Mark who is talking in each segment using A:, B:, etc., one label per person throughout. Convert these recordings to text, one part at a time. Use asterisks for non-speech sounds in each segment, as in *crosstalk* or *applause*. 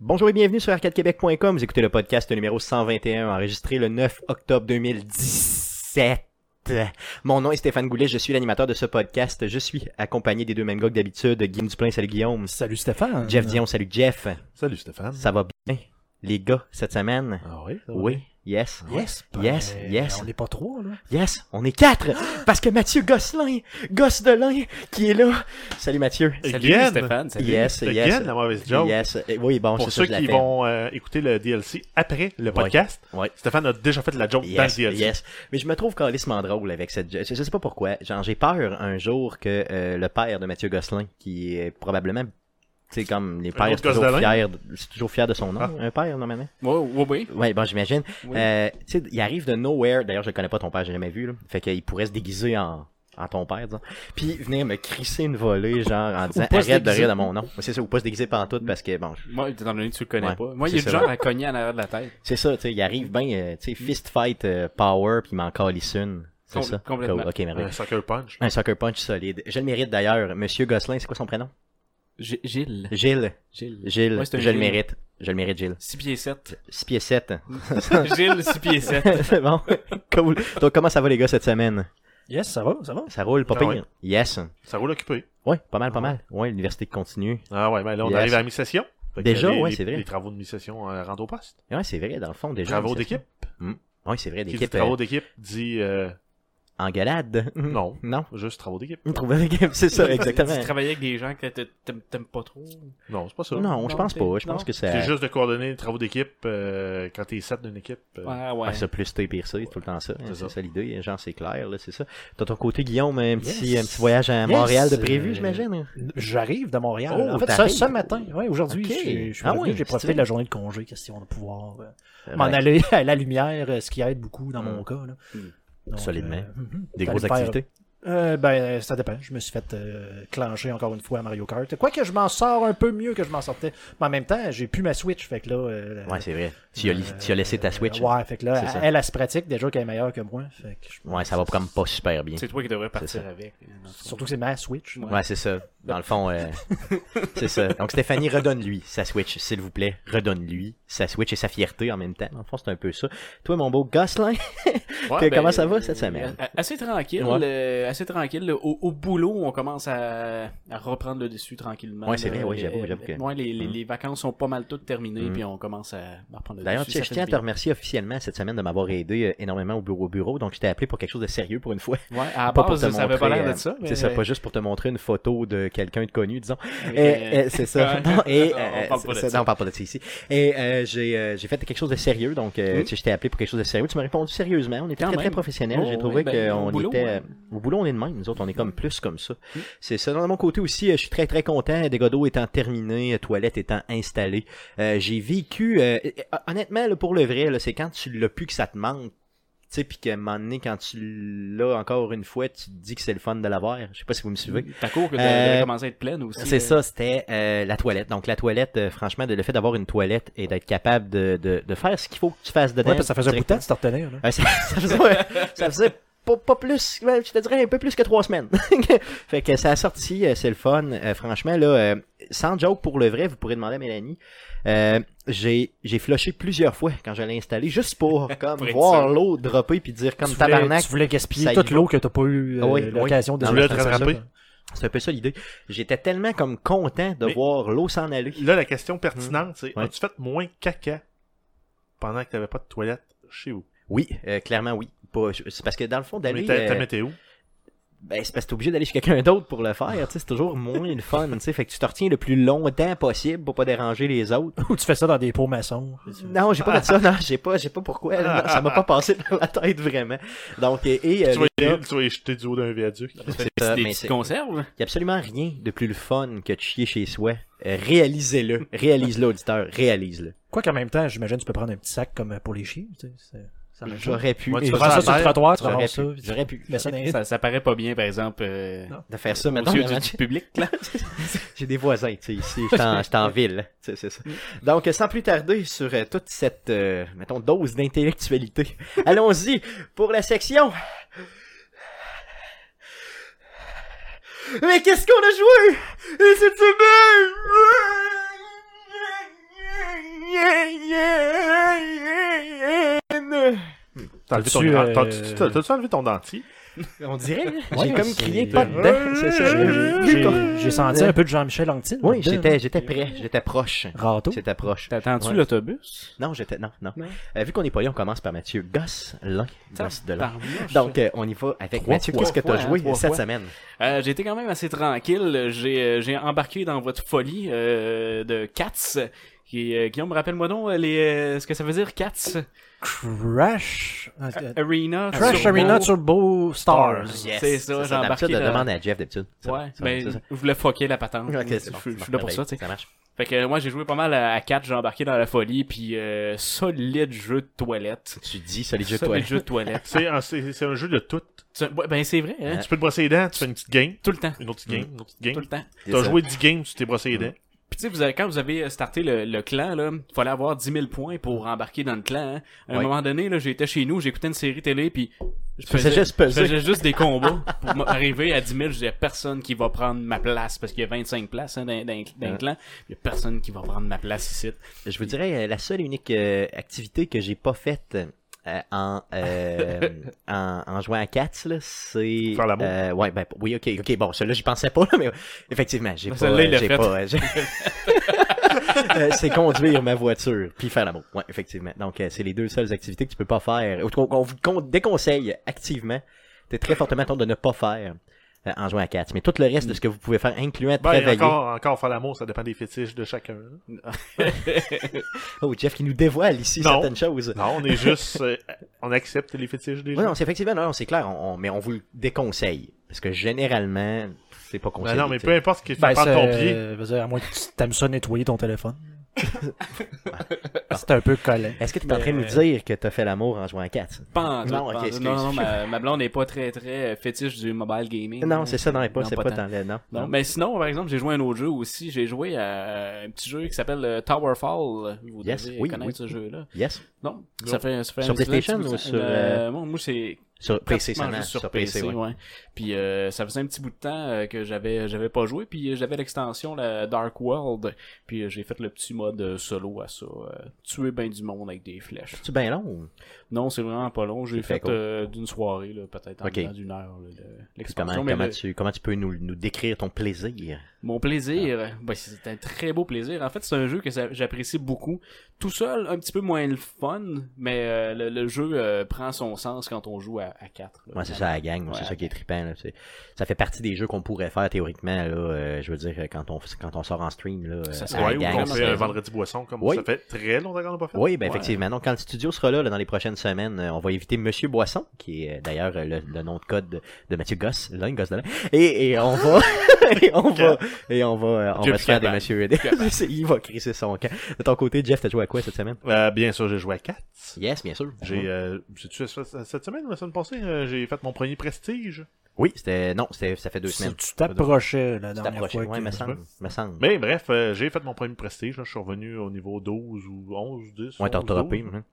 A: Bonjour et bienvenue sur arcadequebec.com. Vous écoutez le podcast numéro 121, enregistré le 9 octobre 2017. Mon nom est Stéphane Goulet, je suis l'animateur de ce podcast. Je suis accompagné des deux mêmes gars que d'habitude, Guillaume Duplain, salut Guillaume.
B: Salut Stéphane.
C: Euh,
A: Jeff Dion, salut Jeff.
C: Salut Stéphane.
A: Ça va bien, les gars, cette semaine?
C: Ah oui? ça va?
A: Oui, yes.
B: Yes, ben,
A: Yes, yes.
B: On n'est pas trois, là.
A: Yes, on est quatre! Parce que Mathieu Gosselin, Gosselin, qui est là. Salut Mathieu.
D: Salut
C: Again.
D: Stéphane, salut.
A: Yes,
C: Again,
A: yes.
C: la mauvaise joke.
A: Yes. Eh, Oui, bon,
C: Pour
A: c'est ça,
C: ceux
A: je la
C: qui
A: fais.
C: vont euh, écouter le DLC après le podcast,
A: Ouais.
C: Stéphane a déjà fait la joke dans le
A: Yes,
C: DLC.
A: yes. Mais je me trouve calissement drôle avec cette... Je, je sais pas pourquoi. Genre, j'ai peur un jour que euh, le père de Mathieu Gosselin, qui est probablement... Tu sais, comme les pères,
C: autre
A: c'est toujours,
C: Gosselin?
A: fier de, c'est toujours fier de son nom.
C: Ah.
A: Un père, normalement.
D: Oui, oui, oui.
A: Ouais, bon, j'imagine.
D: Oui.
A: Euh, tu sais, il arrive de nowhere. D'ailleurs, je le connais pas ton père, j'ai jamais vu. Là. Fait qu'il pourrait se déguiser en, en ton père, disons. Puis venir me crisser une volée, genre, en disant
D: pas se
A: arrête de
D: déguiser.
A: rire de mon nom. C'est ça, ou pas se déguiser pantoute parce que, bon, je-
D: Moi, étant donné que tu le connais
A: Ouais,
D: pas. Moi, il
A: c'est
D: est du
A: ça.
D: genre à cogner en arrière de la tête.
A: c'est ça, tu sais, il arrive bien, euh, tu sais, fist fight euh, power, puis il m'en calisse une. C'est
D: Com-
A: ça.
D: complètement.
A: Cool. Ok, merveilleux.
C: Un Euh, soccer punch.
A: Un soccer punch solide. Je le mérite d'ailleurs. Monsieur Gosselin, c'est quoi son prénom?
D: G- Gilles.
A: Gilles.
D: Gilles.
A: Gilles.
D: Ouais, c'est un
A: je le
D: Gilles.
A: mérite. Je le mérite, Gilles.
D: 6 pieds 7.
A: *laughs* 6 pieds
C: *laughs*
A: 7.
D: Gilles, 6 pieds 7.
A: c'est bon. Cool. Donc, comment ça va les gars cette semaine?
B: Yes, ça va, ça va.
A: Ça roule, pas
C: Ah
A: pire.
C: ouais.
A: Yes.
C: Ça roule occupé.
A: Ouais, pas mal, pas
C: Ah
A: mal. Ouais, l'université continue.
C: Ah ouais, ben là, on
A: Yes.
C: arrive à la mi-session. Fait que
A: Déjà,
C: les-
A: ouais,
C: les-
A: c'est vrai.
C: Les travaux de mi-session euh, rendent au poste.
A: Ouais, c'est vrai, dans le fond, déjà.
C: travaux
A: c'est-
C: d'équipe.
A: Ouais, c'est vrai,
C: Qui dit
A: d'équipe.
C: travaux
A: Euh, Hmm.
C: d'équipe dit euh,
A: engueulade. *laughs*
C: non,
A: Non.
C: juste travaux d'équipe.
A: Trouver d'équipe, c'est ça,
C: *laughs*
A: exactement.
D: Tu travaillais avec des gens que t'a- t'aimes t'aimes pas trop.
C: Non, c'est pas ça.
A: Non, Euh, je pense pas. Je
D: Non.
A: pense que ça.
C: C'est juste de coordonner les travaux d'équipe euh, quand t'es 7 d'une équipe. euh,
D: Ouais, ouais.
A: Ah, ça, plus T, pire C, c'est tout le temps ça.
C: C'est
A: hein,
C: ça.
A: C'est ça l'idée, genre, c'est clair, là, c'est ça. De ton côté, Guillaume, un petit,
B: Yes.
A: un petit voyage à
B: Yes.
A: Montréal de prévu,
B: Euh,
A: j'imagine. hein?
B: J'arrive de Montréal.
A: Oh,
B: en fait, ce,
A: t'arrives.
B: ce matin, ouais, aujourd'hui,
A: Ok.
B: je suis- je suis
A: Ah
B: revenu,
A: oui, c'est
B: j'ai profité de la journée de congé, question de pouvoir euh, m'en
A: Ouais.
B: aller *laughs* à la lumière, euh, ce qui aide beaucoup dans
A: Mm.
B: mon cas. Là.
D: Mm.
B: Donc,
A: Solidement.
B: euh, mhm.
A: Des
B: T'allais
A: grosses
B: faire-
A: activités.
B: Euh, ben, ça dépend. Je me suis fait euh, clencher encore une fois à Mario Kart. Quoique je m'en sors un peu mieux que je m'en sortais. Mais en même temps, j'ai plus ma Switch. Fait que là. euh,
A: Ouais, c'est vrai. Tu as, li-
B: euh,
A: tu as laissé ta Switch.
B: euh, ouais, fait que là,
A: C'est
B: elle,
A: ça.
B: elle, elle se pratique déjà qu'elle est meilleure que moi. Fait que je-
A: Ouais, ça va comme pas super bien.
D: C'est toi qui devrais
A: C'est
D: partir
A: ça.
D: avec. hein,
B: Surtout que c'est ma Switch.
D: Ouais.
A: Ouais, c'est ça. Dans le fond,
D: *laughs*
A: euh, c'est ça. Donc Stéphanie, redonne-lui sa Switch, s'il vous plaît. Redonne-lui sa Switch et sa fierté en même temps. Dans le fond, c'est un peu ça. Toi, mon beau Gosselin,
D: Ouais, ben,
A: comment ça va cette semaine?
D: euh, Assez tranquille.
A: Ouais.
D: euh, assez tranquille. là. Au, au boulot, on commence à, à reprendre le dessus tranquillement.
A: Ouais, c'est vrai,
D: là.
A: ouais, j'avoue,
D: Euh,
A: j'avoue que-
D: ouais, les, les-
A: Mm.
D: les vacances sont pas mal toutes terminées,
A: Mm.
D: puis on commence à à reprendre le
A: D'ailleurs,
D: dessus.
A: tu-
D: ça
A: je
D: fait
A: tiens à
D: du
A: te remercier officiellement cette semaine de m'avoir aidé euh, énormément au bureau. bureau. Donc, je t'ai appelé pour quelque chose de sérieux pour une fois.
D: bien. Ouais, à la
A: Pas pour
D: base,
A: te
D: ça avait pas
A: montrer,
D: l'air
A: euh,
D: de ça. mais- euh,
A: C'est ça, pas juste pour te montrer une photo de quelqu'un de connu, disons.
D: mais-
A: Eh, eh, c'est ça.
D: *laughs* Ouais.
A: Non, et,
D: On
A: euh,
D: parle
A: c'est-
D: pas de
A: c'est-
D: ça.
A: non, on parle pas de ça ici. Et euh, j'ai euh, j'ai fait quelque chose de sérieux, donc euh,
D: Mm.
A: tu sais, je t'ai appelé pour quelque chose de sérieux. Tu m'as répondu sérieusement. On était
D: Quand
A: très, très
D: même.
A: professionnels.
D: Oh,
A: j'ai trouvé
D: oui, ben,
A: qu'on
D: au boulot, Mm.
A: était. euh,
D: ouais.
A: Au boulot, on est de même. Nous autres, on est comme plus comme ça. C'est ça. De mon côté aussi, euh, je suis très, très content. Des godots étant terminés, euh, toilette étant installée. Euh, j'ai vécu. euh, euh, honnêtement, là, pour le vrai, là, c'est quand tu l'as plus que ça te manque. Tu sais, puis qu'à un moment donné, quand tu l'as encore une fois, tu te dis que c'est le fun de l'avoir. Je sais pas si vous me suivez.
D: Ta cour que
A: Euh,
D: t'as commencé à être pleine aussi.
B: euh,
A: C'est ça, c'était euh, la toilette. Donc la toilette, euh, franchement, de- le fait d'avoir une toilette et d'être capable de, de, de faire ce qu'il faut que tu fasses dedans.
B: Ouais, parce que ça faisait un bout de temps
A: directement.
B: de se retenir. là.
A: Euh, ça, *laughs* ça faisait, ça faisait pas, pas plus, ouais, je te dirais un peu plus que trois semaines. *laughs* fait que ça a sorti, euh, c'est le fun. Euh, franchement, là, euh, sans joke pour le vrai, vous pourrez demander à Mélanie. Euh, j'ai j'ai flushé plusieurs fois quand je l'ai installé, juste
B: *laughs*
A: pour comme
D: Pour être
A: voir
D: sûr.
A: l'eau dropper puis dire comme
B: tu, voulais,
A: tabarnak.
B: tu voulais gaspiller
A: ça y
B: toute
A: va.
B: l'eau que t'as pas eu euh,
A: Ah oui, oui.
B: l'occasion de
A: Tu
C: voulais te
B: faire ça,
C: rattraper.
B: là.
A: C'est un peu ça l'idée. J'étais tellement comme content de
C: Mais-
A: voir l'eau s'en aller.
C: Là, la question pertinente, c'est
A: Ouais.
C: as-tu fait moins caca pendant que t'avais pas de toilette chez vous?
A: Oui, euh, clairement oui. Pas- je- C'est parce que dans le fond
C: Mais
A: d'aller,
C: t'a- t'as
A: euh,
C: metté où?
A: ben, c'est parce que t'es obligé d'aller chez quelqu'un d'autre pour le faire. tu sais, C'est toujours moins le fun. tu sais. Fait que tu te retiens le plus longtemps possible pour pas déranger les autres.
B: Ou tu fais ça dans des pots maçons.
A: Non, j'ai pas fait ça. Non, *laughs* j'ai pas, j'ai pas pourquoi. là. Non, ça m'a pas passé par la tête vraiment. Donc et, et, euh,
C: Tu vas,
A: les gars,
C: y, tu vas y jeter du haut d'un viaduc.
A: c'est
D: C'est
A: ça,
D: des
A: mais
D: petites
A: c'est-
D: conserves.
A: y a absolument rien de plus le fun que de chier chez soi. Euh, Réalisez-le, réalise-le, auditeur, réalise-le.
B: Quoi qu'en même temps, j'imagine que tu peux prendre un petit sac comme euh, pour les chiens. tu sais, c'est- Ça marche.
A: J'aurais pu,
C: Moi, tu
A: et
B: Tu
C: vas
B: prends
A: j'aurais
B: ça
C: faire
B: sur le
C: l'air,
B: trottoir, tu
A: j'aurais
B: ramasses ça.
A: pu, j'aurais pu.
B: Mais ça dans les-
D: Ça, ça paraît pas bien, par exemple, euh,
B: Non.
A: de faire ça
D: aux
A: maintenant.
D: yeux du, du public.
A: *laughs*
D: Là.
A: J'ai des voisins, tu sais, ici, je suis en- je suis en ville, tu sais, c'est ça. Donc, euh, sans plus tarder sur euh, toute cette, euh, mettons, dose d'intellectualité, *laughs* allons-y pour la section... Mais qu'est-ce qu'on a joué cette semaine?
C: T'as enlevé ton-
B: T'as-tu,
C: ah, t'as-
B: euh,
C: t'as- T'as-tu enlevé ton dentier?
B: On dirait.
A: J'ai comme crié pas
C: c'est-
A: dedans. C'est ça.
B: J'ai-
A: j'ai- j'ai-
B: J'ai j'ai senti un peu de Jean-Michel Anctil.
A: Oui,
B: là-dedans.
A: j'étais, j'étais prêt, j'étais proche.
B: Râteau.
A: J'étais proche.
D: T'attends-tu
A: Ouais.
D: l'autobus?
A: Non, j'étais, non, non.
D: Non.
A: Euh, vu qu'on est poli, on commence par Mathieu Gosselin. Gosselin.
D: Tabarnouche.
A: Donc, euh, on y va avec
C: Trois
A: Mathieu.
C: fois.
A: Qu'est-ce que t'as
D: Trois fois,
A: joué
D: hein, trois
A: cette
D: fois.
A: semaine?
D: Euh, j'ai été quand même assez tranquille. J'ai, euh, j'ai embarqué dans votre folie euh, de Cats. Qui, euh, Guillaume, rappelle-moi donc euh, les, euh, ce que ça veut dire Cats
B: Crash.
A: Ah,
D: Arena.
B: Crash
D: Turbo.
B: Arena Turbo Stars.
D: C'est ça, j'ai
A: D'habitude,
D: embarqué
A: euh,
D: dans-
A: demande à Jeff d'habitude. Ça va,
D: Ouais,
A: ça va,
D: mais
A: c'est ça.
D: je voulais fucker la patente.
A: Ok,
D: Je-
A: c'est bon,
D: je,
A: c'est
D: je suis
A: bon.
D: là pour ça, tu sais.
A: Ça marche.
D: Fait que euh, moi, j'ai joué pas mal à, à 4, j'ai embarqué dans la folie, puis euh, solide jeu de toilette.
A: Tu dis, ça, les jeux de
D: Solide
A: toilette.
D: jeu
A: *laughs*
D: de toilette.
C: C'est un, c'est- c'est un jeu de tout.
D: Tu- ouais, ben, c'est vrai, hein?
C: Tu peux te brosser les dents, tu fais une petite game,
D: Tout le temps.
C: une autre petite game, une autre petite
D: Tout
C: game.
D: le temps.
C: T'as joué 10 games, tu t'es brossé les dents.
D: Puis tu sais, vous avez- quand vous avez euh, starté le, le clan, là, il fallait avoir 10 000 points pour embarquer dans le clan. hein. À un
A: Ouais.
D: moment donné, là, j'étais chez nous, j'écoutais une série télé, puis je
A: faisais juste
D: je
A: peser.
D: faisais juste des combats. pour m- arriver à 10 000, je disais, personne qui va prendre ma place, parce qu'il y a 25 places hein, dans, dans, dans le
A: Ouais.
D: clan. Il y a personne qui va prendre ma place ici.
A: Je vous dirais, euh, la seule et unique euh, activité que j'ai pas faite euh, en,
C: *laughs*
A: euh, en, en jouant à Cats, là, c'est...
C: Faire l'amour.
A: euh, ouais, ben, oui, ok, ok, bon, celle-là, j'y pensais pas, là, mais effectivement, j'ai
D: Non,
A: pas...
D: celle-là, il
A: euh,
D: l'a
A: j'ai
D: faite.
A: pas euh, j'ai-
C: *laughs*
A: Euh, c'est conduire ma voiture, puis faire l'amour. Ouais, effectivement. Donc, euh, c'est les deux seules activités que tu peux pas faire. Ou qu'on- qu'on vous con- déconseille activement, t'es très fortement tenté de ne pas faire euh, en jouant à Cats. Mais tout le reste de ce que vous pouvez faire, incluant
C: Mm. Ben,
A: travailler...
C: encore, encore faire l'amour, ça dépend des fétiches de chacun.
A: Oh, Jeff qui nous dévoile ici
C: Non.
A: certaines choses.
C: Non, on est juste. euh, on accepte les fétiches des
A: Oui,
C: gens.
A: non, c'est effectivement, non, non, c'est clair, on- on- mais on vous le déconseille. Parce que généralement, c'est pas
C: Ben
A: conseillé.
C: non, mais
A: tu
C: peu
A: sais.
C: importe ce que tu
B: Ben,
C: prends
B: c'est-
C: ton pied.
B: je veux dire, à moins que tu t'aimes ça nettoyer
A: *laughs*
B: ton téléphone. C'est un peu collant.
A: Est-ce que tu es en train de nous dire que t'as fait l'amour en jouant à 4
D: Pas en tout,
A: Non,
D: pas en
A: ok,
D: tout.
A: excuse.
D: non, non, ma, ma blonde n'est pas très, très euh, fétiche du mobile gaming.
A: Non,
D: hein.
A: c'est ça, non, pas,
D: Non,
A: c'est
D: pas
A: pas
D: tant.
A: dans le- non.
D: Non, mais sinon, par exemple, j'ai joué à un autre jeu aussi. J'ai joué à un petit jeu qui s'appelle euh, Towerfall. Vous
A: Yes,
D: devez
A: oui,
D: connaître
A: oui.
D: ce jeu-là.
A: Yes.
D: Non, ça fait, ça fait
A: Sur
D: un petit
A: PlayStation
D: petit bout
A: ou
D: de-
A: sur,
D: Euh, Moi, moi, c'est
A: Sur PC
D: pratiquement
A: seulement,
D: juste
A: sur, PC, ouais.
D: Puis euh, ça faisait un petit bout de temps euh, que j'avais j'avais pas joué, puis euh, j'avais l'extension la Dark World, puis euh, j'ai fait le petit mode euh, solo à ça, euh, tuer ben du monde avec des flèches.
A: C'est bien long. ou-
D: Non, c'est vraiment pas long, j'ai
A: C'est très
D: fait
A: cool.
D: euh, d'une soirée là, peut-être en
A: Ok.
D: dedans d'une heure là, le-
A: Puis
D: l'expansion
A: Comment,
D: mais
A: comment
D: le-
A: tu, comment tu peux nous, nous décrire ton plaisir
D: Mon plaisir,
A: Ah.
D: ben, c'est un très beau plaisir. En fait, c'est un jeu que ça- j'apprécie beaucoup. Tout seul, un petit peu moins le fun, mais euh, le, le jeu euh, prend son sens quand on joue à, à 4.
A: Moi, c'est ça la gang, moi, c'est
D: Ouais.
A: ça qui est trippant. Là, c'est- ça fait partie des jeux qu'on pourrait faire théoriquement, là, euh, je veux dire, quand on, quand on sort en stream. Là,
D: Ça
A: euh,
D: serait
A: à la
C: Ouais, ou
A: gang,
C: qu'on
A: ça
C: fait
A: serait-
C: un vendredi boisson, comme
A: Oui.
C: ça fait très longtemps qu'on n'a pas fait.
A: Oui, ben
C: hein.
D: Ouais.
A: effectivement. Donc, quand le studio sera là, là, dans les prochaines semaines, euh, on va éviter Monsieur Boisson, qui est euh, d'ailleurs euh, le, le nom de code de, de Mathieu Gosse, là, une gosse de l'un. et, et on
C: *laughs*
A: va, et on va, et on va, euh, on
D: Dieu
A: va se faire des
D: capable.
A: Monsieur. *laughs* C'est- Il va crisser son camp. De ton côté, Jeff, t'as joué à quoi cette semaine
C: Euh, bien sûr, j'ai joué à 4.
A: Yes, bien sûr.
C: J'ai, euh, sais-tu, cette cette semaine ou la semaine passée, euh, j'ai fait mon premier prestige.
A: euh, Oui, c'était non, c'était ça fait deux
B: Si
A: semaines.
B: tu t'approchais la
A: Tu
B: dernière
A: t'approchais,
B: fois.
A: ouais,
B: que-
A: me semble, me semble.
C: Mais bref, euh, j'ai fait mon premier prestige. là. Je suis revenu au niveau 12 ou 11, 10.
A: Ouais, t'as
C: 11,
A: retropé.
C: 12.
A: hein.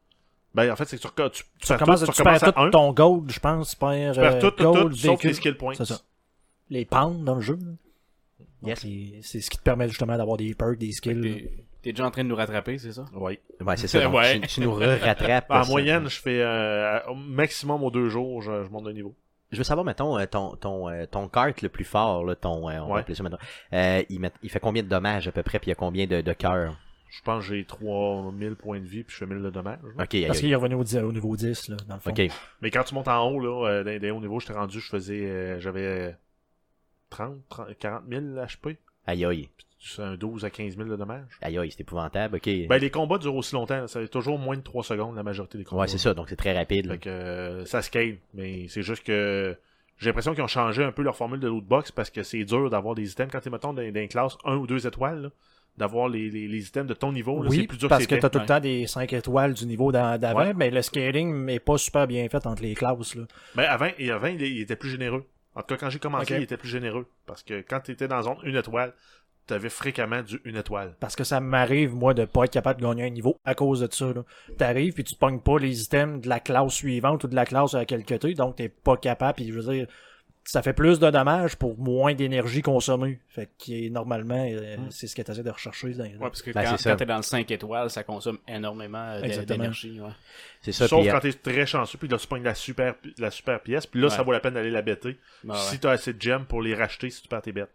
C: Ben, en fait, c'est que tu, reco- tu, tu, perds
B: Comment
C: tout,
B: tu
C: tu
B: perds
C: recommences à
B: tout
C: 1.
B: ton gold, je pense. Tu perds,
C: Tu perds
B: euh,
C: tout, tout,
B: gold,
C: tout, sauf
B: véhicule.
C: les skill points.
B: C'est ça. Les pentes dans le jeu. là. Donc,
A: Yes.
B: les- C'est ce qui te permet justement d'avoir des perks, des skills. là.
D: T'es t'es déjà en train de nous rattraper, c'est
A: Ah,
D: ça?
C: Ouais.
A: Ouais, c'est ça. donc,
D: Ouais.
A: tu, tu nous rattrapes.
C: En moyenne, je fais euh, au maximum aux deux jours, je, je monte de niveau.
A: Je veux savoir, mettons, euh, ton, ton, euh, ton kart le plus fort, là, ton, euh, on va
C: Ouais.
A: appeler ça maintenant, euh, il, met- il fait combien de dommages à peu près, puis il y a combien de, de cœurs?
C: Je pense que j'ai 3000 points de vie puis je fais 1000 de dommages.
A: Ok, aïe,
B: Parce
A: aïe.
B: qu'il est revenu au, dix- au niveau 10, là, dans le fond.
A: ok.
C: Mais quand tu montes en haut, là, euh, d'un, d'un haut niveau, j'étais rendu, je faisais. euh, j'avais euh, 30, 30, 40 000 HP.
A: Aïe aïe.
C: C'est un 12 à 15 000 de dommages.
A: Aïe aïe, c'est épouvantable, ok.
C: Ben, les combats durent aussi longtemps. là. Ça fait toujours moins de 3 secondes, la majorité des combats.
A: ouais, c'est ça, donc c'est très rapide. là.
C: Fait que euh, ça scale, mais c'est juste que j'ai l'impression qu'ils ont changé un peu leur formule de lootbox parce que c'est dur d'avoir des items quand tu mettons dans, dans une classe 1 ou 2 étoiles, là, d'avoir les, les, les items de ton niveau, Oh, là, c'est
B: Oui,
C: plus dur
B: parce que
C: c'était.
B: t'as tout le temps des 5 étoiles du niveau d'a- d'avant,
C: Ouais.
B: mais le scaling n'est pas super bien fait entre les classes. Là.
C: Ben, avant, et avant il, il était plus généreux. En tout cas, quand j'ai commencé,
B: Ok.
C: il était plus généreux parce que quand tu étais dans zone 1 étoile, tu avais fréquemment du 1 étoile.
B: Parce que ça m'arrive, moi, de pas être capable de gagner un niveau à cause de ça. là. T'arrives puis tu te pognes pas les items de la classe suivante ou de la classe à laquelle que t'es, donc t'es pas capable. Puis je veux dire, ça fait plus de dommages pour moins d'énergie consommée. Fait que normalement, euh, c'est ce que tu de rechercher. dans-
D: Ouais, parce que
A: Ben,
D: quand,
A: c'est ça.
D: quand t'es dans le 5 étoiles, ça consomme énormément euh, d'é-
B: Exactement.
D: d'énergie. ouais.
A: C'est ça.
C: Sauf
A: puis, euh,
C: quand t'es très chanceux, puis là, tu pognes la super, la super pièce, puis là,
D: Ouais.
C: ça vaut la peine d'aller la bêter.
D: Ben ouais.
C: si t'as assez de gems pour les racheter si tu perds tes bêtes.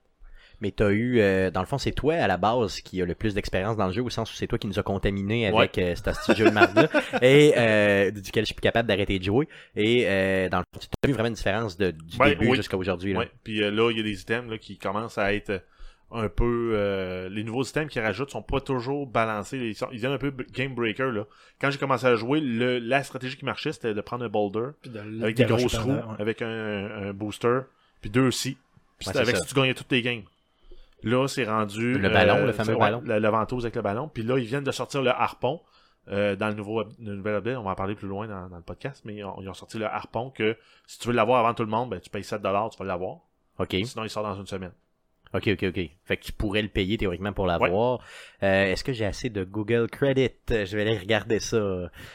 A: Mais t'as eu, euh, dans le fond, c'est toi à la base qui a le plus d'expérience dans le jeu, au sens où c'est toi qui nous a contaminés avec euh, cet astuce de jeu de
C: *laughs*
A: marde et euh, duquel je suis plus capable d'arrêter de jouer. Et euh, dans le fond, tu as vu vraiment une différence de, du
C: Ben,
A: début
C: oui.
A: jusqu'à aujourd'hui. là.
C: Ouais. Puis euh, là, il y a des items là, qui commencent à être euh, un peu. euh, les nouveaux items qu'ils rajoutent sont pas toujours balancés. Ils, sont- ils viennent un peu b- game breaker. Là. Quand j'ai commencé à jouer, le- la stratégie qui marchait, c'était de prendre un boulder
B: Puis de-
C: avec des
B: de rusher
C: grosses roues,
B: pendant, ouais.
C: avec un, un booster, puis deux aussi. Puis
A: Ouais,
C: c'était
A: c'est
C: avec
A: ça.
C: si tu gagnais toutes tes games. Là, c'est rendu.
A: Le ballon, le fameux
C: c'est- ouais,
A: ballon.
C: La, la ventouse avec le ballon. Puis là, ils viennent de sortir le harpon. euh, dans le, nouveau, hab- le nouvel update, on va en parler plus loin dans, dans le podcast, mais on- ils ont sorti le harpon que si tu veux l'avoir avant tout le monde, ben, tu payes 7$, tu vas l'avoir.
A: OK.
C: Sinon, il sort dans une semaine.
A: OK, OK, OK. Fait que tu pourrais le payer théoriquement pour l'avoir. Euh, Est-ce que j'ai assez de Google Credit? Je vais aller regarder ça.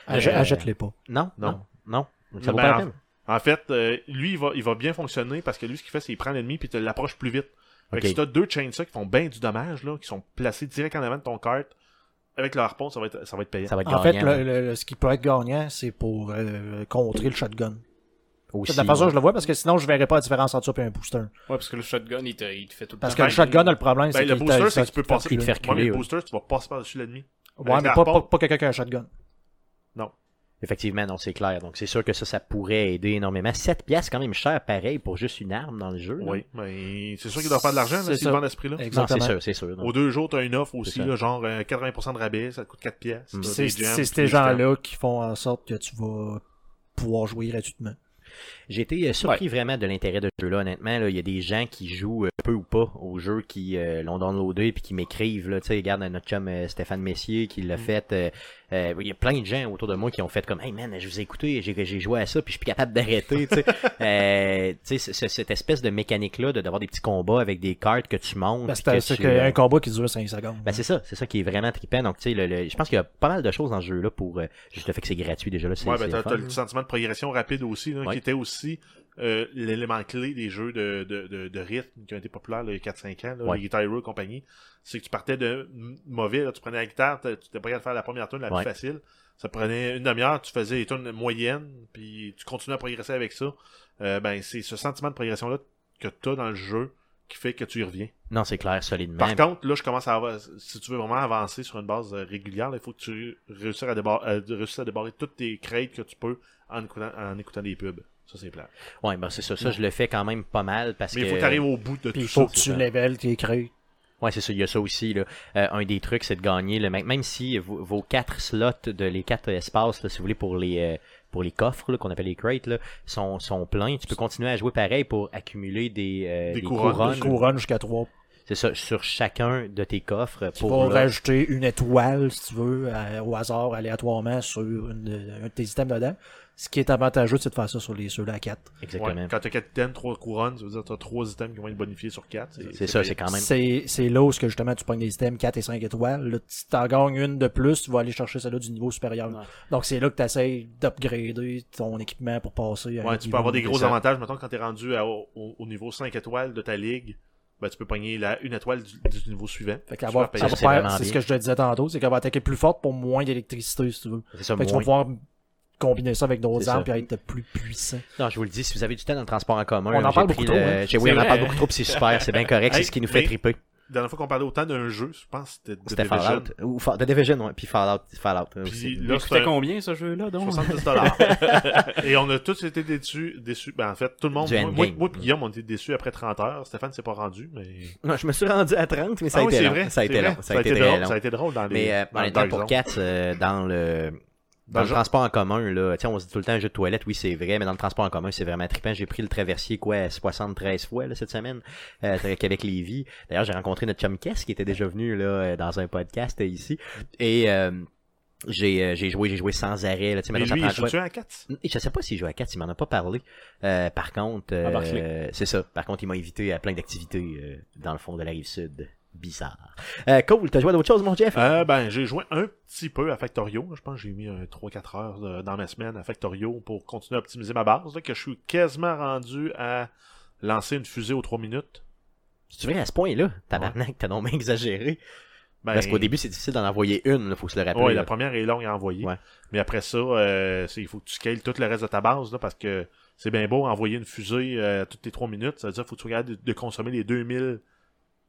B: Ach-
A: Euh,
B: Achète-les pas.
A: Non?
C: Non.
A: Non? non. Ça vaut
C: Ben,
A: pas la
C: en-
A: peine?
C: En fait, euh, lui, il va, il va bien fonctionner parce que lui, ce qu'il fait, c'est qu'il prend l'ennemi puis te l'approche plus vite. Fait
A: Ok.
C: que si t'as deux chainsaws qui font bien du dommage, là, qui sont placés direct en avant de ton cart, avec le harpon, ça va être, ça va être payant.
A: Ça va être
B: En
A: gagnant.
B: fait, le- le- le- ce qui peut être gagnant, c'est pour euh, contrer le shotgun.
A: aussi,
B: C'est de la façon dont
A: ouais.
B: je le vois, parce que sinon, je verrais pas la différence entre ça et un booster.
D: Ouais, parce que le shotgun, il te, il te fait tout le
B: Parce que
D: temps.
B: le shotgun, le problème, c'est
C: Ben, le
B: qu'il
C: booster,
B: t'a-
C: c'est que tu peux
B: t'a-
C: passer.
A: il te fait
C: Ouais, mais
A: reculer,
C: le
A: ouais.
C: booster, tu vas passer par-dessus l'ennemi.
B: Ouais, mais
C: la
B: pas, pas,
C: pompe.
B: pas quelqu'un qui a un shotgun.
A: Effectivement, non, c'est clair. Donc, c'est sûr que ça, ça pourrait aider énormément. 7 piastres, quand même cher, pareil, pour juste une arme dans le jeu. là.
C: Oui, mais c'est sûr qu'il doit faire de l'argent,
B: C'est
C: là, s'il
B: ça.
C: vend à ce prix-là.
A: Non, c'est
B: Exactement.
A: sûr, c'est sûr. non.
C: Aux deux jours, t'as une offre aussi,
A: C'est ça.
C: là, genre euh, 80% de rabais, ça te coûte 4 pièces.
A: Mm.
C: t'as
B: C'est
C: des gems,
B: c'est ces
C: puis des
B: gens-là qui font en sorte que tu vas pouvoir jouer gratuitement.
A: J'ai été euh, surpris vraiment de l'intérêt de ce jeu-là, honnêtement. là. Il y a des gens qui jouent euh, peu ou pas au jeu, qui euh, l'ont downloadé et qui m'écrivent. là. Tu sais, regarde notre chum euh, Stéphane Messier qui
C: Mm.
A: l'a fait. euh, euh, il y a plein de gens autour de moi qui ont fait comme Hey man, je vous ai écouté, j'ai j'ai joué à ça, puis je suis plus capable d'arrêter.
C: *laughs*
A: tu sais. Euh, tu sais, ce- ce- cette espèce de mécanique-là de- d'avoir des petits combats avec des cartes que tu montes.
C: Ben,
B: Parce
A: puis
B: que
A: que
B: c'est
A: tu,
B: que
A: euh,
C: hein.
B: un combat qui dure 5 secondes.
A: ben c'est ça, c'est ça qui est vraiment trippant. Donc, tu sais, le- le- je pense qu'il y a pas mal de choses dans ce jeu-là pour euh, juste le fait que c'est gratuit déjà là. c'est-
C: Ouais,
A: c'est
C: ben, t'as,
A: fun.
C: t'as le sentiment de progression rapide aussi, là,
A: Ouais.
C: qui était aussi euh, l'élément clé des jeux de, de, de, de rythme qui ont été populaires là, il y a 4-5 ans, là,
A: Ouais.
C: les Guitar Hero et compagnie. C'est que tu partais de m- mauvais, là, tu prenais la guitare, t'as- tu étais prêt à faire la première tune la
A: Ouais.
C: plus facile. Ça prenait une demi-heure, tu faisais les tunes moyennes, puis tu continuais à progresser avec ça. Euh, ben, c'est ce sentiment de progression-là que t'as dans le jeu qui fait que tu y reviens.
A: Non, c'est clair, solidement.
C: Par contre, là, je commence à avoir, si tu veux vraiment avancer sur une base euh, régulière, là, il faut que tu réussisses à, débar- à- de réussir à débarrer toutes tes crates que tu peux en écoutant, en écoutant des pubs. Ça, c'est plat.
A: Ouais, ben c'est ça. Ça, je le fais quand même pas mal parce
C: Mais
A: que.
C: il faut que tu arrives au bout de
B: Puis
C: tout
B: il
C: ça.
B: faut que tu level tes crées.
A: Ouais, c'est ça. Il y a ça aussi. Là. Euh, un des trucs, c'est de gagner. le ma- Même si vos, vos quatre slots, de les quatre espaces, là, si vous voulez, pour les. euh, pour les coffres là, qu'on appelle les crates là, sont, sont pleins. Tu peux continuer à jouer pareil pour accumuler des, euh,
C: Des couronnes.
B: Une couronne jusqu'à 3.
A: C'est ça, sur chacun de tes coffres
B: Tu
A: pour
B: vas
A: là,
B: rajouter une étoile, si tu veux, à- au hasard, aléatoirement, sur une de- un de tes items dedans. Ce qui est avantageux, c'est de faire ça sur les ceux-là à 4.
A: Exactement.
C: Quand tu as 4 items, 3 couronnes, ça veut dire que tu as 3 items qui vont être bonifiés sur 4.
A: c'est ça, c'est quand même.
B: C'est c'est là où ce que justement tu pognes des items 4 et 5 étoiles. Là, si t'en gagnes une de plus, tu vas aller chercher celle-là du niveau supérieur.
D: Ouais.
B: Donc c'est là que tu d'upgrader ton équipement pour passer à un
C: Ouais, tu peux
B: niveau
C: avoir des gros
B: descend.
C: avantages. Mettons, quand tu es rendu à- au, au niveau 5 étoiles de ta ligue, ben, tu peux pogner la, une étoile du, du niveau suivant.
B: Fait
C: Tu
B: qu'avoir-
C: vas payer
A: ça,
B: avoir-
A: c'est vraiment
B: c'est ce
A: bien.
B: que je te disais tantôt, c'est qu'elle va attaquer plus forte pour moins d'électricité, si tu veux.
A: C'est ça,
B: Fait que tu vas
A: moins-
B: pouvoir combiner ça avec d'autres
A: C'est
B: armes
A: ça.
B: puis être plus puissant.
A: Non, je vous le dis, si vous avez du temps dans le transport en commun,
B: On en
A: j'ai
B: parle
A: pris
B: beaucoup
A: le-
B: trop, hein.
A: j'ai- Oui,
D: C'est
A: on en
D: vrai,
A: parle
D: hein.
A: beaucoup trop, puis c'est super, c'est bien correct, c'est
C: Hey,
A: ce qui nous fait
C: mais-
A: triper.
C: La dernière fois qu'on parlait autant d'un jeu, je pense que c'était The
A: C'était
C: Division.
A: Fallout. Ou Fa- The Division, ouais, puis Fallout. Fallout euh,
C: Puis
A: aussi.
C: là, c'est
D: C'était
C: un-
D: combien ce jeu-là donc
C: 70 dollars. *laughs* Et on a tous été déçus. déçus. Ben, en fait, tout le monde.
A: Du
C: Moi, moi,
A: endgame.
C: moi et Guillaume, on était déçus après 30 heures. Stéphane s'est pas rendu, mais.
A: Non, je me suis rendu à 30, mais ça
C: Ah
A: a
C: oui,
A: été
C: c'est
A: long.
C: vrai,
A: ça a
C: c'est
A: été
C: vrai.
A: long. Ça a été très
C: drôle,
A: long.
C: Ça a été drôle dans les.
A: Mais euh,
C: dans
A: en
C: le
A: étant
C: Dark
A: pour
C: Zone.
A: 4, dans le. Dans
C: Dans
A: le
C: le-
A: transport en commun, là, tu sais, on se dit tout le temps jeu de toilette, oui, c'est vrai, mais dans le transport en commun, c'est vraiment trippant. J'ai pris le traversier, quoi, 73 fois, là, cette semaine, euh, avec Lévi. D'ailleurs, j'ai rencontré notre chum Kess, qui était déjà venu, là, euh, dans un podcast euh, ici. Et, euh, j'ai, euh, j'ai joué, j'ai joué sans arrêt, là, tu sais,
C: Mais
A: maintenant,
C: lui,
A: ça
C: il
A: prend quoi?
C: joue-tu à 4
A: Et Je sais pas s'il joue à 4, il m'en a pas parlé. Euh, par contre, euh,
D: À Barclay.
A: c'est ça. Par contre, il m'a invité à plein d'activités euh, dans le fond de la rive sud. Bizarre. Euh, cool, t'as joué à d'autres choses, mon Jeff?
C: euh, ben, j'ai joué un petit peu à Factorio. Je pense que j'ai mis un 3-4 heures euh, dans ma semaine à Factorio pour continuer à optimiser ma base. Là, que je suis quasiment rendu à lancer une fusée aux 3 minutes.
A: Tu veux à ce point-là, tabarnak, t'as non même exagéré.
C: Ben,
A: Parce qu'au début, c'est difficile d'en envoyer une, là, faut se le rappeler.
C: ouais,
A: là.
C: la première est longue à envoyer.
A: Ouais.
C: Mais après ça, euh, c'est- il faut que tu scales tout le reste de ta base, là, parce que c'est bien beau envoyer une fusée euh, toutes les 3 minutes. Ça veut dire qu'il faut que tu regardes de, de consommer les 2000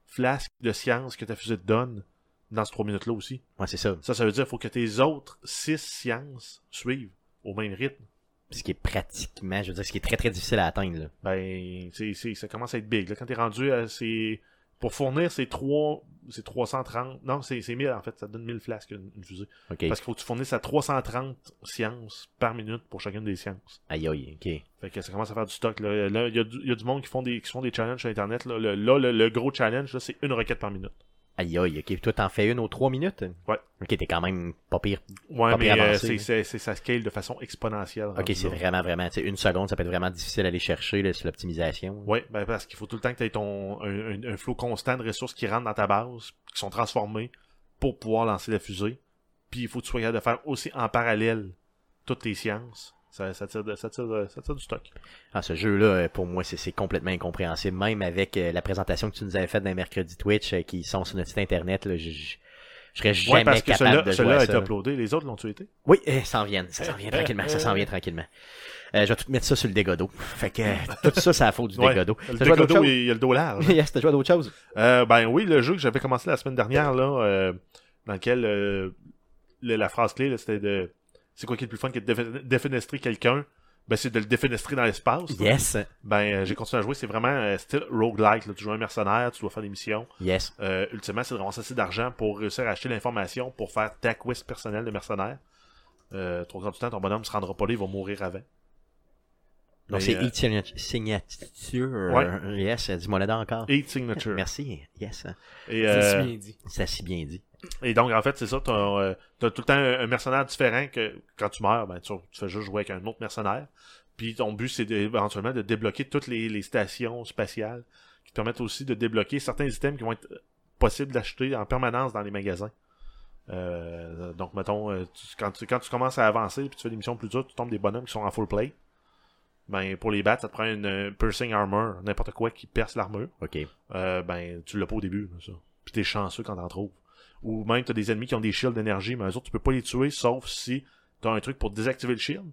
C: flasques de science que ta fusée te donne dans ces 3 minutes-là aussi.
A: Ouais, c'est ça.
C: Ça, ça veut dire qu'il faut que tes autres 6 sciences suivent au même rythme.
A: Ce qui est pratiquement, je veux dire, ce qui est très très difficile à atteindre, là.
C: Ben, c'est- c'est- ça commence à être big. Là. Quand t'es rendu à ces... Pour fournir ces 3... C'est 330... Non, c'est c'est 1000 en fait. Ça te donne 1000 flasques une, une fusée.
A: Ok.
C: Parce qu'il faut que tu fournisses à 330 sciences par minute pour chacune des sciences.
A: Aïe aïe, ok.
C: Fait que ça commence à faire du stock. Là, Là, il y, a du- il y a du monde qui font des, qui font des challenges sur Internet. Là, le, là, le- le gros challenge, là, c'est une requête par minute.
A: Aïe aïe, ok. Puis toi, t'en fais une aux trois minutes?
C: Ouais.
A: Ok, t'es quand même pas pire.
C: Ouais,
A: Pas
C: mais
A: bien
C: euh,
A: avancé,
C: c'est,
A: là.
C: c'est- c'est- ça scale de façon exponentielle.
A: Ok,
C: rendu
A: c'est
C: là.
A: vraiment, vraiment, tu sais, une seconde, ça peut être vraiment difficile à aller chercher, là, sur l'optimisation.
C: Ouais, ben parce qu'il faut tout le temps que tu aies ton, un, un- un flot constant de ressources qui rentrent dans ta base, qui sont transformées pour pouvoir lancer la fusée. Puis il faut que tu sois capable de faire aussi en parallèle toutes tes sciences. Ça, ça, tire, de- ça, tire, de- ça tire du stock.
A: Ah, ce jeu-là, euh, pour moi, c'est- c'est complètement incompréhensible. Même avec euh, la présentation que tu nous avais faite d'un mercredi Twitch euh, qui sont sur notre site internet, là, je, je- je serais jamais
C: ouais, parce que
A: capable
C: celui-là
A: de jouer
C: celui-là
A: à
C: a
A: ça,
C: été
A: là.
C: uploadé. Les autres l'ont-tu été?
A: Oui, euh, ça en vient, ça s'en vient tranquillement, ça s'en vient tranquillement. Euh, je vais tout mettre ça sur le dégât d'eau. Fait que euh,
C: *laughs*
A: tout ça, c'est la faute du
C: Ouais.
A: dégât d'eau.
C: Le
A: T'as joué à d'autres
C: Decodo,
A: choses?
C: il y a le dos large.
A: *laughs* Yes, t'as joué à d'autres choses?
C: *laughs* Euh, ben oui, le jeu que j'avais commencé la semaine dernière, là, euh, dans lequel euh, le- la phrase clé, là, c'était de c'est quoi qui est le plus fun que de défe- défenestrer quelqu'un? Ben c'est de le défenestrer dans l'espace. là.
A: Yes,
C: Ben euh, j'ai continué à jouer, c'est vraiment euh, style roguelike, là. tu joues un mercenaire, tu dois faire des missions.
A: yes.
C: Euh, ultimement, c'est de ramasser assez d'argent pour réussir à acheter l'information pour faire ta quest personnelle de mercenaire. Euh, trop grand du temps, ton bonhomme se rendra pas là, il va mourir avant.
A: Donc
C: Mais,
A: c'est
C: euh,
A: e-signature. signature.
C: Ouais.
A: Yes, dis-moi là encore.
C: Eight Signature.
A: Merci, yes.
C: Et,
D: C'est
C: euh,
D: si bien dit.
A: Ça si bien dit.
C: Et donc, en fait, c'est ça, t'as euh, t'as tout le temps un un mercenaire différent que quand tu meurs, ben, tu, tu fais juste jouer avec un autre mercenaire. Puis ton but, c'est de- éventuellement de débloquer toutes les, les stations spatiales qui te permettent aussi de débloquer certains items qui vont être euh, possibles d'acheter en permanence dans les magasins. Euh, donc, mettons, euh, tu- quand, tu, quand tu commences à avancer puis tu fais des missions plus dures, tu tombes des bonhommes qui sont en full play. Ben, pour les battre, ça te prend une euh, piercing armor, n'importe quoi qui perce l'armure.
A: Ok.
C: Euh, ben tu l'as pas au début, ça. Puis t'es chanceux quand t'en trouves. Ou même t'as des ennemis qui ont des shields d'énergie, mais eux autres, tu peux pas les tuer sauf si t'as un truc pour désactiver le shield.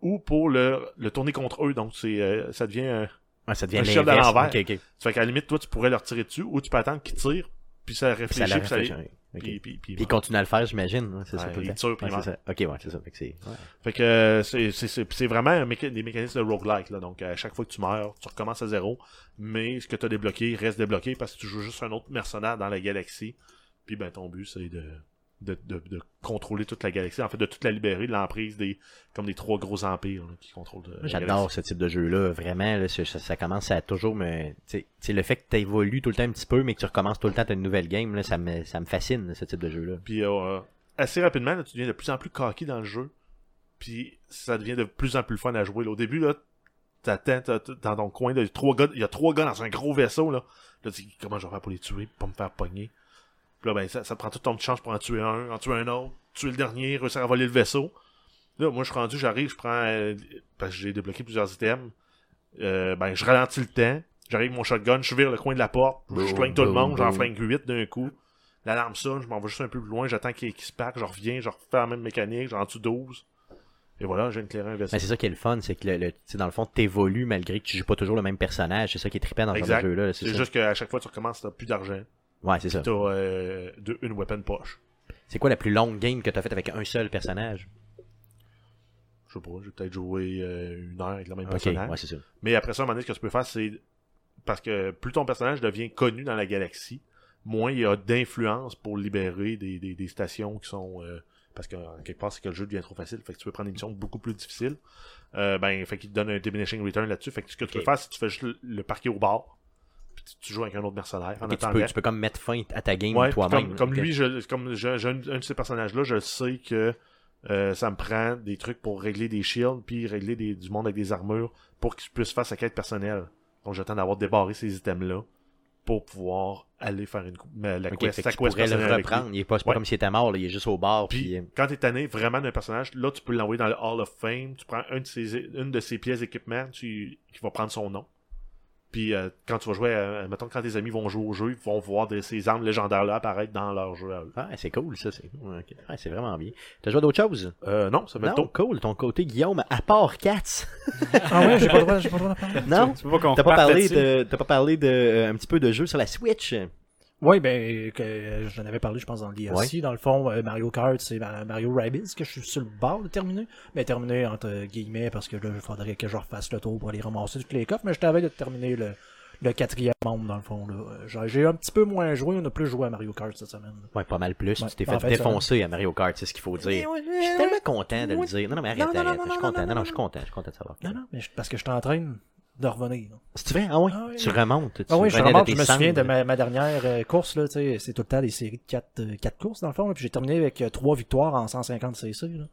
C: Ou pour le, le tourner contre eux, donc c'est euh, ça devient euh,
A: Ouais, ça devient
C: Un shield à
A: l'inverse.
C: l'envers.
A: Ok, ok.
C: ça fait qu'à la limite toi tu pourrais leur tirer dessus ou tu peux attendre qu'ils tirent puis ça
A: Puis ça
C: réfléchit
A: la
C: puis ça les-
A: réfléchit. hein. Ok.
C: puis-
A: Puis
C: puis- puis-
A: il continue à le faire, j'imagine. hein, C'est ça
C: Ouais,
A: tout le
C: il
A: temps.
C: tire,
A: Ouais,
C: puis il
A: c'est ça. Ok, ouais, c'est ça. Fait que c'est- ouais.
C: Fait que euh, c'est- c'est- c'est c'est vraiment un méca- des mécanismes de roguelike. Là. Donc, à chaque fois que tu meurs, tu recommences à zéro. Mais ce que tu as débloqué reste débloqué parce que tu joues juste un autre mercenaire dans la galaxie. Puis, ben, ton but, c'est de, de, de, de contrôler toute la galaxie. En fait, de toute la libérer de l'emprise des comme des trois gros empires là, qui contrôlent. euh, la
A: J'adore ce type de jeu-là, vraiment. là, ça, ça- ça commence à toujours me. tu sais- tu sais, le fait que tu évolues tout le temps un petit peu, mais que tu recommences tout le temps t'as une nouvelle game, là, ça, me, ça me fascine, là, ce type de jeu-là.
C: Puis euh, assez rapidement, là, tu deviens de plus en plus coquille dans le jeu. Puis ça devient de plus en plus fun à jouer. là. Au début, là, t'attends t'as- t'as- dans ton coin, là, il y a trois gars- il y a trois gars dans un gros vaisseau. Là, là tu dis comment je vais faire pour les tuer, pour pas me faire pogner. Puis là, ben, ça, ça te prend tout ton chance pour en tuer un, en tuer un autre, tuer le dernier, réussir à voler le vaisseau. Là, moi, je suis rendu, j'arrive, je prends. euh, parce que j'ai débloqué plusieurs items. Euh, ben, je ralentis le temps. J'arrive avec mon shotgun, je vire le coin de la porte, je
A: Boum,
C: flingue tout le
A: boum,
C: monde, j'en
A: boum.
C: flingue 8 d'un coup. L'alarme sonne, je m'en vais juste un peu plus loin, j'attends qu'il qu'il se parque, je reviens, je refais la même mécanique, j'en tue 12. Et voilà, j'ai éclairé un vaisseau.
A: Mais c'est ça qui est le fun, c'est que le, le- tu sais, dans le fond, t'évolues malgré que tu joues pas toujours le même personnage. C'est ça qui est trippant dans ce genre
C: Exact.
A: de jeu-là. là, c'est
C: C'est
A: ça.
C: juste qu'à chaque fois que tu recommences, t'as plus d'argent.
A: Ouais, c'est ça.
C: T'as euh, deux- une weapon poche.
A: C'est quoi la plus longue game que t'as faite avec un seul personnage?
C: Je sais pas, j'ai peut-être joué euh, une heure avec le même
A: Ok,
C: personnage.
A: ouais, c'est ça.
C: Mais après ça, à un moment donné, ce que tu peux faire, c'est. Parce que plus ton personnage devient connu dans la galaxie, moins il y a d'influence pour libérer des, des- des stations qui sont. euh, Parce que en quelque part, c'est que le jeu devient trop facile. Fait que tu peux prendre des missions beaucoup plus difficiles. Euh, ben, fait qu'il te donne un diminishing return là-dessus. Fait que ce que tu
A: Ok.
C: peux faire, c'est que tu fais juste le, le parquer au bord. Puis tu, tu joues avec un autre mercenaire. En
A: Ok, tu,
C: attendant.
A: peux, tu peux comme mettre fin à ta game
C: Ouais,
A: toi-même.
C: Comme, comme
A: Ok.
C: lui, je, comme je- j'ai un, un de ces personnages-là, je sais que euh, ça me prend des trucs pour régler des shields, puis régler des- du monde avec des armures, pour qu'il puisse faire sa quête personnelle. Donc j'attends d'avoir débarré ces items-là pour pouvoir aller faire une, cou- mais la
A: Ok,
C: quest,
A: fait
C: sa
A: qu'il
C: quest
A: pourrait
C: personnelle
A: le
C: avec lui.
A: reprendre. Il est pas, c'est pas
C: Ouais.
A: comme s'il était mort, là, il est juste au bord. Puis, euh,
C: Puis quand t'es tanné vraiment d'un personnage, là tu peux l'envoyer dans le Hall of Fame, tu prends un de ses, une de ses pièces d'équipement tu, qui va prendre son nom. Puis euh, quand tu vas jouer, à- mettons, quand tes amis vont jouer au jeu, ils vont voir des- ces armes légendaires-là apparaître dans leur jeu à eux.
A: Ah, c'est cool, ça. C'est ouais, ok. Ouais, c'est vraiment bien. T'as joué à d'autres choses?
C: Euh, non, ça fait
A: Non,
C: tôt.
A: cool. Ton côté, Guillaume, à part
B: *laughs*
A: Cats.
B: Ah ouais, j'ai pas le droit, j'ai pas le droit d'en *laughs* parler.
A: non?
D: Tu veux pas qu'on
A: T'as pas,
D: reparte
A: parlé
D: là-dessus?
A: de, t'as pas parlé de euh, un petit peu de jeu sur la Switch.
B: Oui, ben, que, euh, j'en avais parlé, je pense, dans le DLC. Dans le fond, euh, Mario Kart, c'est ma- Mario Rabbids que je suis sur le bord de terminer. Mais terminer entre guillemets, parce que là, il faudrait que je refasse le tour pour aller ramasser toutes les coffres. Mais je t'avais de terminer le, le quatrième monde, dans le fond. là. Euh, j'ai- J'ai un petit peu moins joué, on a plus joué à Mario Kart cette semaine. là.
A: Ouais, pas mal plus.
B: Ouais,
A: tu t'es
B: en
A: fait,
B: fait,
A: défoncer à Mario Kart, c'est ce qu'il faut dire.
B: ouais,
A: Je suis
B: ouais,
A: tellement
B: ouais.
A: content de le
B: Ouais.
A: dire. Non, non, mais arrête,
B: Non, non,
A: arrête.
B: non,
A: je suis
B: non,
A: content.
B: non,
A: Non, non,
B: non,
A: je suis content. Je suis content de savoir. que-
B: Non, non, mais je- parce que je suis en train de revenir. là.
A: C'est vrai? Ah oui.
B: Ah oui.
A: Tu remontes. tu
B: Ah oui, je
A: revenais de
B: remarque,
A: tes
B: je me souviens
A: cendres.
B: de ma, ma dernière euh, course, là, tu sais, c'est tout le temps des séries de 4 courses, dans le fond, là, puis j'ai terminé avec 3 victoires en 150 CC. là.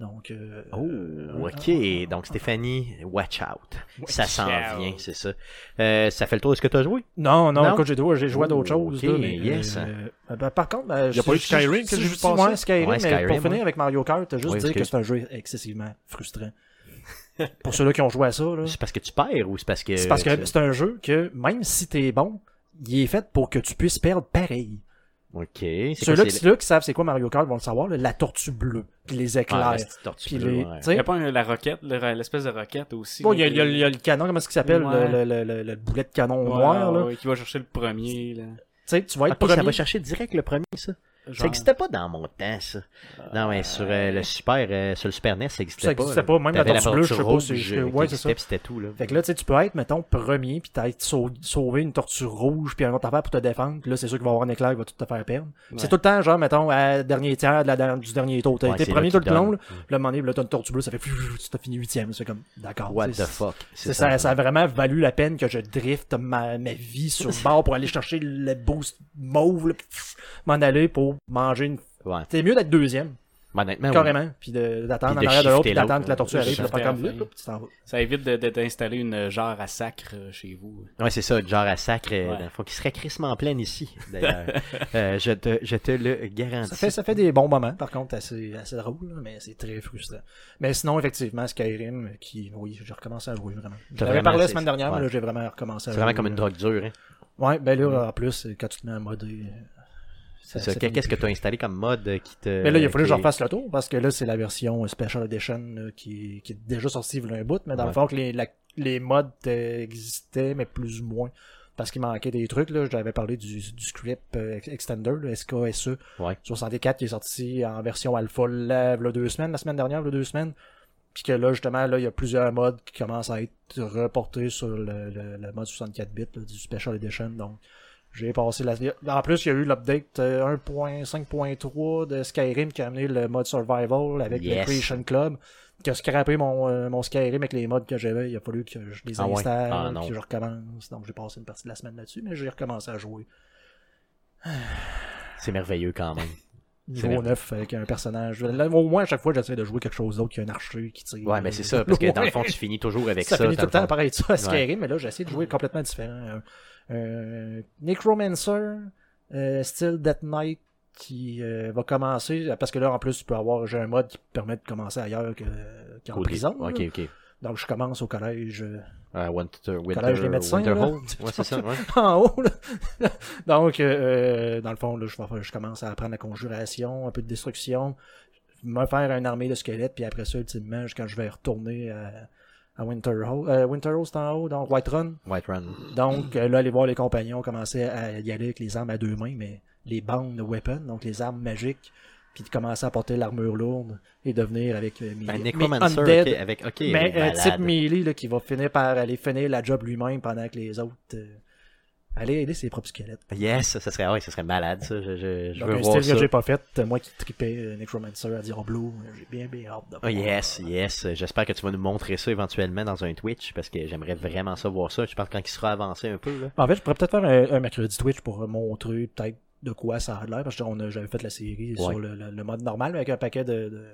B: Donc, euh,
A: Oh,
B: euh,
A: ok. Donc, Stéphanie, watch out. ça s'en
D: out.
A: vient, c'est ça. Euh, ça fait le tour de ce que tu as joué?
B: Non, non,
A: Non?
B: écoute, j'ai droit- j'ai joué à d'autres
A: Oh,
B: choses.
A: ok,
B: là, mais,
A: yes.
B: euh, ben, par contre, ben,
C: Y a
B: si-
C: pas eu de
B: si-
C: Skyrim
B: si-
C: que
B: si-
C: j'ai vu
B: si-
C: passer?
B: ouais, Skyrim,
A: Ouais,
B: mais
A: Skyrim,
B: pour finir
A: ouais.
B: avec Mario Kart, juste
A: Ouais,
B: dire que
A: excuse.
B: c'est un jeu excessivement frustrant. pour ceux-là qui ont joué à ça, là,
A: C'est euh, parce que tu perds ou c'est parce que.
B: c'est parce que
A: tu-
B: c'est un jeu que, même si t'es bon, il est fait pour que tu puisses perdre pareil.
A: Ok. C'est quoi,
B: Ceux-là
A: c'est-
B: qui, ceux-là qui savent c'est quoi Mario Kart vont le savoir, là, la tortue bleue, puis les
A: Ouais,
B: éclairs.
A: la petite tortue
B: puis
A: bleue,
B: les,
A: Ah, ouais.
B: tu
D: Il
B: sais,
D: n'y a pas un- la roquette, le- l'espèce de roquette aussi.
B: bon,
D: là,
B: il y, a- il y a-
D: qui-
B: il y a le canon, comment est-ce qu'il s'appelle,
D: Ouais.
B: le, le, le- le- le boulet de canon
D: Ouais,
B: noir, là.
D: ouais, qui va chercher le premier. Là.
B: Tu sais, tu vas être
A: Ok, ça
B: premier.
A: va chercher direct le premier, ça. Ça
D: Genre.
A: n'existait pas dans mon temps, ça. Non, mais sur euh, le Super, euh, sur le Super NES, ça n'existait
B: Ça
A: pas.
B: existait
A: là.
B: pas, même la
A: T'avais
B: tortue bleue, je sais pas,
A: rouge,
B: c'est- je-
A: euh, qui
B: ouais, c'est ça.
A: existait, puis C'était tout, là.
B: Fait que là, tu sais, tu peux être, mettons, premier, puis t'as être sau- sauvé une tortue rouge, puis un autre affaire pour te défendre. Puis là, c'est sûr qu'il va y avoir un éclair qui va tout te faire perdre.
D: Ouais.
B: C'est tout le temps, genre, mettons, à dernier tiers de la, der- du dernier tour. T'as
A: Ouais,
B: été
A: c'est
B: premier
A: là
B: tout
A: qu'il
B: le long,
A: donne.
B: là. Puis là, à un moment donné, là, t'as une tortue bleue, ça fait... Tu t'as fini huitième. C'est comme, d'accord.
A: What
B: tu
A: the
B: sais,
A: fuck.
B: C'est ça, ça a vraiment valu la peine que je drifte ma, ma vie sur le bord pour aller chercher le boost mauve, là, puis pff, m'en aller pour manger une.
A: Ouais.
B: C'est mieux d'être deuxième,
A: Mais Honnêtement, oui.
B: carrément, puis de- d'attendre
A: Puis
B: en
A: de
B: arrière de l'autre,
A: shifter
B: puis d'attendre
A: l'autre,
B: que la tortue
D: là.
B: arrive, puis de
D: Shifter
B: faire comme
D: à la fin.
B: Hop, tu t'en vas.
D: Ça évite de- de- d'installer une genre à sacre euh, chez vous.
A: Ouais, c'est ça, le genre à sacre, euh,
D: Ouais.
A: dans le fond, qui serait crissement pleine
B: *laughs*
A: ici, d'ailleurs. Euh, je, te, je te le garantis.
B: Ça fait, ça fait des bons moments, par contre, assez, assez drôle, là, mais c'est très frustrant. Mais sinon, effectivement, Skyrim, qui, oui, j'ai recommencé à jouer vraiment.
A: T'as
B: J'avais
A: vraiment-
B: parlé la
A: c'est-
B: semaine dernière,
A: ouais.
B: mais là, j'ai vraiment recommencé à
A: C'est
B: jouer.
A: vraiment comme une drogue dure. Hein.
B: Ouais, ben là, en plus, quand tu te mets en mode. euh,
A: C'est
B: ça-
A: ça.
B: ça finit
A: Qu'est-ce que
B: plus.
A: tu as installé comme mode euh, qui te.
B: Mais là, il a fallu que je
A: qui-
B: refasse le tour parce que là, c'est la version euh, Special Edition là, qui, qui est déjà sortie il y a un bout, mais dans
A: Ouais.
B: le fond, que les, la- les modes euh, existaient, mais plus ou moins. Parce qu'il manquait des trucs. Là. J'avais parlé du, du script euh, extender, le SKSE
A: Ouais.
B: 64, E qui est sorti en version alpha là, là, deux semaines, la semaine dernière, là, deux semaines. Puis que là, justement, là, il y a plusieurs modes qui commencent à être reportés sur le, le- le mode 64 bits là, du Special Edition. Donc, j'ai passé la. En plus, il y a eu l'update euh, 1.5.3 de Skyrim qui a amené le mode survival avec le
A: Yes.
B: Creation Club, qui a scrappé mon, euh, mon Skyrim avec les mods que j'avais. Il a fallu que je les
A: Ah ouais.
B: installe,
A: Ah non.
B: que je recommence. Donc, j'ai passé une partie de la semaine là-dessus, mais j'ai recommencé à jouer
A: C'est merveilleux quand
B: *laughs*
A: même.
B: niveau
A: bien.
B: 9 avec un personnage. Là, au moins, à chaque fois, j'essaie de jouer quelque chose d'autre qu'un archer qui tire.
A: Ouais, mais c'est ça, parce que dans le fond, tu finis toujours avec ça.
B: ça, finit
A: dans
B: tout le temps
A: fond.
B: pareil ça à
A: Ouais.
B: Skyrim, mais là, j'essaie de jouer complètement différent. Un- un Necromancer, euh, style Death Knight, qui euh, va commencer, parce que là, en plus, tu peux avoir, j'ai un mode qui permet de commencer ailleurs que- qu'en
A: Au dé-
B: prison.
A: Ok,
B: là.
A: ok.
B: Donc, je commence au collège euh, *laughs*
A: Euh, Winter, Winter,
B: Collège des médecins,
A: Winter
B: là.
A: Hall. Ouais, c'est ça, ouais.
B: en haut. là. *laughs* Donc, euh, euh, dans le fond, là, je, vais faire- je commence à apprendre la conjuration, un peu de destruction, me faire une armée de squelettes, puis après ça, ultimement, je- quand je vais retourner à, à Winterhold, euh, Winterhold, c'est en haut, donc Whiterun.
A: White Run.
B: Donc, euh, là, aller voir les compagnons commencer à y aller avec les armes à deux mains, mais les bandes de weapons, donc les armes magiques, puis de commencer à porter l'armure lourde et devenir avec euh, mes,
A: Un
B: mes
A: Ben, Necromancer
B: undead.
A: ok, avec. Ok,
B: Mais euh,
A: malade.
B: type Melee là, qui va finir par aller finir la job lui-même pendant que les autres euh, allaient aider ses propres squelettes.
A: Yes, ça serait, ouais, ça serait malade, ça. Je, je, je
B: Donc,
A: veux
B: un
A: voir
B: style
A: ça.
B: que j'ai pas fait, euh, moi qui tripais euh, Necromancer à Diablo, euh, j'ai bien bien hâte de
A: Oh,
B: voir.
A: yes, yes. J'espère que tu vas nous montrer ça éventuellement dans un Twitch parce que j'aimerais vraiment ça voir ça. Je pense que quand il sera avancé un peu. Là.
B: En fait, je pourrais peut-être faire un, un mercredi Twitch pour montrer peut-être de quoi ça a l'air, parce que on a- j'avais fait la série sur
A: Ouais.
B: le, le- le mode normal, mais avec un paquet de, de-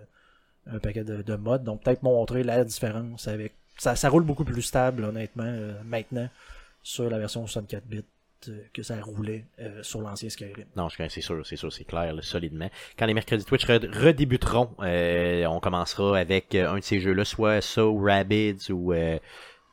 B: un paquet de, de modes, donc peut-être montrer la différence avec. Ça, ça roule beaucoup plus stable, honnêtement, euh, maintenant, sur la version 64 bits euh, que ça roulait euh, sur l'ancien Skyrim.
A: Non, je c'est sûr, c'est sûr, c'est clair, là, solidement. Quand les mercredis Twitch red- redébuteront, euh, on commencera avec euh, un de ces jeux-là, soit So Rabbids ou euh,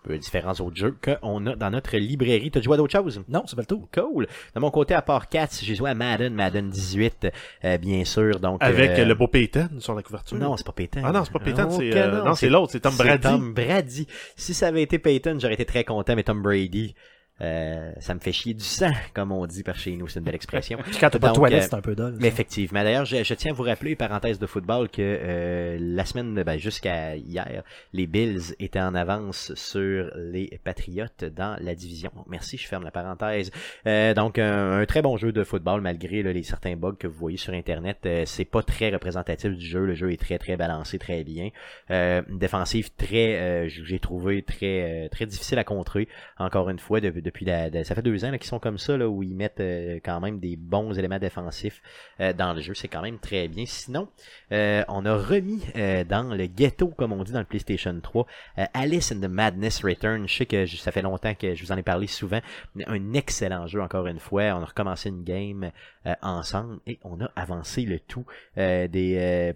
A: peu différents autres jeux qu'on a dans notre librairie. T'as joué à d'autres choses?
B: Non, c'est pas le tout.
A: Cool. De mon côté, à part Cats, j'ai joué à Madden, Madden 18, euh, bien sûr. Donc,
C: Avec
A: euh,
C: euh, le beau Peyton sur la couverture.
A: Non, c'est pas Peyton.
C: Ah non, c'est pas Peyton,
A: Oh,
C: c'est
A: que
C: euh, non, c'est l'autre, c'est Tom
A: c'est
C: Brady.
A: Tom Brady. Si ça avait été Peyton, j'aurais été très content, mais Tom Brady, euh, ça me fait chier du sang, comme on dit par chez nous, c'est une belle expression.
B: Puis quand t'as pas de
A: Donc,
B: toilette,
A: euh,
B: c'est un peu dole.
A: Mais effectivement. D'ailleurs, je, je tiens à vous rappeler, parenthèse de football, que euh, la semaine, ben, jusqu'à hier, les Bills étaient en avance sur les Patriots dans la division. Bon, merci, je ferme la parenthèse. Euh, donc, un, un très bon jeu de football, malgré là, les certains bugs que vous voyez sur Internet. Euh, c'est pas très représentatif du jeu. Le jeu est très, très balancé, très bien. Euh, une défensive très, euh, j'ai trouvé très, euh, très difficile à contrer. Encore une fois, de- depuis la, de- ça fait deux ans là, qu'ils sont comme ça, là, où ils mettent euh, quand même des bons éléments défensifs euh, dans le jeu. C'est quand même très bien. Sinon, euh, on a remis euh, dans le ghetto, comme on dit dans le PlayStation 3, euh, Alice in the Madness Return. Je sais que je- ça fait longtemps que je vous en ai parlé souvent. mais Un excellent jeu, encore une fois. On a recommencé une game euh, ensemble et on a avancé le tout euh, des... euh,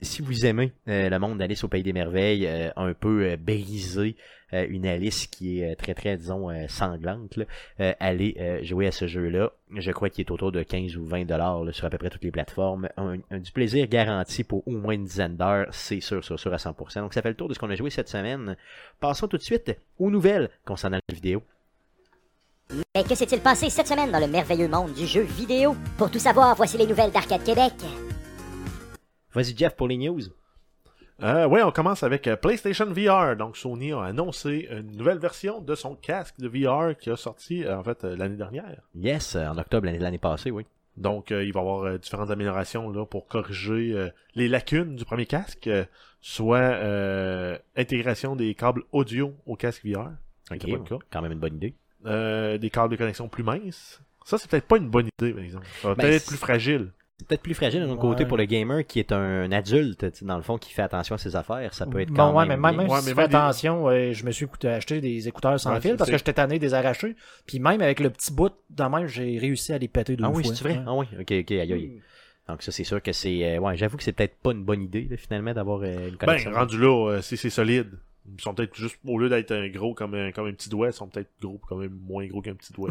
A: si vous aimez euh, le monde d'Alice au Pays des Merveilles, euh, un peu euh, brisé, euh, une Alice qui est euh, très très, disons, euh, sanglante, là, euh, allez euh, jouer à ce jeu-là. Je crois qu'il est autour de 15 ou 20 dollars là, sur à peu près toutes les plateformes. Un, un- du plaisir garanti pour au moins une dizaine d'heures, c'est sûr, sûr, sûr à 100%. Donc ça fait le tour de ce qu'on a joué cette semaine. Passons tout de suite aux nouvelles concernant la vidéo.
E: Mais que s'est-il passé cette semaine dans le merveilleux monde du jeu vidéo Pour tout savoir, voici les nouvelles d'Arcade Québec.
A: Vas-y Jeff pour les news.
C: Euh, ouais, on commence avec euh, PlayStation VR. Donc, Sony a annoncé une nouvelle version de son casque de VR qui a sorti, euh, en fait, euh, l'année dernière.
A: Yes, euh, en octobre l'année l'année passée, oui.
C: Donc, euh, il va y avoir euh, différentes améliorations là, pour corriger euh, les lacunes du premier casque, euh, soit euh, intégration des câbles audio au casque VR,
A: Ok,
C: pas le cas.
A: quand même une bonne idée.
C: euh, des câbles de connexion plus minces. Ça, c'est peut-être pas une bonne idée, par exemple. Ça va
A: Ben,
C: peut-être
A: c'est-
C: être plus fragile.
A: C'est peut-être plus fragile d'un autre
B: Ouais.
A: côté pour le gamer qui est un adulte, tu sais, dans le fond, qui fait attention à ses affaires. Ça peut être
B: Bon,
A: quand
B: ouais, mais
A: même.
B: même,
A: bien.
B: même
C: Ouais,
B: si
C: mais
B: tu fais
C: même des-
B: attention, euh, je me suis coûté acheter des écouteurs sans
C: Ouais,
B: fil
C: je
B: parce
C: sais.
B: que j'étais tanné de les arracher. Puis même avec le petit bout, dans même, j'ai réussi à les péter deux
A: Ah
B: fois.
A: oui, c'est vrai.
B: Ouais.
A: Ah oui, ok, ok, aïe, aïe. Donc ça, c'est sûr que c'est... euh, ouais, j'avoue que c'est peut-être pas une bonne idée, là, finalement, d'avoir euh, une
C: Ben,
A: connexion.
C: rendu là, euh, si c'est solide, ils sont peut-être juste, au lieu d'être un gros comme un, comme un petit doigt, ils sont peut-être gros quand même moins gros qu'un petit doigt.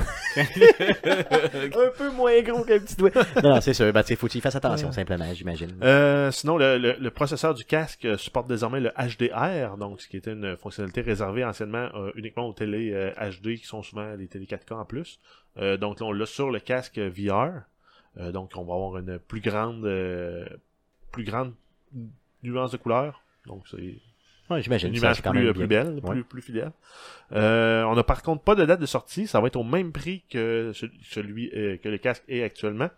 A: un peu moins gros qu'un petit *laughs* doigt. non, non, c'est sûr. Ben, tu sais, faut qu'il fasse attention, simplement, j'imagine.
C: Euh, sinon, le, le- le processeur du casque euh, supporte désormais le HDR, donc ce qui était une fonctionnalité réservée anciennement euh, uniquement aux télé euh, HD qui sont souvent des télé 4K en plus. Euh, donc là, on l'a sur le casque euh, VR. Euh, donc on va avoir une plus grande euh, plus grande nuance de couleur. Donc c'est
A: Ouais, j'imagine.
C: une
A: ça,
C: image
A: c'est quand
C: plus,
A: même
C: euh, plus
A: bien.
C: belle,
A: Ouais.
C: plus, plus fidèle. Euh, on n'a par contre pas de date de sortie. Ça va être au même prix que ce- celui euh, que le casque est actuellement.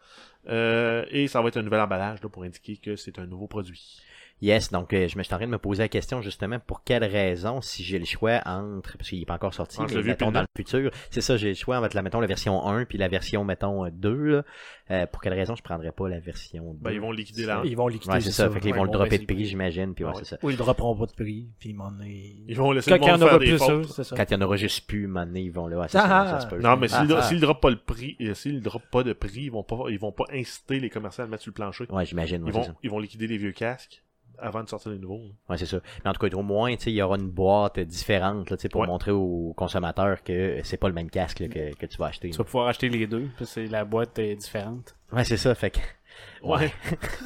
C: Euh, et ça va être un nouvel emballage là, pour indiquer que c'est un nouveau produit.
A: Yes, donc euh, je me suis en train de me poser la question justement pour quelle raison, si j'ai le choix entre, parce qu'il n'est pas encore sorti,
C: Entre
A: mais
C: le vieux
A: mettons
C: puis le
A: dans le futur, c'est ça, j'ai le choix entre la, mettons, la version 1 puis la version, mettons, euh, 2. là. Euh, pour quelle raison je prendrais pas la version 2
C: Ben, ils vont liquider la
B: Ils vont liquider.
A: Ouais, Hmm. c'est ça, fait qu'ils
B: Ouais,
A: vont le dropper
B: baisser
A: de prix, j'imagine, puis ouais,
C: Ah ouais.
A: c'est ça.
B: Ou ils dropperont pas de prix. Puis ils m'en est...
C: Ils vont laisser le
B: Quelqu'un
C: monde
B: en aura
C: faire des
B: plus,
C: fautes.
B: ça, c'est ça.
A: Quand il y en aura juste plus, mané, ils vont là, ouais, ça,
B: Ah,
A: ça, ça
B: ah.
A: se peut.
C: Non, mais
A: Ah,
C: s'ils
A: ah.
C: s'ils droppent pas le prix, euh, s'ils droppent pas de prix, ils vont pas, ils vont pas inciter les commerçants à le mettre sur le plancher.
A: Ouais, j'imagine, ouais,
C: Ils
A: c'est
C: vont,
A: ça.
C: ils vont liquider les vieux casques avant de sortir les nouveaux.
A: Ouais, c'est ça. Mais en tout cas, au moins, tu sais, il y aura une boîte différente là, tu sais, pour
C: Ouais.
A: montrer aux consommateurs que euh, c'est pas le même casque là, que, que tu vas acheter.
D: *laughs* Tu vas pouvoir acheter les deux, parce que la boîte est différente.
A: Ouais, c'est ça, fait que...
B: *laughs*
C: Ouais.
A: *laughs*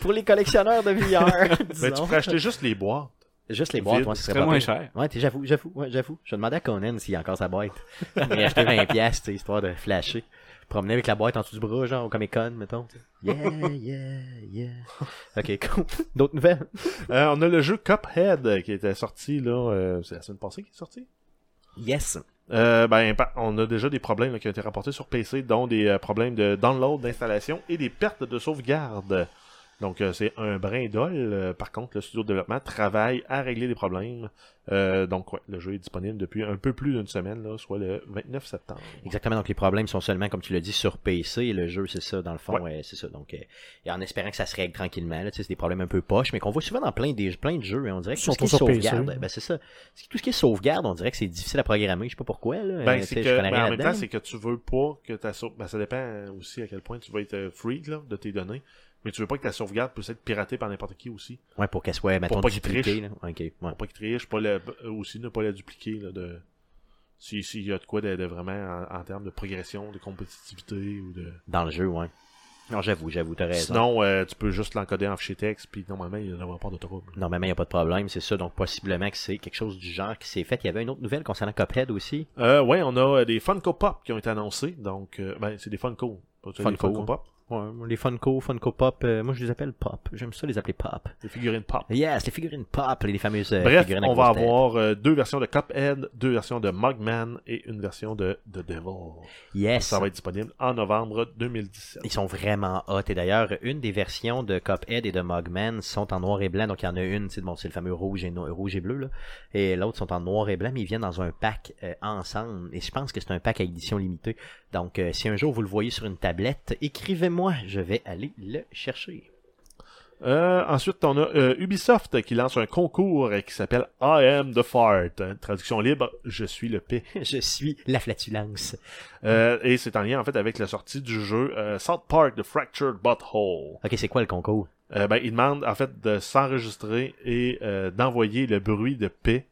A: pour les collectionneurs de
C: *laughs*
A: VR,
C: Mais tu peux acheter juste les boîtes.
A: Juste les boîtes,
C: Vide,
A: moi, ce
D: C'est
A: serait pas
D: moins
A: pire.
D: cher.
A: Ouais, t'es- j'avoue, j'avoue, ouais, j'avoue. Je demandais à Conan s'il y a encore sa
C: *laughs*
A: boîte. Il a acheté 20 piastres, tu sais, histoire de flasher. Promener avec la boîte en dessous du bras, genre, comme Comic-Con, mettons. tu sais.
C: *laughs*
A: Yeah, yeah, yeah. Ok, cool. D'autres nouvelles?
C: Euh, on a le jeu Cuphead euh, qui était sorti là, euh, c'est la semaine passée qui est sorti.
A: Yes.
C: Euh, ben, pa- on a déjà des problèmes là, qui ont été rapportés sur PC, dont des euh, problèmes de download, d'installation et des pertes de sauvegarde. Donc, euh, c'est un brin d'ol. Euh, par contre, le studio de développement travaille à régler les problèmes. Euh, donc, ouais, le jeu est disponible depuis un peu plus d'une semaine, là, soit le 29 septembre.
A: Exactement, donc les problèmes sont seulement, comme tu l'as dit, sur PC. Et le jeu, c'est ça, dans le fond, euh, c'est ça. Donc, euh, et en espérant que ça se règle tranquillement, là, tu sais, c'est des problèmes un peu poches, mais qu'on voit souvent dans plein, des, plein de jeux. hein. on dirait que tout ce qui
B: Surtout
A: est
B: sur PC.
A: sauvegarde, ben, c'est ça. Tout ce qui est sauvegarde, on dirait que c'est difficile à programmer. Je sais pas pourquoi. Là, Euh,
C: Ben,
A: tu
C: c'est
A: sais,
C: que,
A: je connais
C: ben,
A: rien
C: en même
A: là-dedans.
C: temps, c'est que tu veux pas que ta sauve. Ben, ça dépend aussi à quel point tu vas être euh, free là, de tes données. mais tu veux pas que ta sauvegarde puisse être piratée par n'importe qui aussi.
A: Ouais, pour qu'elle soit, mettons,
C: pas qu'il
A: dupliquée,
C: triche.
A: là. Ok, ouais.
C: Pour pas qu'ils trichent, pas la- euh, aussi ne pas la dupliquer, là, de... S'il si y a de quoi de, de vraiment en, en termes de progression, de compétitivité ou de...
A: Dans le jeu, ouais. Non, j'avoue, j'avoue, t'as raison.
C: Sinon, euh, tu peux juste l'encoder en fichier texte, puis normalement, il n'y aura pas de trouble.
A: Normalement, il n'y a pas de problème, c'est ça. Donc, possiblement que c'est quelque chose du genre qui s'est fait. Il y avait une autre nouvelle concernant Cuphead aussi.
C: Euh, ouais, on a euh, des Funko Pop qui ont été annoncés, donc... euh, ben, c'est des Funko. Pas tout- des
A: Funko, hein.
C: Pop.
A: Ouais, les Funko, Funko Pop, euh, moi je les appelle Pop. J'aime ça les appeler Pop.
C: Des figurines Pop.
A: Yes, les figurines Pop, les, les fameuses euh,
C: Bref,
A: figurines à
C: on va
A: grosse tête.
C: avoir euh, deux versions de Cuphead, deux versions de Mugman et une version de The Devil.
A: Yes.
C: Ça va être disponible en novembre 2017.
A: Ils sont vraiment hot. Et d'ailleurs, une des versions de Cuphead et de Mugman sont en noir et blanc. Donc, il y en a une, c'est bon, c'est le fameux rouge et, no- rouge et bleu. Là. Et l'autre sont en noir et blanc, mais ils viennent dans un pack euh, ensemble. Et je pense que c'est un pack à édition limitée. Donc, euh, si un jour vous le voyez sur une tablette, écrivez-moi. Je vais aller le chercher. *laughs*
C: Euh, ensuite, on a euh, Ubisoft qui lance un concours euh, qui s'appelle I Am the Fart. Hein, Traduction libre, je suis le P.
A: je suis la flatulence.
C: Euh, et c'est en lien en fait avec la sortie du jeu euh, South Park The Fractured Butthole.
A: Ok, c'est quoi le concours?
C: Euh, ben, il demande en fait de s'enregistrer et euh, d'envoyer le bruit de paix.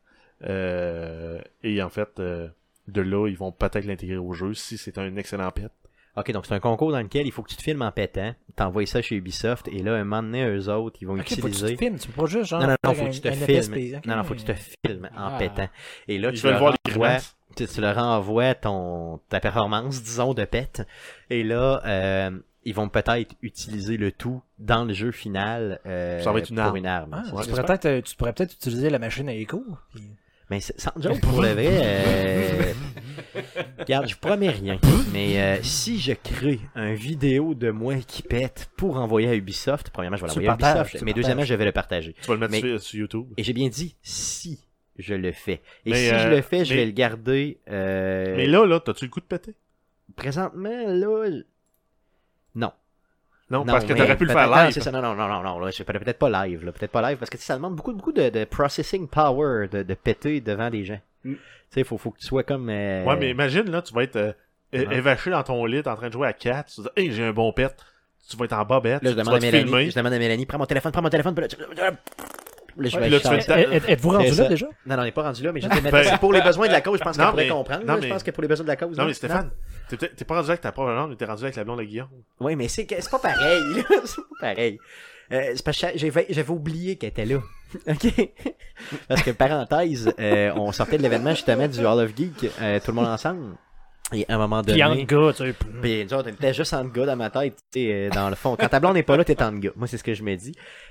C: Euh, et en fait, euh, de là, ils vont peut-être l'intégrer au jeu si c'est un excellent pet.
A: Ok, donc c'est un concours dans lequel il faut que tu te filmes en pétant, t'envoies ça chez Ubisoft, et là, un moment donné, eux autres, ils vont
B: Ok, faut que tu
A: utiliser...
B: te filmes, tu peux pas juste genre.
A: Non, non, non,
B: faire
A: faut que tu te
B: un- un
A: filmes.
B: FSP, ok.
A: Non, non, faut que tu te filmes en
D: Ah.
A: pétant. Et là,
C: Ils
A: tu
C: veulent
A: leur
C: voir les
A: envoies-
C: grimaces.
A: tu, tu leur envoies ton, ta performance, disons, de pète. Et là, euh, ils vont peut-être utiliser le tout dans le jeu final euh,
C: Ça va être une
A: pour
C: arme.
A: une arme.
B: Ah,
A: C'est
B: tu,
A: ça.
B: pourrais peut-être, euh, tu pourrais peut-être utiliser la machine à écho. puis-
A: Mais c'est- sans joke, pour le
B: *laughs*
A: vrai, euh, regarde, je promets rien. Mais euh, si je crée un vidéo de moi qui pète pour envoyer à Ubisoft, premièrement, je vais
B: Tu
A: l'envoyer à
B: partages,
A: Ubisoft,
B: tu
A: mais
B: partages.
A: deuxièmement, je vais le partager.
C: Tu vas le mettre
A: Mais-
C: sur, sur YouTube.
A: Et j'ai bien dit si je le fais. Et
C: Mais,
A: si je
C: euh,
A: le fais, je
C: mais-
A: vais le garder. euh,
C: Mais là, là, t'as-tu le goût de péter?
A: Présentement, là. je- Non.
C: Non, parce que
A: mais
C: t'aurais pu le
A: peut-être-
C: faire
A: non,
C: live.
A: c'est ça. Non, non, non, non, non. là, c'est peut- Peut-être pas live. là, Peut-être pas live parce que tu sais, ça demande beaucoup, beaucoup de, de processing power de, de péter devant des gens.
D: Mm.
A: Tu sais, faut, faut que tu sois comme. euh,
C: Ouais, mais imagine, là, tu vas être euh, é-
A: Ouais.
C: évaché dans ton lit en train de jouer à 4. Tu vas dire, hey, j'ai un bon pet. Tu vas être en bobette.
A: Là, je
C: tu
A: demande, à
C: vas te filmer.
A: Mélanie, je demande à Mélanie, prends mon téléphone, prends mon téléphone. Puis là, tu- là, je
C: Ouais,
A: vais
C: puis là,
A: être
C: tu
A: chanceux.
C: Ta-
B: Eh, eh, Êtes-vous rendu
A: ça.
B: là déjà
A: Non, non, on n'est pas rendu là,
C: *laughs*
A: mais je vais
C: Ben-
A: mettre. C'est pour les besoins de la cause, je pense
C: Non,
A: qu'on pourrait
C: mais-
A: comprendre.
C: non,
A: là, Je
C: mais-
A: pense que pour les besoins de la cause.
C: Non,
A: là,
C: mais Stéphane, t'es peut-être- t'es pas rendu avec ta propre blonde, mais t'es rendu avec la blonde de Guillaume.
A: Oui, mais c'est que- c'est pas pareil, là. *laughs* C'est pas pareil. Euh, c'est parce que j'avais j'avais oublié qu'elle était là. *laughs* OK? Parce que, parenthèse, euh, on sortait de l'événement justement du Hall of Geek, euh, tout le monde ensemble. Et à un moment donné.
B: Puis en gars, tu sais.
C: Mm.
A: Puis nous autres, on était juste en gars dans ma tête, tu sais, euh, dans le fond. Quand ta blonde n'est pas là, t'es en gars. Moi, c'est ce que je me dis.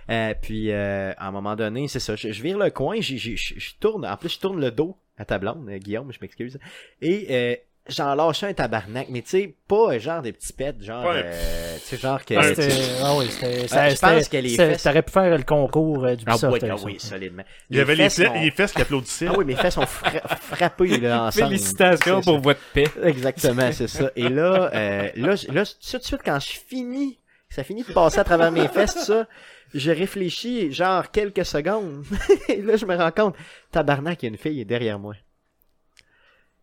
A: Euh, puis, euh, à un moment donné, c'est ça. Je, je vire le coin, j'y- j'y- je je tourne. En plus, je tourne le dos à ta blonde, euh, Guillaume, je m'excuse. Et euh, j'en lâche un tabarnak. Mais tu sais, pas euh, genre des petits pets, genre...
C: Ouais.
A: euh, tu sais, genre que...
B: Ah, c'était- ah oui, c'était. ça-
A: Euh, je pense
B: c'était-
A: que les
B: c'était-
A: fesses-
B: T'aurais pu faire le concours euh,
A: Ah,
B: d'Ubisoft.
A: ouais, ah
B: avec ça.
A: oui, solidement.
C: Il y avait les,
A: fesses
C: fesses,
A: sont-
C: les fesses qui applaudissaient.
A: Ah oui, mes fesses sont fra- frappées *laughs* là, ensemble.
D: Félicitations
A: C'est
D: pour votre paix.
A: Exactement, c'est ça. Et là, euh, là, j- là, tout de suite, quand je finis, ça finit de passer à travers mes fesses, ça, je réfléchis, genre, quelques secondes. *laughs* Et là, je me rends compte, tabarnak, il y a une fille derrière moi.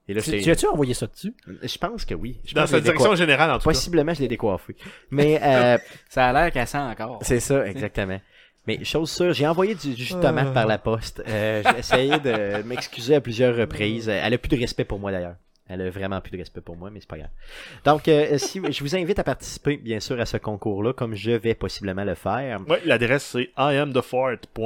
A: Et là,
B: Tu,
A: j'étais-
B: tu as-tu envoyé ça dessus
A: je pense que oui. Je
C: Dans
A: pense que je
C: sa
A: l'ai
C: direction
A: décoif-
C: générale, en tout cas.
A: Possiblement, je l'ai décoiffé. Mais, euh,
D: Ça a l'air qu'elle sent encore.
A: c'est ça, exactement. Mais chose sûre, j'ai envoyé du jus de tomate par la poste. Euh, j'ai essayé de m'excuser à plusieurs reprises. Euh, Elle a plus de respect pour moi d'ailleurs. Elle a vraiment plus de respect pour moi, mais c'est pas grave. Donc, euh, si je vous invite à participer, bien sûr, à ce concours-là, comme je vais possiblement le faire.
C: Ouais, l'adresse c'est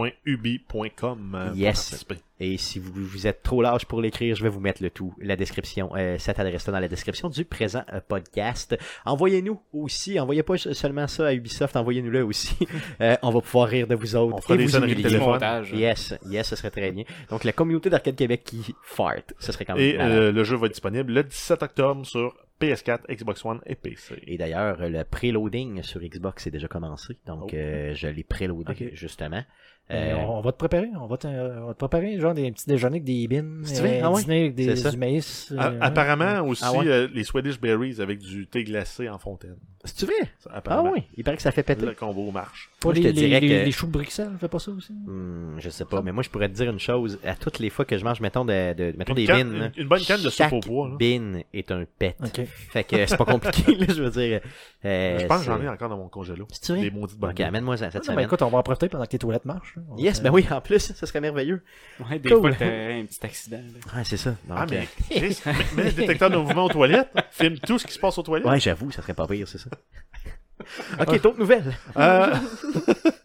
C: iamthefart.ubi.com euh, pour
A: Yes.
C: participer.
A: Et si vous, vous êtes trop large pour l'écrire, je vais vous mettre le tout, la description, euh, cette adresse-là dans la description du présent euh, podcast. Envoyez-nous aussi, envoyez pas seulement ça à Ubisoft, envoyez-nous-le aussi. *laughs* Euh, on va pouvoir rire de vous autres.
C: On fera
A: et
C: des
A: vous
C: sonneries de
A: humilier.
D: Du
C: téléphone.
D: montage.
A: Yes, yes, ce serait très bien. Donc la communauté d'Arcade Québec qui fart, ce serait quand même.
C: Et
A: malade.
C: euh, le jeu va être disponible le 17 octobre sur PS4, Xbox One et PC.
A: Et euh, d'ailleurs, le préloading sur Xbox est déjà commencé. Donc,
C: Oh.
A: euh, je l'ai préloadé,
C: Ok.
A: justement.
B: Mais
A: Euh,
B: on, on va te préparer. On va te, euh, on va te préparer genre des petits déjeuners avec des bines.
A: Si tu veux,
B: euh,
A: ah ouais,
B: dîner avec des,
A: c'est ça.
B: du maïs. euh,
C: Ah,
B: ouais.
C: apparemment aussi
A: Ah ouais.
C: euh, les Swedish Berries avec du thé glacé en fontaine.
A: C'est-tu vrai?
C: Ça,
A: Ah
C: apparemment,
A: oui, il paraît que ça fait péter.
C: Le combo marche.
B: Pas
A: Moi, je
B: les,
A: te
B: les-
A: dirais
B: les-
A: que-
B: les choux de Bruxelles, fais pas ça aussi.
A: Hmm, je sais pas, mais moi je pourrais te dire une chose. À toutes les fois que je mange, mettons, de, de- mettons
C: Une
A: des
C: canne-
A: bines.
C: une-
A: là,
C: une bonne canne de soupe
A: chaque
C: au poids, là.
A: Bin est un pet.
B: Ok.
A: Fait que c'est pas compliqué, là, je veux dire. euh,
C: je pense que
A: c'est-
C: j'en ai encore dans mon congélo.
A: C'est-tu vrai? Ah, ben,
C: Des maudites bonnes.
A: Ok, amène-moi ça cette
B: Non, Ah, mais
A: semaine.
B: écoute, on va en profiter pendant que tes toilettes marchent. hein. On va
A: Yes,
B: te-
A: ben oui, en plus, ça serait merveilleux.
D: Ouais, des
A: Cool.
D: fois, t'as un petit accident. là.
A: Ah, c'est ça.
C: Ah,
A: Donc,
C: mais *laughs* Chris, mets- mets le détecteur de mouvement aux toilettes, filme tout ce qui se passe aux toilettes.
A: euh, Ouais, j'avoue, ça serait pas pire, c'est ça. ok, d'autres nouvelles.
C: Euh,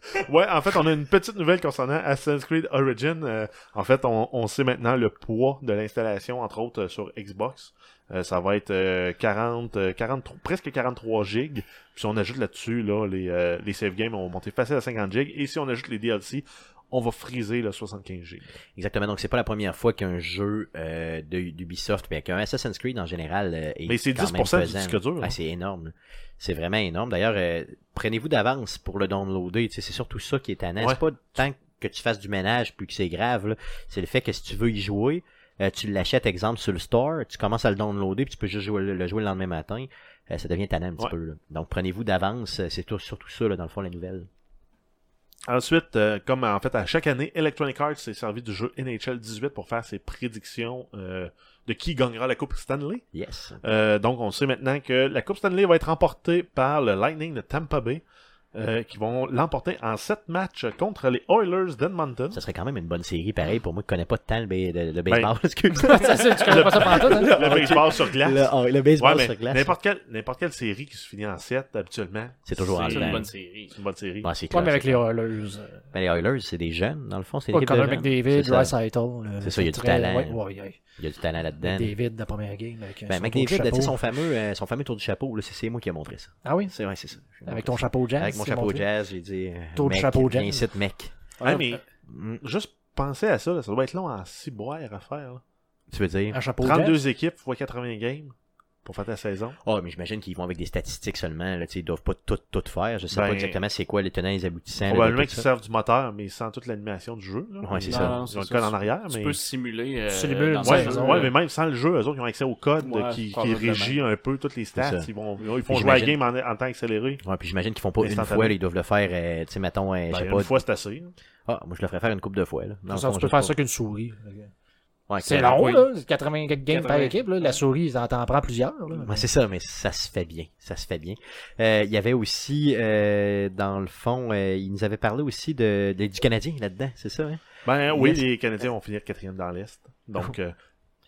C: *laughs* ouais, en fait, on a une petite nouvelle concernant Assassin's Creed Origin. Euh, en fait, on, on sait maintenant le poids de l'installation, entre autres euh, sur Xbox. Euh, ça va être euh, 40, euh, 43 presque 43 gigs. Puis si on ajoute là-dessus, là, les, euh, les save games ont monté facile à 50 gigs. Et si on ajoute les DLC, on va friser le 75 gigs.
A: Exactement, donc c'est pas la première fois qu'un jeu euh, de- d'Ubisoft, mais qu'un Assassin's Creed en général euh, est
C: Mais c'est
A: quand même
C: 10% du
A: pesant.
C: disque dur,
A: Ah,
C: hein.
A: c'est énorme. C'est vraiment énorme. D'ailleurs, euh, prenez-vous d'avance pour le downloader. Tu sais, C'est surtout ça qui est tannant.
C: Ouais.
A: C'est pas tant que tu fasses du ménage puis que c'est grave. là. C'est le fait que si tu veux y jouer, euh, tu l'achètes, exemple, sur le store, tu commences à le downloader puis tu peux juste jouer, le le jouer le lendemain matin. Euh, ça devient tannant un petit
C: Ouais.
A: peu. là. Donc prenez-vous d'avance. euh, C'est tout- surtout ça, là, dans le fond, la nouvelle.
C: Ensuite, euh, comme en fait à chaque année, Electronic Arts s'est servi du jeu NHL 18 pour faire ses prédictions euh, de qui gagnera la Coupe Stanley.
A: Yes.
C: Euh, donc, on sait maintenant que la Coupe Stanley va être remportée par le Lightning de Tampa Bay, euh, qui vont l'emporter en 7 matchs contre les Oilers
A: *laughs*
C: d'Edmonton.
A: Ça serait quand même une bonne série, pareil, pour moi qui connais pas tant le, ba- le- le
C: Ben, *laughs*
A: baseball. excuse.
B: Ça, *laughs* c'est- tu connais pas ça pendant
A: *laughs*
B: tout, hein?
C: Le baseball sur glace.
A: Le, le baseball
C: Ouais, mais
A: sur glace.
C: N'importe quelle, n'importe quelle série qui se finit en 7, habituellement.
A: C'est toujours en
D: C'est
A: dedans.
D: une bonne série.
C: C'est une bonne série.
A: Ouais, c'est
B: Ouais,
A: clair,
B: mais avec
A: c'est
B: les
A: clair.
B: Oilers. euh,
A: Ben, les Oilers, c'est des jeunes, dans le fond. C'est une
B: Pas
A: équipe de
B: Connor
A: jeunes. hein.
B: McDavid,
A: C'est ça.
B: Dreisaitl, euh,
A: C'est ça, il y a du
B: très-
A: talent.
B: ouais, ouais, il y a-
A: Il y a du talent là-dedans.
B: David, la première game. Avec euh,
A: Ben,
B: son
A: McDavid,
B: tour de
A: là, tu sais,
B: chapeau.
A: son fameux, euh, son fameux tour du chapeau, là, c'est- c'est moi qui ai montré ça.
B: Ah oui,
A: C'est vrai, c'est ça. J'ai montré
B: avec ton
A: ça.
B: chapeau jazz.
A: Avec mon
B: c'est
A: chapeau
B: montré.
A: jazz, j'ai dit. euh,
B: Tour du
A: mec,
B: chapeau jazz.
A: viens ici, mec.
C: Ouais, mais
A: Mm.
C: juste penser à ça, là, ça doit être long en ciboire à faire. là.
A: Tu veux dire?
B: Un chapeau jazz.
C: 32 équipes fois 80 games pour faire ta saison.
A: Oh, mais j'imagine qu'ils vont avec des statistiques seulement. Là, tu sais, ils doivent pas tout, tout faire. Je sais
C: Ben,
A: pas exactement c'est quoi les tenants et les aboutissants. là, de
C: Probablement
A: tout
C: qu'ils
A: ça.
C: servent du moteur, mais sans toute l'animation du jeu. là.
A: Ouais, c'est
C: Ils-
A: ça.
C: Ils ont le
D: c'est
C: code
D: ça.
C: en arrière,
D: Tu
C: mais...
D: peux simuler. euh,
B: Simuler
D: dans
B: une
C: Ouais,
D: le jeu,
B: saison,
C: ouais,
D: là.
C: mais même sans le jeu, eux autres, ils ont accès au code
D: Ouais,
C: de- qui, qui
D: probablement.
C: régit un peu toutes les stats.
A: C'est ça.
C: Ils, vont, ils font
A: Puis
C: jouer à la
A: j'imagine-
C: game en, en temps accéléré.
A: Ouais, puis j'imagine qu'ils font pas une
C: Instantané.
A: fois, là, ils doivent le faire, euh, tu sais, mettons, euh, je
C: Ben,
A: sais
C: une
A: pas.
C: fois, c'est assez. hein.
A: Ah, moi je le ferais faire une coupe de fois, là. Dans le
B: Ça,
A: fond,
B: tu peux
A: juste
B: faire
A: pour-
B: ça qu'une souris.
A: Ouais,
B: C'est
A: clairement.
B: long,
D: oui.
B: là. 80 quelques games par
D: 80.
B: équipe. Là. La souris, ça t'en prend plusieurs. Là.
A: Ouais, c'est ça, mais ça se fait bien. Ça se fait bien. Euh, Il y avait aussi, euh, dans le fond, euh, il nous avait parlé aussi de, de- du Canadien là-dedans, c'est ça, hein?
C: Ben oui,
A: Yes.
C: les Canadiens vont finir quatrième dans l'Est.
A: *laughs*
C: Donc, euh,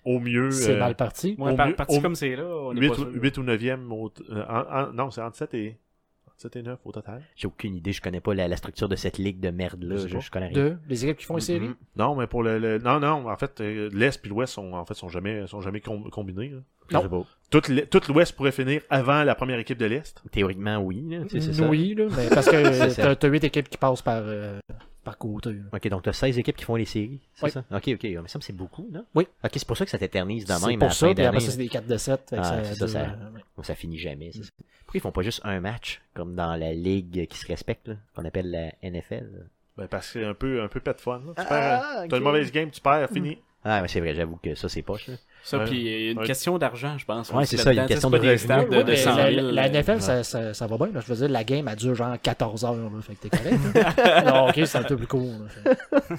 C: au mieux,
B: C'est
A: euh,
B: mal parti.
D: Ouais,
C: Au
D: par-
C: mieux-
D: parti
C: au-
D: comme c'est là, on est
C: 8,
D: pas sûr.
C: ou, 8 ou 9e. Au, euh, en- en- non, c'est entre 7 et, entre 7 et 9 au total.
A: J'ai aucune idée, je connais pas la, la structure de cette ligue de merde-là,
C: Je sais
A: je,
C: pas.
A: je connais rien.
B: Deux, les équipes qui font les séries.
A: Mhm.
C: Non, mais pour le. le- non, non, en fait, euh, l'Est et l'Ouest sont, en fait, sont jamais, sont jamais com- combinés. là.
A: Je sais pas.
C: Toute l'E- Toute l'Ouest pourrait finir avant la première équipe de l'Est.
A: Théoriquement, oui, là, tu sais, c'est ça.
B: Mm-hmm. Mm, Oui, là, mais
A: *laughs*
B: parce
A: C'est
B: que
A: ça.
B: t'as- t'as huit équipes qui passent par, euh, par côté. là.
A: Ok, donc t'as 16 équipes qui font les séries, c'est
B: Oui.
A: ça? Ok, ok, mais ça me c'est beaucoup, non?
B: Oui.
A: Ok, c'est pour ça que ça t'éternise dans
B: C'est
A: même à
B: pour
A: la
B: ça,
A: fin
B: puis après
A: d'année.
B: ça, euh, c'est Mm. des 4 de 7.
A: Ah, c'est ça, ça-
B: ouais.
A: Donc, Ça finit jamais, c'est ça. Pourquoi ils font pas juste un match, comme dans la ligue qui se respecte, là, qu'on appelle la NFL? là?
C: Ben, parce que c'est un peu, un peu pas de fun. là. Tu
A: Ah,
C: perds, euh,
A: ok.
C: T'as une mauvaise game, tu perds, fini.
A: Ah, mais c'est vrai, j'avoue que ça, c'est poche, là.
D: Ça,
C: Ouais.
D: puis il y a une
C: Ouais.
D: question d'argent, je pense.
A: Ouais,
D: aussi,
A: c'est ça, il y a
D: là-dedans.
A: une question
D: Tu sais,
A: de
D: c'est pas des
A: revenus.
D: stades
B: Ouais,
D: de
B: mais
D: 100
B: la,
D: 000,
B: la
D: là.
B: NFL, ça, ça, ça va bien. là. Je veux dire, la game, elle dure genre 14 heures. Là, fait que t'es correct. *laughs* là. non, ok, c'est un peu plus court. là. Fait-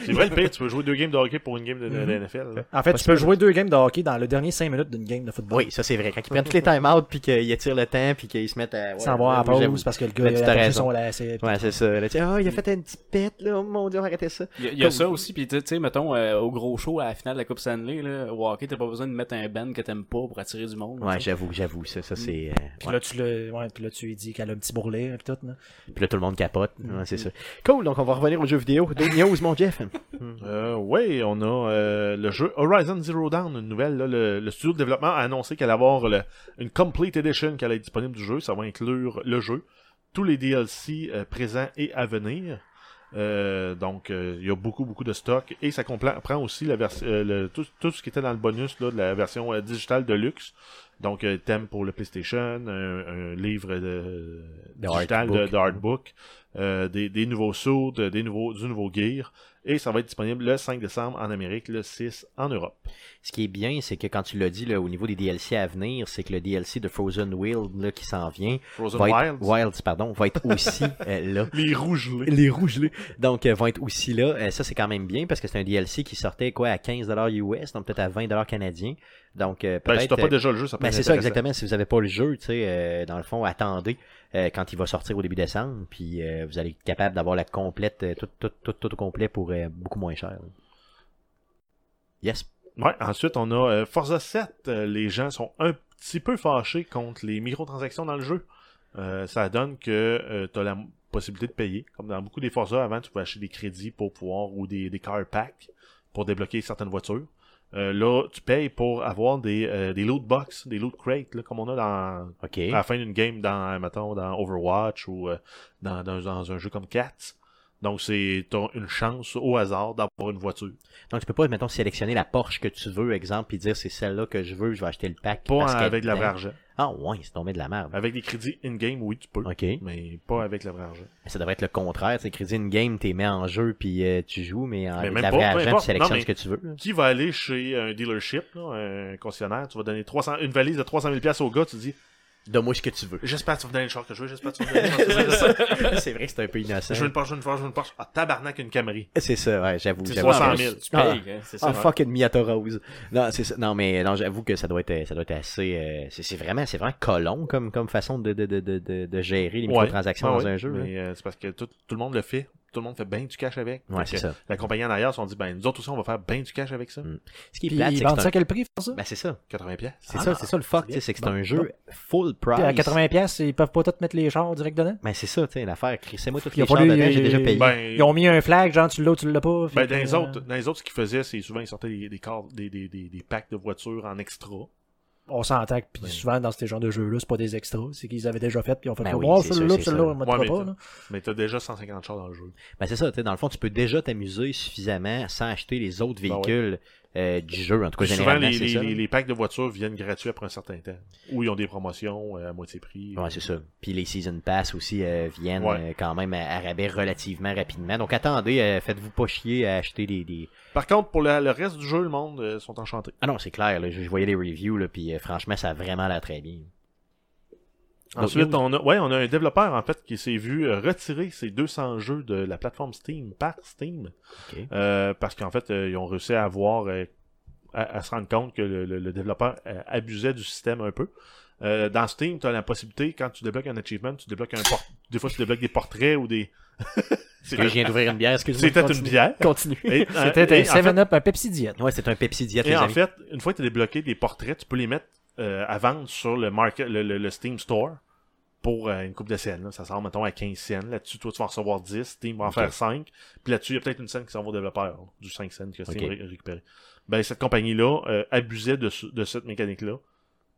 C: C'est vrai le pire, tu peux jouer deux games de hockey pour une game de,
A: Hmm.
C: de- de NFL. là.
B: En fait, tu peux jouer deux games de hockey dans le dernier 5 minutes d'une game de football.
A: Oui, ça c'est vrai. Quand ils prennent tous les time-out puis qu'ils étirent le temps puis qu'ils se mettent à. ouais,
B: Sans voir à
A: ouais, j'avoue.
B: pause parce que le gars,
A: Ben, tu
B: il
A: t'as
B: a touché
A: raison.
B: son lacet.
A: Ouais, c'est ça. Là, tu sais, Ah, il a fait un petit pet, là. Oh mon dieu, arrêtez ça.
D: Il y a, il y a ça aussi, puis tu sais, mettons, euh, au gros show à la finale de la Coupe Stanley, là, au hockey, t'as pas besoin de mettre un band que t'aimes pas pour attirer du monde.
A: Ouais,
D: tu sais.
A: j'avoue, j'avoue. Ça, ça c'est. euh,
B: Puis
A: ouais.
B: là, tu le, ouais, puis là, tu lui dis qu'elle a un petit bourrelet et tout. là.
A: Puis là, tout le monde capote. Ouais, c'est ça. Cool, donc on va revenir aux jeux vidéo. D'autres news, mon Jeff.
C: Euh, ouais, on a euh, le jeu Horizon Zero Dawn, une nouvelle. là, le, le studio de développement a annoncé qu'elle allait avoir le- une Complete Edition qui allait être disponible du jeu. Ça va inclure le jeu, tous les DLC euh, présents et à venir. Euh, donc, euh, il y a beaucoup, beaucoup de stock. Et ça compla- prend aussi la vers- euh, le- tout, tout ce qui était dans le bonus là, de la version euh, digitale de luxe. Donc, euh, thème pour le PlayStation, un, un livre de,
A: De
C: digital de,
A: artbook.
C: de artbook, euh, des, des nouveaux sauts, des nouveaux, du nouveau gear. Et ça va être disponible le 5 décembre en Amérique, le 6 en Europe.
A: Ce qui est bien, c'est que quand tu l'as dit là, au niveau des DLC à venir, c'est que le DLC de Frozen Wild là, qui s'en vient
C: Frozen
A: va
C: Wilds.
A: être, Wilds, pardon, va être
C: *laughs*
A: aussi euh, là.
C: Les rouges gelés.
A: Les rouges là. Donc euh, vont être aussi là. Euh, ça c'est quand même bien parce que c'est un DLC qui sortait quoi à 15$ US, donc peut-être à 20$ canadien. Donc euh,
C: Ben,
A: peut-être.
C: si t'as pas
A: euh,
C: déjà le jeu, ça peut
A: ben,
C: être
A: c'est ça
C: intéressant.
A: exactement. Si vous n'avez pas le jeu, tu sais, euh, dans le fond, attendez euh, quand il va sortir au début décembre, puis euh, vous allez être capable d'avoir la complète, euh, tout, tout, tout, tout au complet pour euh, beaucoup moins cher. là. Yes.
C: Ouais, ensuite, on a euh, Forza 7. Euh, les gens sont un petit peu fâchés contre les microtransactions dans le jeu. Euh, ça donne que tu as la possibilité de payer. Comme dans beaucoup des Forza, avant, tu pouvais acheter des crédits pour pouvoir ou des, des car packs pour débloquer certaines voitures. Euh, là, tu payes pour avoir des, euh, des loot box, des loot crates, là, comme on a dans,
A: Ok.
C: à la fin d'une game dans, mettons, dans Overwatch ou euh, dans, dans, dans un jeu comme Cats. Donc, c'est t'as une chance au hasard d'avoir une voiture.
A: Donc tu peux pas, mettons, sélectionner la Porsche que tu veux, exemple, puis dire c'est celle-là que je veux, je vais acheter le pack.
C: Pas
A: parce qu'elle
C: avec de la
A: est
C: vraie
A: dedans.
C: argent.
A: Ah ouais, c'est tombé de la merde.
C: Avec des crédits in-game, oui, tu peux.
A: Ok.
C: Mais pas avec le vrai argent.
A: Mais Ça devrait être le contraire. C'est crédit une game, t'es mets en jeu puis euh, tu joues, mais en
C: Mais
A: avec
C: même
A: la
C: pas,
A: vraie
C: peu
A: argent,
C: importe.
A: tu sélectionnes
C: Non, mais-
A: ce que tu veux. là.
C: Qui va aller chez un dealership, là, un concessionnaire, tu vas donner 300, une valise de 300 000 pièces au gars, tu dis
A: *laughs* Donne-moi ce que
C: *laughs*
A: tu veux.
C: J'espère que tu vas me donner le char que je veux, j'espère que tu vas me donner le char que je veux,
A: *laughs*
C: j'espère-
A: c'est vrai que c'est un peu innocent.
C: je veux une Porsche, je veux une Porsche, je veux une Porsche. Ah, tabarnak, une Camry.
A: *laughs* C'est ça, ouais, j'avoue.
D: C'est
A: j'avoue.
C: 300
D: ça,
C: 000.
D: Tu payes, hein, c'est ça.
A: Ah, fucking Miata Rose. Non, c'est ça. Non, mais non, j'avoue que ça doit être, ça doit être assez. euh, c'est c'est vraiment, c'est vraiment colon comme, comme façon de, de, de, de- de, de gérer les
C: Ouais.
A: microtransactions
C: Ah
A: dans
C: oui,
A: un jeu. là.
C: Mais euh, c'est parce que tout, tout le monde le fait. Tout le monde fait bien du cash avec.
A: Ouais,
C: Fait
A: c'est
C: que
A: ça.
C: La compagnie en arrière, ils se sont dit, ben, nous autres aussi, on va faire bien du cash avec ça.
A: Mm. Ce qui est
B: Puis
A: plate,
B: ils
A: c'est que
B: vendent
A: c'est
B: ça à
A: un...
B: quel prix, pour ça?
A: Ben, c'est ça. Ah.
C: 80 pièces.
A: C'est ça, c'est ça le fuck, tu sais, c'est que c'est un jeu full price.
B: Puis à 80$, piastres, ils peuvent pas tous mettre les chars direct dedans.
A: Mais c'est ça, tu sais, l'affaire. Crissez-moi toutes
B: Il a
A: les chars
B: fallu-
A: dedans, j'ai déjà payé.
C: Ben,
B: Ils ont mis un flag, genre tu l'as ou tu l'as
C: ben,
B: pas. fait
C: dans,
B: que,
C: les
B: euh,
C: autres, dans les autres, ce qu'ils faisaient, c'est souvent, ils sortaient des, des, cordes- des, des, des, des packs de voitures en extra.
B: On s'entend que puis souvent dans ce genre de jeux-là, c'est pas des extras, c'est qu'ils avaient déjà fait, puis ils ont fait
A: Ben
B: comme
A: oui,
B: oh,
A: c'est
B: celui-là,
A: ça,
B: puis
A: c'est
B: celui-là,
A: ça.
B: on
C: Ouais,
B: mettra
C: mais *laughs*
B: pas.
C: t'as-
B: là.
C: Mais t'as déjà 150 chars dans le jeu.
A: Ben c'est ça, tu sais, dans le fond, tu peux déjà t'amuser suffisamment sans acheter les autres
C: Ben ouais.
A: véhicules euh, du jeu, en tout cas
C: Puis souvent,
A: généralement,
C: les,
A: c'est
C: les,
A: ça.
C: les- les packs de voitures viennent gratuits après un certain temps. Ou ils ont des promotions euh, à moitié prix.
A: Ouais, c'est ça. Puis les Season Pass aussi euh, viennent
C: Ouais.
A: euh, quand même à, à rabais relativement rapidement. Donc attendez, euh, faites-vous pas chier à acheter des... des-
C: Par contre, pour le, le reste du jeu, le monde euh, sont enchantés.
A: Ah non, c'est clair, là, je, je voyais les reviews, là, puis euh, franchement, ça a vraiment l'air très bien. Donc,
C: Ensuite,
A: nous-
C: on a, ouais, on a un développeur en fait qui s'est vu euh, retirer ses 200 jeux de la plateforme Steam par Steam
A: Ok.
C: Euh, parce qu'en fait, euh, ils ont réussi à avoir euh, à, à se rendre compte que le, le- le développeur euh, abusait du système un peu. Euh, dans Steam, tu as la possibilité, quand tu débloques un achievement, tu débloques un por- des fois tu débloques des portraits ou des. *laughs*
A: Parce que je viens d'ouvrir une bière, excuse-moi.
C: C'était une
A: continue.
C: bière.
B: Continue.
C: *laughs* Et, euh,
B: C'était un
C: et en fait,
B: 7-Up, un Pepsi Diet.
A: Ouais, c'est un Pepsi Diet,
C: Et
A: les
C: en
A: amis.
C: fait, une fois que tu as débloqué des portraits, tu peux les mettre euh, à vendre sur le, market, le, le- le Steam Store pour euh, une coupe de scènes. là. Ça sort, mettons, à 15 scènes. Là-dessus, toi, tu vas en recevoir 10, Steam va en
A: Ok.
C: faire 5. Puis là-dessus, il y a peut-être une scène qui s'en va au développeur, là, du 5 scènes que Steam
A: Ok.
C: ré- récupéré. Ben, cette compagnie-là euh, abusait de, ce- de cette mécanique-là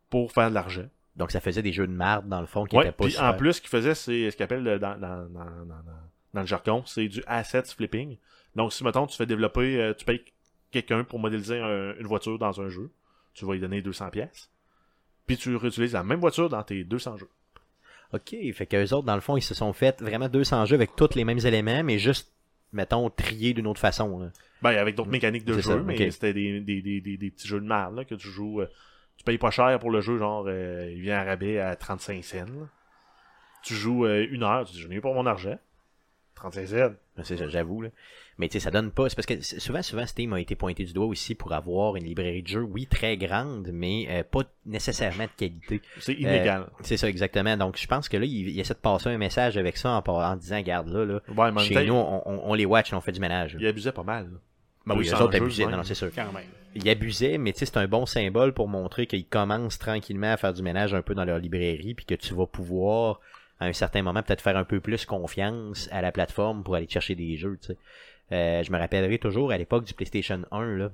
C: pour faire de l'argent.
A: Donc ça faisait des jeux de marde, dans le fond, qui
C: Ouais,
A: étaient pas
C: puis en
A: super-
C: plus, ce qu'ils faisaient, c'est ce qu'ils appellent euh, dans, dans- dans- dans- dans- dans le jargon, c'est du asset flipping. Donc, si, mettons, tu fais développer, euh, tu payes quelqu'un pour modéliser un- une voiture dans un jeu, tu vas lui donner 200 pièces, puis tu réutilises la même voiture dans tes 200 jeux.
A: OK, fait qu'eux autres, dans le fond, ils se sont fait vraiment 200 jeux avec tous les mêmes éléments, mais juste, mettons, triés d'une autre façon. là.
C: Ben, avec d'autres mécaniques de
A: Mm. C'est
C: jeu,
A: ça,
C: mais
A: ok.
C: c'était des, des- des- des- des petits jeux de merde, là, que tu joues... euh, tu payes pas cher pour le jeu, genre, euh, il vient à rabais à 35 cents. là. Tu joues euh, une heure, tu dis, j'en ai eu pour mon argent. 35 cents.
A: Ben, C'est ça, j'avoue. là. Mais tu sais, ça donne pas. C'est parce que c- souvent, souvent, Steam a été pointé du doigt aussi pour avoir une librairie de jeux, oui, très grande, mais euh, pas nécessairement de qualité.
C: C'est illégal.
A: Euh, c'est ça, exactement. Donc, je pense que là, il, il essaie de passer un message avec ça en, par- en disant, garde là, là,
C: ouais, mais en même temps,
A: chez nous, on, on- on les watch, on fait du ménage.
C: il abusait pas mal. là.
A: Ben oui,
C: 200
A: les autres
C: jeux,
A: abusaient,
C: même.
A: non, non, c'est sûr.
D: Quand même.
A: Ils abusaient, mais tu sais, c'est un bon symbole pour montrer qu'ils commencent tranquillement à faire du ménage un peu dans leur librairie, puis que tu vas pouvoir, à un certain moment, peut-être faire un peu plus confiance à la plateforme pour aller chercher des jeux, tu sais. Euh, je me rappellerai toujours à l'époque du PlayStation 1, là,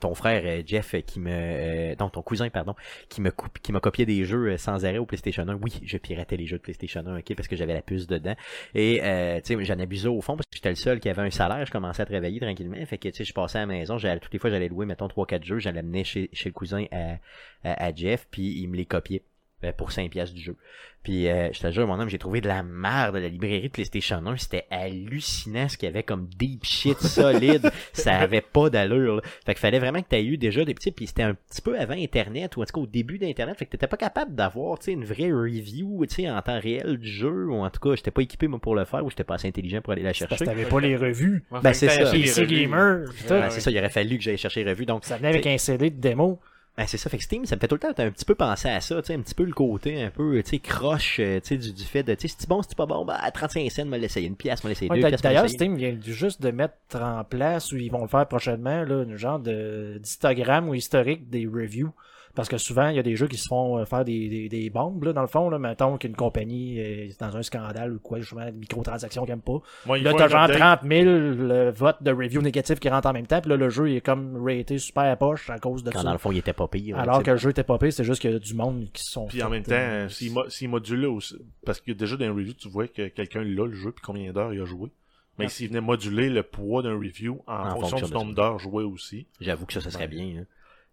A: ton frère euh, Jeff euh, qui me euh, non ton cousin pardon qui me coupe qui m'a copié des jeux euh, sans arrêt au PlayStation 1 oui je piratais les jeux de PlayStation 1 ok parce que j'avais la puce dedans et euh, tu sais j'en abusais au fond parce que j'étais le seul qui avait un salaire je commençais à travailler tranquillement fait que tu sais je passais à la maison j'allais toutes les fois j'allais louer mettons trois quatre jeux j'allais amener chez, chez le cousin euh, à, à, à Jeff puis il me les copiait euh, pour 5 piastres du jeu. Puis euh, je te jure, mon homme, j'ai trouvé de la merde à la librairie de PlayStation 1. C'était hallucinant ce qu'il y avait comme deep shit
B: *laughs*
A: solide. ça avait pas d'allure. là. Fait qu'il fallait vraiment que tu eu déjà des petits. Puis c'était un petit peu avant Internet, ou en tout cas au début d'Internet. Fait que t'étais pas capable d'avoir tu sais, une vraie review tu sais, en temps réel du jeu. Ou en tout cas, j'étais pas équipé moi, pour le faire, ou j'étais pas assez intelligent pour aller la
B: Parce que
A: chercher.
B: t'avais pas les revues.
C: Ouais,
A: Ben,
C: fait que
A: c'est
C: t'as
A: ça.
C: acheté les
B: PC
C: revues.
B: Gamer, tout.
A: Ouais, c'est ça, il aurait fallu que j'aille chercher revue. Donc,
B: Ça venait avec un CD de démo.
A: ben, c'est ça, fait que Steam, ça me fait tout le temps un petit peu penser à ça, tu sais, un petit peu le côté un peu, tu sais, croche, euh, tu sais, du, du fait de, tu sais, c'est bon, c'est pas bon, bah, à 35 cents, me l'essayer, une pièce, me l'essayer,
B: Ouais,
A: deux
B: d'a-
A: pièces, me
B: D'ailleurs,
A: l'essayer.
B: Steam vient juste de mettre en place, ou ils vont le faire prochainement, là, une genre de d'histogramme ou historique des reviews. Parce que souvent, il y a des jeux qui se font euh, faire des, des, des bombes, là, dans le fond. Là, mettons qu'une compagnie euh, est dans un scandale ou quoi, justement, de microtransactions qu'elle aime pas.
C: Moi, il
B: Là,
C: faut
B: t'as
C: un
B: genre
C: update.
B: 30 000 le votes de reviews négatifs qui rentrent en même temps. Puis là, le jeu il est comme raté super à poche à cause de
A: Quand
B: ça.
A: dans le fond, il était pas pire.
B: Alors
A: tu
B: que
A: sais.
B: le jeu était pas pire, c'est juste qu'il y a du monde qui se sont.
C: Puis en même
B: fait, euh,
C: temps, s'il mo- s'il modulait aussi, parce que déjà dans un review, tu vois que quelqu'un l'a le jeu puis combien d'heures il a joué. Mais s'il venait moduler le poids d'un review en,
A: En
C: fonction,
A: fonction
C: du
A: de
C: nombre
A: ça.
C: d'heures jouées aussi.
A: J'avoue que ça, ça serait bien, hein.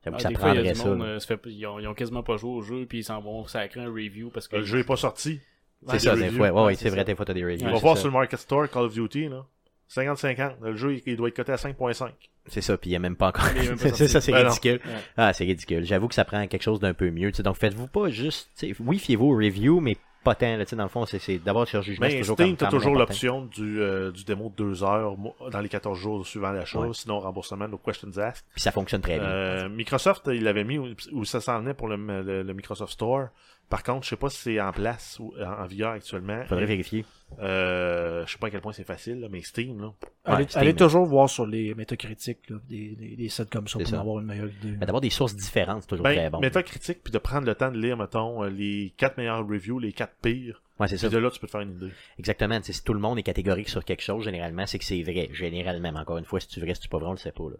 A: J'avoue
D: Ah,
A: que ça
D: des fois, il y
A: prendrait
D: a du
A: ça.
D: monde,
A: là.
D: euh, se fait p- ils, ont, ils ont quasiment pas joué au jeu, puis ils s'en vont sacrer un review parce que.
C: Le jeu est pas sorti.
A: C'est ça,
C: des
A: des
C: reviews.
A: fois, ouais,
D: Ouais,
A: ouais,
D: c'est
A: c'est vrai,
D: ça.
A: des fois, t'as des
C: On
A: reviews.
C: va
A: c'est
C: voir
A: ça.
C: sur le Market Store Call of Duty, là. 50-50. Le jeu, il- il doit être coté à 5.5.
A: C'est ça, puis il y a même pas encore.
D: Il
A: *laughs*
D: est même pas
A: c'est ça,
D: sorti.
A: c'est
C: Ben non.
A: ridicule.
D: Ouais.
A: Ah, c'est ridicule. J'avoue que ça prend quelque chose d'un peu mieux, tu sais. Donc, faites-vous pas juste, tu sais, oui, fiez-vous aux reviews, mais pas tant, là, tu sais, dans le fond, c'est- c'est d'avoir sur jugement, c'est
C: Mais
A: toujours
C: Ben,
A: comme-
C: Steam, t'as
A: quand
C: toujours
A: même
C: l'option du, euh, du démo de 2 heures mo- dans les 14 jours suivant la chose,
A: Ouais.
C: sinon remboursement, no questions asked.
A: important. Puis ça fonctionne très bien.
C: Euh, Microsoft, il l'avait mis où- où ça s'en venait pour le, le- le Microsoft Store. Par contre, je sais pas si c'est en place ou en, en vigueur actuellement.
A: Faudrait vérifier.
C: Euh, je sais pas à quel point c'est facile, là, mais Steam, là.
B: Allez,
A: Ouais, Steam,
B: allez
A: hein.
B: toujours voir sur les métacritiques là, des, des, des sites comme ça
A: C'est
B: pour
A: ça.
B: avoir une meilleure idée.
A: Mais d'avoir des sources différentes, c'est toujours très
C: Ben,
A: bon.
C: métacritique, puis de prendre le temps de lire, mettons, euh, les 4 meilleures reviews, les 4 pires.
A: Ouais, c'est
C: Puis
A: ça.
C: de là, tu peux te faire une idée.
A: Exactement. tu sais, Si tout le monde est catégorique sur quelque chose, généralement, c'est que c'est vrai. Généralement, mais encore une fois, si tu vrai, si tu pas vrai, on le sait pas. Là.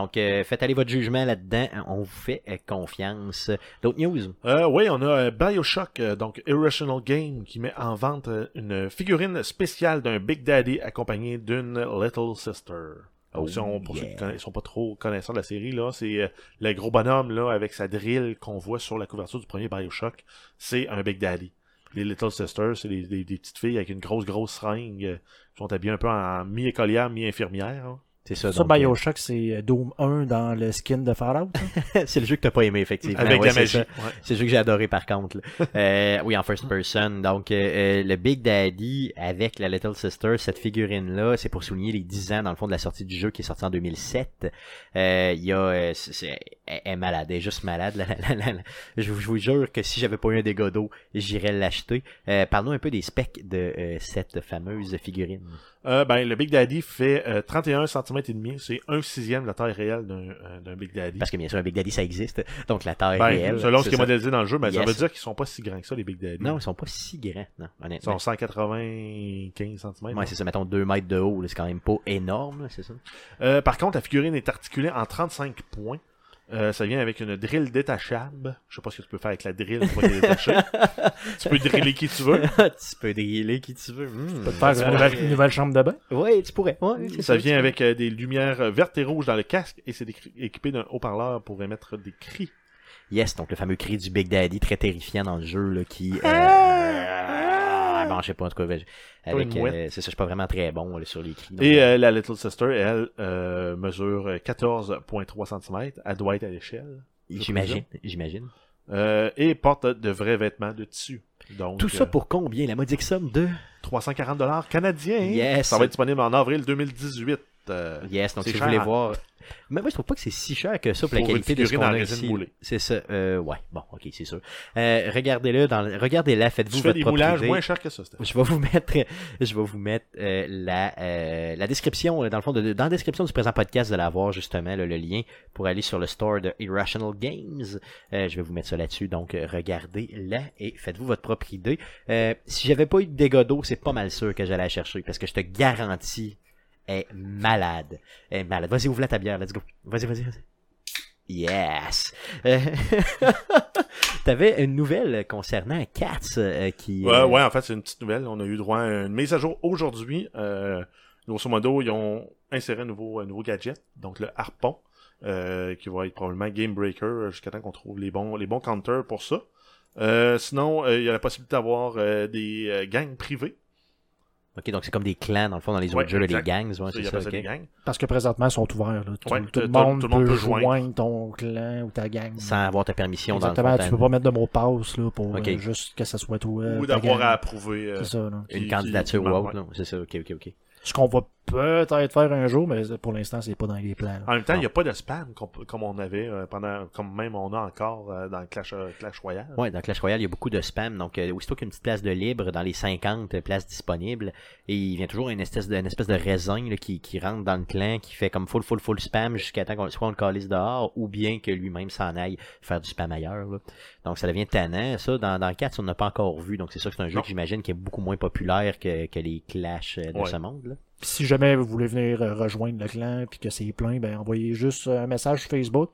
A: Donc, euh, faites aller votre jugement là-dedans. On vous fait euh, confiance. D'autres news?
C: Euh, oui, on a euh, Bioshock, euh, donc Irrational Game, qui met en vente euh, une figurine spéciale d'un Big Daddy accompagné d'une Little Sister. Donc,
A: Oh,
C: si on, pour ceux
A: yeah.
C: qui conna- sont pas trop connaisseurs de la série, là, c'est euh, le gros bonhomme là, avec sa drill qu'on voit sur la couverture du premier Bioshock. C'est un Big Daddy. Les Little Sisters, c'est des, des- des petites filles avec une grosse, grosse seringue. euh, qui sont habillées un peu en mi-écolière, mi-infirmière. hein.
A: C'est ça.
B: Ça,
A: donc, euh,
B: Bioshock, c'est Doom 1 dans le skin
C: *laughs*
B: de Fallout. hein?
A: euh, *laughs* c'est le jeu que t'as pas aimé, effectivement.
C: Avec
A: Ben Ouais,
C: de la
A: c'est
C: magie.
A: ça.
C: ouais.
A: C'est le jeu que j'ai adoré par contre.
C: *laughs*
A: là. Euh, oui, en first person. Donc, euh, euh, le Big Daddy avec la Little Sister, cette figurine-là, c'est pour souligner les 10 ans, dans le fond, de la sortie du jeu qui est sorti en 2007. Euh, Il y a... euh, c'est- c'est- elle est malade, elle est juste malade. la- la- la- la- la- Je, vous, je vous jure que si j'avais pas eu un dégât d'eau, j'irais l'acheter. Euh, Parlons un peu des specs de euh, cette fameuse figurine.
C: Euh, ben, le Big Daddy fait euh, 31 cm et demi, c'est un sixième de la taille réelle d'un euh, d'un Big Daddy.
A: Parce que bien sûr, un Big Daddy, ça existe. Donc, la taille
C: Ben,
A: réelle...
C: selon ce
A: c'est
C: qui est
A: ça.
C: modélisé dans le jeu, mais ça
A: Yes.
C: veut dire qu'ils sont pas si grands que ça, les Big Daddy.
A: Non, ils sont pas si grands, non,
C: Ils
A: honnêtement.
C: sont 195 cm.
A: Ouais, c'est ça, mettons 2 mètres de haut, là, c'est quand même pas énorme, là, c'est ça?
C: Euh, par contre, la figurine est articulée en 35 points. Euh, ça vient avec une drill détachable. Je sais pas ce que tu peux faire avec la drill pour la détacher.
A: *laughs*
C: tu peux driller qui tu veux.
A: tu peux driller qui tu veux. Hmm.
B: Peut-être faire une nouvelle, une nouvelle chambre de bain.
A: Ouais, tu pourrais. Ouais, c'est
C: Ça
A: tu
C: vient avec euh, des lumières euh, vertes et rouges dans le casque et c'est décri- équipé d'un haut-parleur pour émettre des cris.
A: peux. Yes, donc le fameux cri du Big Daddy, très terrifiant dans le jeu, là, qui. Euh... ah, bon, je sais pas, en tout cas. je- Avec,
C: une
A: euh,
C: mouette.
A: c'est ça, je suis pas vraiment très bon là, sur les cris. donc,
C: Et
A: euh,
C: euh, la Little Sister, elle, euh, mesure euh, 14,3 cm. Elle doit être à l'échelle.
A: euh, j'imagine, j'imagine.
C: Euh, et porte de vrais vêtements de tissu. Donc,
A: Tout ça
C: euh,
A: pour combien La modique somme de.
C: 340 dollars canadiens.
A: Yes.
C: Ça va être disponible en avril 2018. euh,
A: Yes, donc
C: c'est
A: si vous
C: cher,
A: voulez
C: hein.
A: voir. Mais moi, je trouve pas que c'est si cher que ça pour, la
C: Pour une
A: qualité de ce
C: figurine
A: qu'on
C: en
A: a
C: résine
A: ici.
C: moulée.
A: C'est ça. Euh, ouais, bon, ok, c'est sûr. Euh, regardez-le, dans... le- regardez-la, faites-vous
C: Tu
A: votre
C: fais des
A: propre
C: moulages
A: idée.
C: moins chers que ça. Steph.
A: *laughs* Je vais vous mettre, je vais vous mettre euh, la, euh, la description, euh, dans le fond, de- dans la description du présent podcast, vous allez avoir justement là, le lien pour aller sur le store de Irrational Games. Euh, je vais vous mettre ça là-dessus, donc euh, regardez-la et faites-vous votre propre idée. Euh, si j'avais pas eu de dégâts d'eau, c'est pas mal sûr que j'allais la chercher, parce que je te garantis, elle est malade. Elle est malade. Vas-y, ouvre la ta bière, let's go. Vas-y, vas-y, vas-y. Yes! Euh, *laughs* T'avais une nouvelle concernant Katz euh, qui.
C: Ouais,
A: euh,
C: ouais, en fait, c'est une petite nouvelle. On a eu droit à une mise à jour aujourd'hui. Euh, grosso modo, ils ont inséré un nouveau, un nouveau gadget, donc le harpon, euh, qui va être probablement Game Breaker euh, jusqu'à temps qu'on trouve les bons, les bons counters pour ça. Euh, sinon, euh, il y a la possibilité d'avoir euh, des euh, gangs privés.
A: Ok, donc c'est comme des clans dans le fond dans les
C: Ouais,
A: autres jeux, là, les
C: exact.
A: gangs, ouais,
C: il
A: c'est
C: y
A: ça.
C: a pas
A: ok.
C: ça des gangs.
B: Parce que présentement, ils sont ouverts. Là. Tout,
C: Ouais,
B: tout
C: tout-
B: le monde
C: tout le
B: peut,
C: monde peut
B: joindre.
C: joindre.
B: ton clan ou ta gang.
A: Sans avoir ta permission dans
B: Exactement,
A: le
B: tu
A: fond,
B: peux
A: t'as
B: pas mettre de mot de passe là, pour
A: Ok.
B: euh, juste que ça soit toi.
C: Ou
B: ta
C: d'avoir
B: gang.
C: à approuver. euh,
B: C'est ça, là.
A: Euh, une
C: qui-
A: candidature
C: qui-
A: ou autre, non? C'est ça, ok, ok, ok.
B: Ce qu'on va peut-être faire un jour, mais pour l'instant, c'est pas dans les plans. là.
C: En même temps,
A: Non.
C: il n'y a pas de spam qu'on peut- comme on avait euh, pendant, comme même on a encore euh, dans Clash, euh, Clash Royale.
A: Ouais, dans Clash Royale, il y a beaucoup de spam, donc euh, aussitôt qu'une petite place de libre dans les 50 places disponibles, et il vient toujours une espèce de, une espèce de raisin là, qui, qui rentre dans le clan, qui fait comme full, full, full spam jusqu'à temps qu'on soit on le calisse dehors, ou bien que lui-même s'en aille faire du spam ailleurs. là. Donc ça devient tannant. Ça, dans, dans 4, on n'a pas encore vu, donc c'est sûr que c'est un jeu
C: Non.
A: que j'imagine qui est beaucoup moins populaire que, que les Clash euh, de
C: Ouais.
A: ce monde. Là.
B: Puis Si jamais vous voulez venir euh, rejoindre le clan puis que c'est plein, ben envoyez juste euh, un message sur Facebook.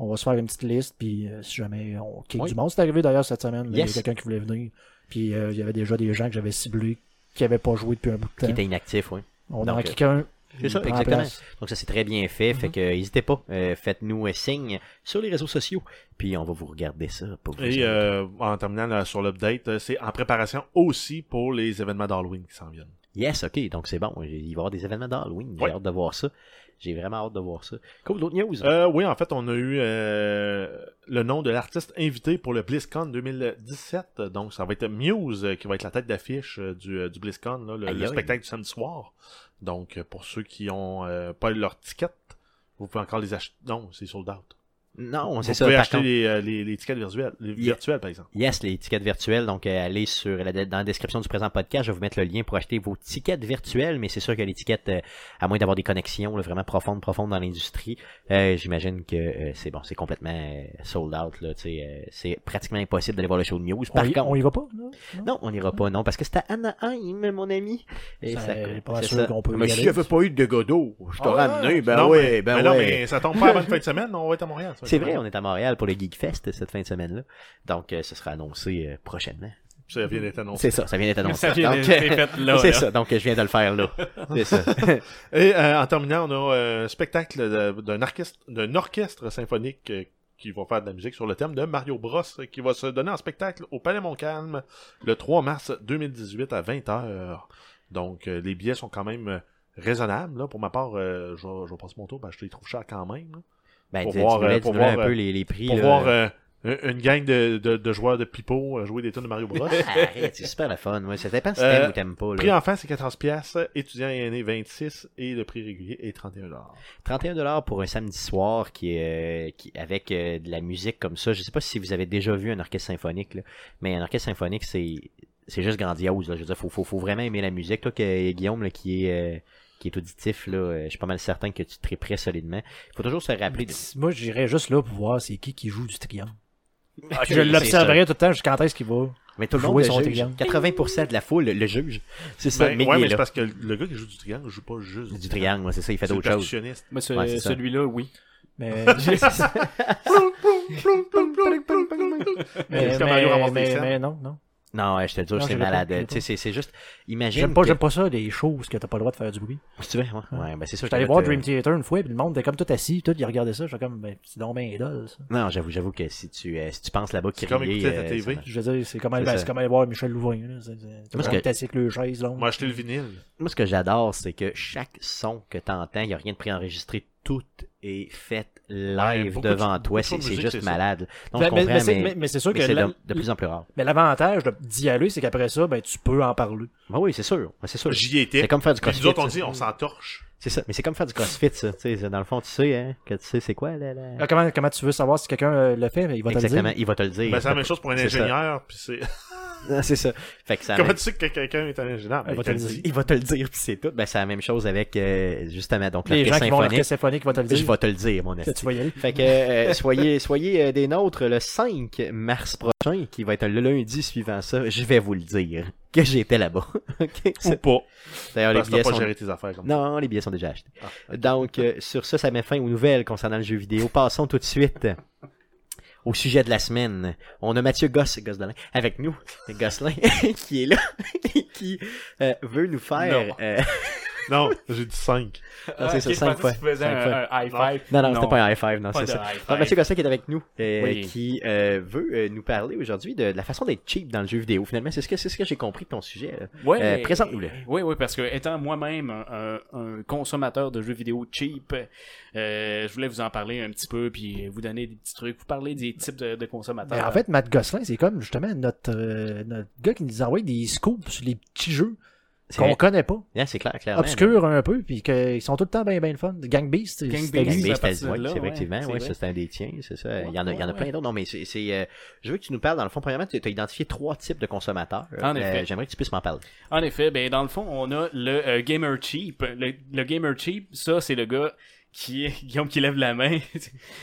B: On va se faire une petite liste, puis euh, si jamais on kick
A: Oui.
B: du monde, c'est arrivé d'ailleurs cette semaine, là, il y a
A: Yes.
B: quelqu'un qui voulait venir, puis euh, il y avait déjà des gens que j'avais ciblés qui n'avaient pas joué depuis un bout de temps.
A: Qui était inactif, oui.
B: On en
A: Donc, euh,
B: kick un.
A: C'est ça,
B: il prend la
A: exactement.
B: place.
A: Donc ça c'est très bien fait,
C: Mm-hmm.
A: fait que n'hésitez pas, euh, faites-nous euh, signe sur les réseaux sociaux, puis on va vous regarder ça pour vous
C: Et euh, en terminant là, sur l'update, euh, c'est en préparation aussi pour les événements d'Halloween qui s'en viennent.
A: Yes, ok, donc c'est bon, il va y avoir des événements d'Halloween, j'ai
C: Ouais.
A: hâte de voir ça, j'ai vraiment hâte de voir ça. Cool, d'autres news?
C: Euh, oui, en fait, on a eu euh, le nom de l'artiste invité pour le BlizzCon 2017. Donc, ça va être Muse euh, qui va être la tête d'affiche euh, du, euh, du BlizzCon, là, le,
A: Aïe,
C: le
A: aïe.
C: spectacle du samedi soir. Donc, euh, pour ceux qui ont euh, pas eu leur ticket, vous pouvez encore les acheter. Non, c'est sold out.
A: non,
C: Vous
A: c'est
C: pouvez
A: ça, par
C: acheter
A: contre,
C: les, euh, les, les tickets virtuels, les
A: Yeah.
C: virtuels, par exemple.
A: yes, les tickets virtuels, donc euh, allez sur la, dans la description du présent podcast, je vais vous mettre le lien pour acheter vos tickets virtuels, mais c'est sûr que les tickets, euh, à moins d'avoir des connexions là, vraiment profondes, profondes dans l'industrie, euh, j'imagine que euh, c'est bon, c'est complètement euh, sold out, là, tu sais, euh, c'est pratiquement impossible d'aller voir le show de Muse,
B: On,
A: par
B: y,
A: contre...
B: on y va pas? là?
A: Non, on n'ira pas, non, parce que c'était Anaheim, mon ami. Et
B: Ça,
A: ça,
B: euh,
A: coûte,
B: pas
A: c'est
B: sûr
A: ça.
B: qu'on peut
A: Mais
B: y
A: si
B: aller.
A: j'avais pas eu de Godot, je t'aurais
C: Ah,
A: amené, ben
C: non,
A: ouais,
C: mais-
A: ben,
C: mais non,
A: ouais.
C: mais ça tombe pas
A: *laughs*
C: avant une fin de semaine, on va être à Montréal. ça va
A: C'est
C: être
A: vrai,
C: bien.
A: on est à Montréal pour le Geek Fest cette fin de semaine-là. Donc, euh, ce sera annoncé euh, prochainement.
C: Ça vient d'être annoncé.
A: C'est ça, ça vient d'être annoncé.
D: *laughs* Ça vient
A: Donc,
D: d'être c'est fait
A: *laughs*
D: là.
A: c'est
D: là.
A: ça, donc euh, je viens de le faire là. *laughs* C'est ça.
C: Et euh, en terminant, on a euh, un spectacle de- d'un orchestre, d'un orchestre symphonique euh, qui va faire de la musique sur le thème de Mario Bros, euh, qui va se donner en spectacle au Palais Montcalm le 3 mars 2018 à 20h. Donc, euh, les billets sont quand même euh, raisonnables. là. Pour ma part, euh, je, vais- je vais passer mon tour parce que je les trouve chers quand même. là.
A: Ben,
C: Pour
A: dis-
C: voir,
A: dis-nous-le,
C: euh, pour
A: dis-nous-le un
C: voir,
A: peu les, les prix.
C: Pour
A: là.
C: voir euh, une une gang de, de- de joueurs de pipeau euh, jouer des tonnes de
A: *laughs*
C: Mario *laughs* Bros.
A: Ah, arrête, c'est super la fun. Ouais, ça dépend si
C: Euh,
A: t'aimes ou t'aimes pas.
C: Le
A: là.
C: prix enfant, c'est 14$, piastres, étudiant et aîné, 26$, et le prix régulier est 31$.
A: 31 pour un samedi soir qui, est, euh, qui avec euh, de la musique comme ça. Je sais pas si vous avez déjà vu un orchestre symphonique, là, mais un orchestre symphonique, c'est c'est juste grandiose. Là. Je veux dire, faut, faut, faut vraiment aimer la musique. Toi, que, Guillaume, là, qui est euh, qui est auditif, là, euh, je suis pas mal certain que tu triperais solidement. Il faut toujours se rappeler. de-
B: Moi, j'irais juste là pour voir c'est qui qui joue du triangle.
A: Ok,
B: Puis je
A: Ah, c'est
B: l'observerai tout le temps jusqu'à quand est-ce qu'il va.
A: Mais tout le
B: Jouer
A: monde le
B: son
A: juge.
B: triangle.
A: 80% de la foule le juge. C'est ça,
C: Ben,
A: mais
C: ouais,
A: il
C: mais
A: est
C: c'est
A: là.
C: parce que le gars qui joue du triangle joue pas juste
A: Du triangle, ouais, c'est ça, il fait
C: C'est le
A: d'autres choses.
C: percussionniste.
D: Mais ce-
A: Ouais, c'est ça.
D: celui-là, oui.
A: *laughs*
B: Mais,
C: C'est
B: mais,
C: comme Mario
B: mais,
C: ramasse des
B: mais,
C: scènes.
B: mais non, non.
A: Non, ouais, je te le
B: Non,
A: jure,
B: je
A: c'est
B: l'ai pas,
A: malade.
B: je l'ai pas.
A: Tu sais, c'est- c'est juste. Imagine.
B: J'aime pas,
A: que-
B: j'aime pas ça, les choses que t'as pas le droit de faire du bruit.
A: Si tu veux, ouais. ouais ben, c'est sûr que
B: J'étais allé
A: là,
B: voir
A: t'as-
B: Dream Theater une fois, puis le monde était comme tout assis, tout, ils regardaient ça, j'étais comme, ben, c'est donc bien idole, ça.
A: Non, j'avoue, j'avoue que si tu, euh, si tu penses là-bas euh, qu'il
C: C'est comme écouter ta TV.
B: Je veux dire, c'est comme,
A: C'est
B: aller- ben,
A: ça.
B: c'est comme aller voir Michel Louvain, là. C'est- c'est- Tout
A: Parce
B: le monde
A: que-
B: est assis avec le chaise, là.
C: Moi, acheté le vinyle.
A: Moi, ce que j'adore, c'est que chaque son que t'entends, il n'y a rien de préenregistré. Tout est fait
C: Ouais,
A: live
C: beaucoup
A: devant
C: de-
A: toi.
C: beaucoup
A: C'est
C: de
A: c'est
C: musique,
A: juste
C: c'est ça.
A: malade. Non,
B: Mais-
A: je
B: Ben, mais-
A: comprends,
B: mais c'est-
A: mais,
B: mais- mais c'est sûr
A: mais
B: que
A: c'est
B: la-
A: de, de plus en plus rare.
B: mais l'avantage de- d'y aller, c'est qu'après ça, ben, tu peux en parler.
A: Ben oui, c'est sûr. Ben, c'est sûr.
C: J'y étais.
A: C'est comme faire du
C: Puis
A: crossfit.
C: nous autres, on
A: ça.
C: dit, on s'entorche.
A: C'est ça. Mais c'est comme faire du crossfit, ça. Tu sais, c'est- dans le fond, tu sais, hein, que tu sais, c'est quoi, là, là?
B: Là, comment, comment tu veux savoir si quelqu'un euh, le fait, mais Ah, il va te le
A: Exactement.
B: dire.
A: Il va te le dire.
C: Ben, c'est la même chose pour un
A: C'est ça.
C: ingénieur, puis c'est...
A: Non, c'est ça. Fait que ça
C: Comment tu sais que quelqu'un est ingénieur? Ben,
B: Il va te le dire.
A: il Ah, va te le dire, puis c'est tout. Ben, c'est la même chose avec, euh, justement, donc
B: Les gens
A: l'orchestre
B: qui vont à
A: symphonique.
B: l'orchestre symphonique vont te le
A: Je
B: dire.
A: vais te le dire, mon ami.
B: Tu vas y aller.
A: Fait que euh, soyez, soyez euh, des nôtres le 5 mars prochain, qui va être le lundi suivant ça. Je vais vous le dire que j'étais là-bas. Ok,
C: Ou
A: c'est- D'ailleurs,
C: pas.
B: Ben,
A: les
C: Parce que t'as
A: billets
C: pas
A: sont...
C: géré tes affaires comme ça.
A: Non, les billets sont déjà achetés.
C: Ah,
A: Donc, euh, sur ça, ça met fin aux nouvelles concernant le jeu vidéo. Passons tout de suite au sujet de la semaine. On a Mathieu Gosse, Gosselin, avec nous, Gosselin, *laughs* qui est là, et qui euh, veut nous faire...
C: Non.
A: euh, *laughs*
C: Non, j'ai dit 5.
A: Ah, c'est ça,
D: ok, je
A: cinq
D: pensais
A: fois,
D: que tu faisais
A: cinq
D: un-
A: fois.
D: un high five.
A: Non, non, c'était pas un high five, non,
D: pas
A: c'est
D: de
A: ça.
D: high
A: Donc,
D: five.
A: Mathieu Gosselin qui est avec nous, euh,
D: Oui.
A: qui euh, veut euh, nous parler aujourd'hui de, de la façon d'être cheap dans le jeu vidéo. Finalement, c'est ce que c'est ce que j'ai compris de ton sujet. là.
D: Ouais.
A: Euh, présente-nous-le.
D: Oui, oui, parce que étant moi-même un, un- un consommateur de jeux vidéo cheap, euh, je voulais vous en parler un petit peu, puis vous donner des petits trucs, vous parler des types de, de
A: Ah.
D: consommateurs.
B: Ben, en fait, Matt Gosselin, c'est comme justement notre, euh, notre gars qui nous envoie des scoops sur les petits jeux
A: C'est, hein.
B: qu'on connaît pas,
A: Yeah, c'est clair, clairement.
B: obscurs un peu, puis qu'ils sont tout le temps bien bien le fun. Gang Beast, c'est-
D: Gang
B: c'était
A: Gang
D: Beast.
B: lui.
A: Beast,
D: à partir
A: c'est
D: de
A: ouais,
D: là,
A: c'est
D: ouais,
A: vrai, effectivement,
D: c'est
A: ouais,
D: vrai.
A: ça c'est un des tiens, c'est ça.
D: Ouais,
A: il y en a, il y en a
D: ouais,
A: plein
D: ouais.
A: d'autres. Non, mais c'est, c'est, euh, je veux que tu nous parles, dans le fond, premièrement, tu as identifié trois types de consommateurs.
D: En effet.
A: J'aimerais que tu puisses m'en parler.
D: En effet, ben dans le fond, on a le euh, gamer cheap. Le, le gamer cheap, ça c'est le gars qui *laughs* Guillaume qui lève la main.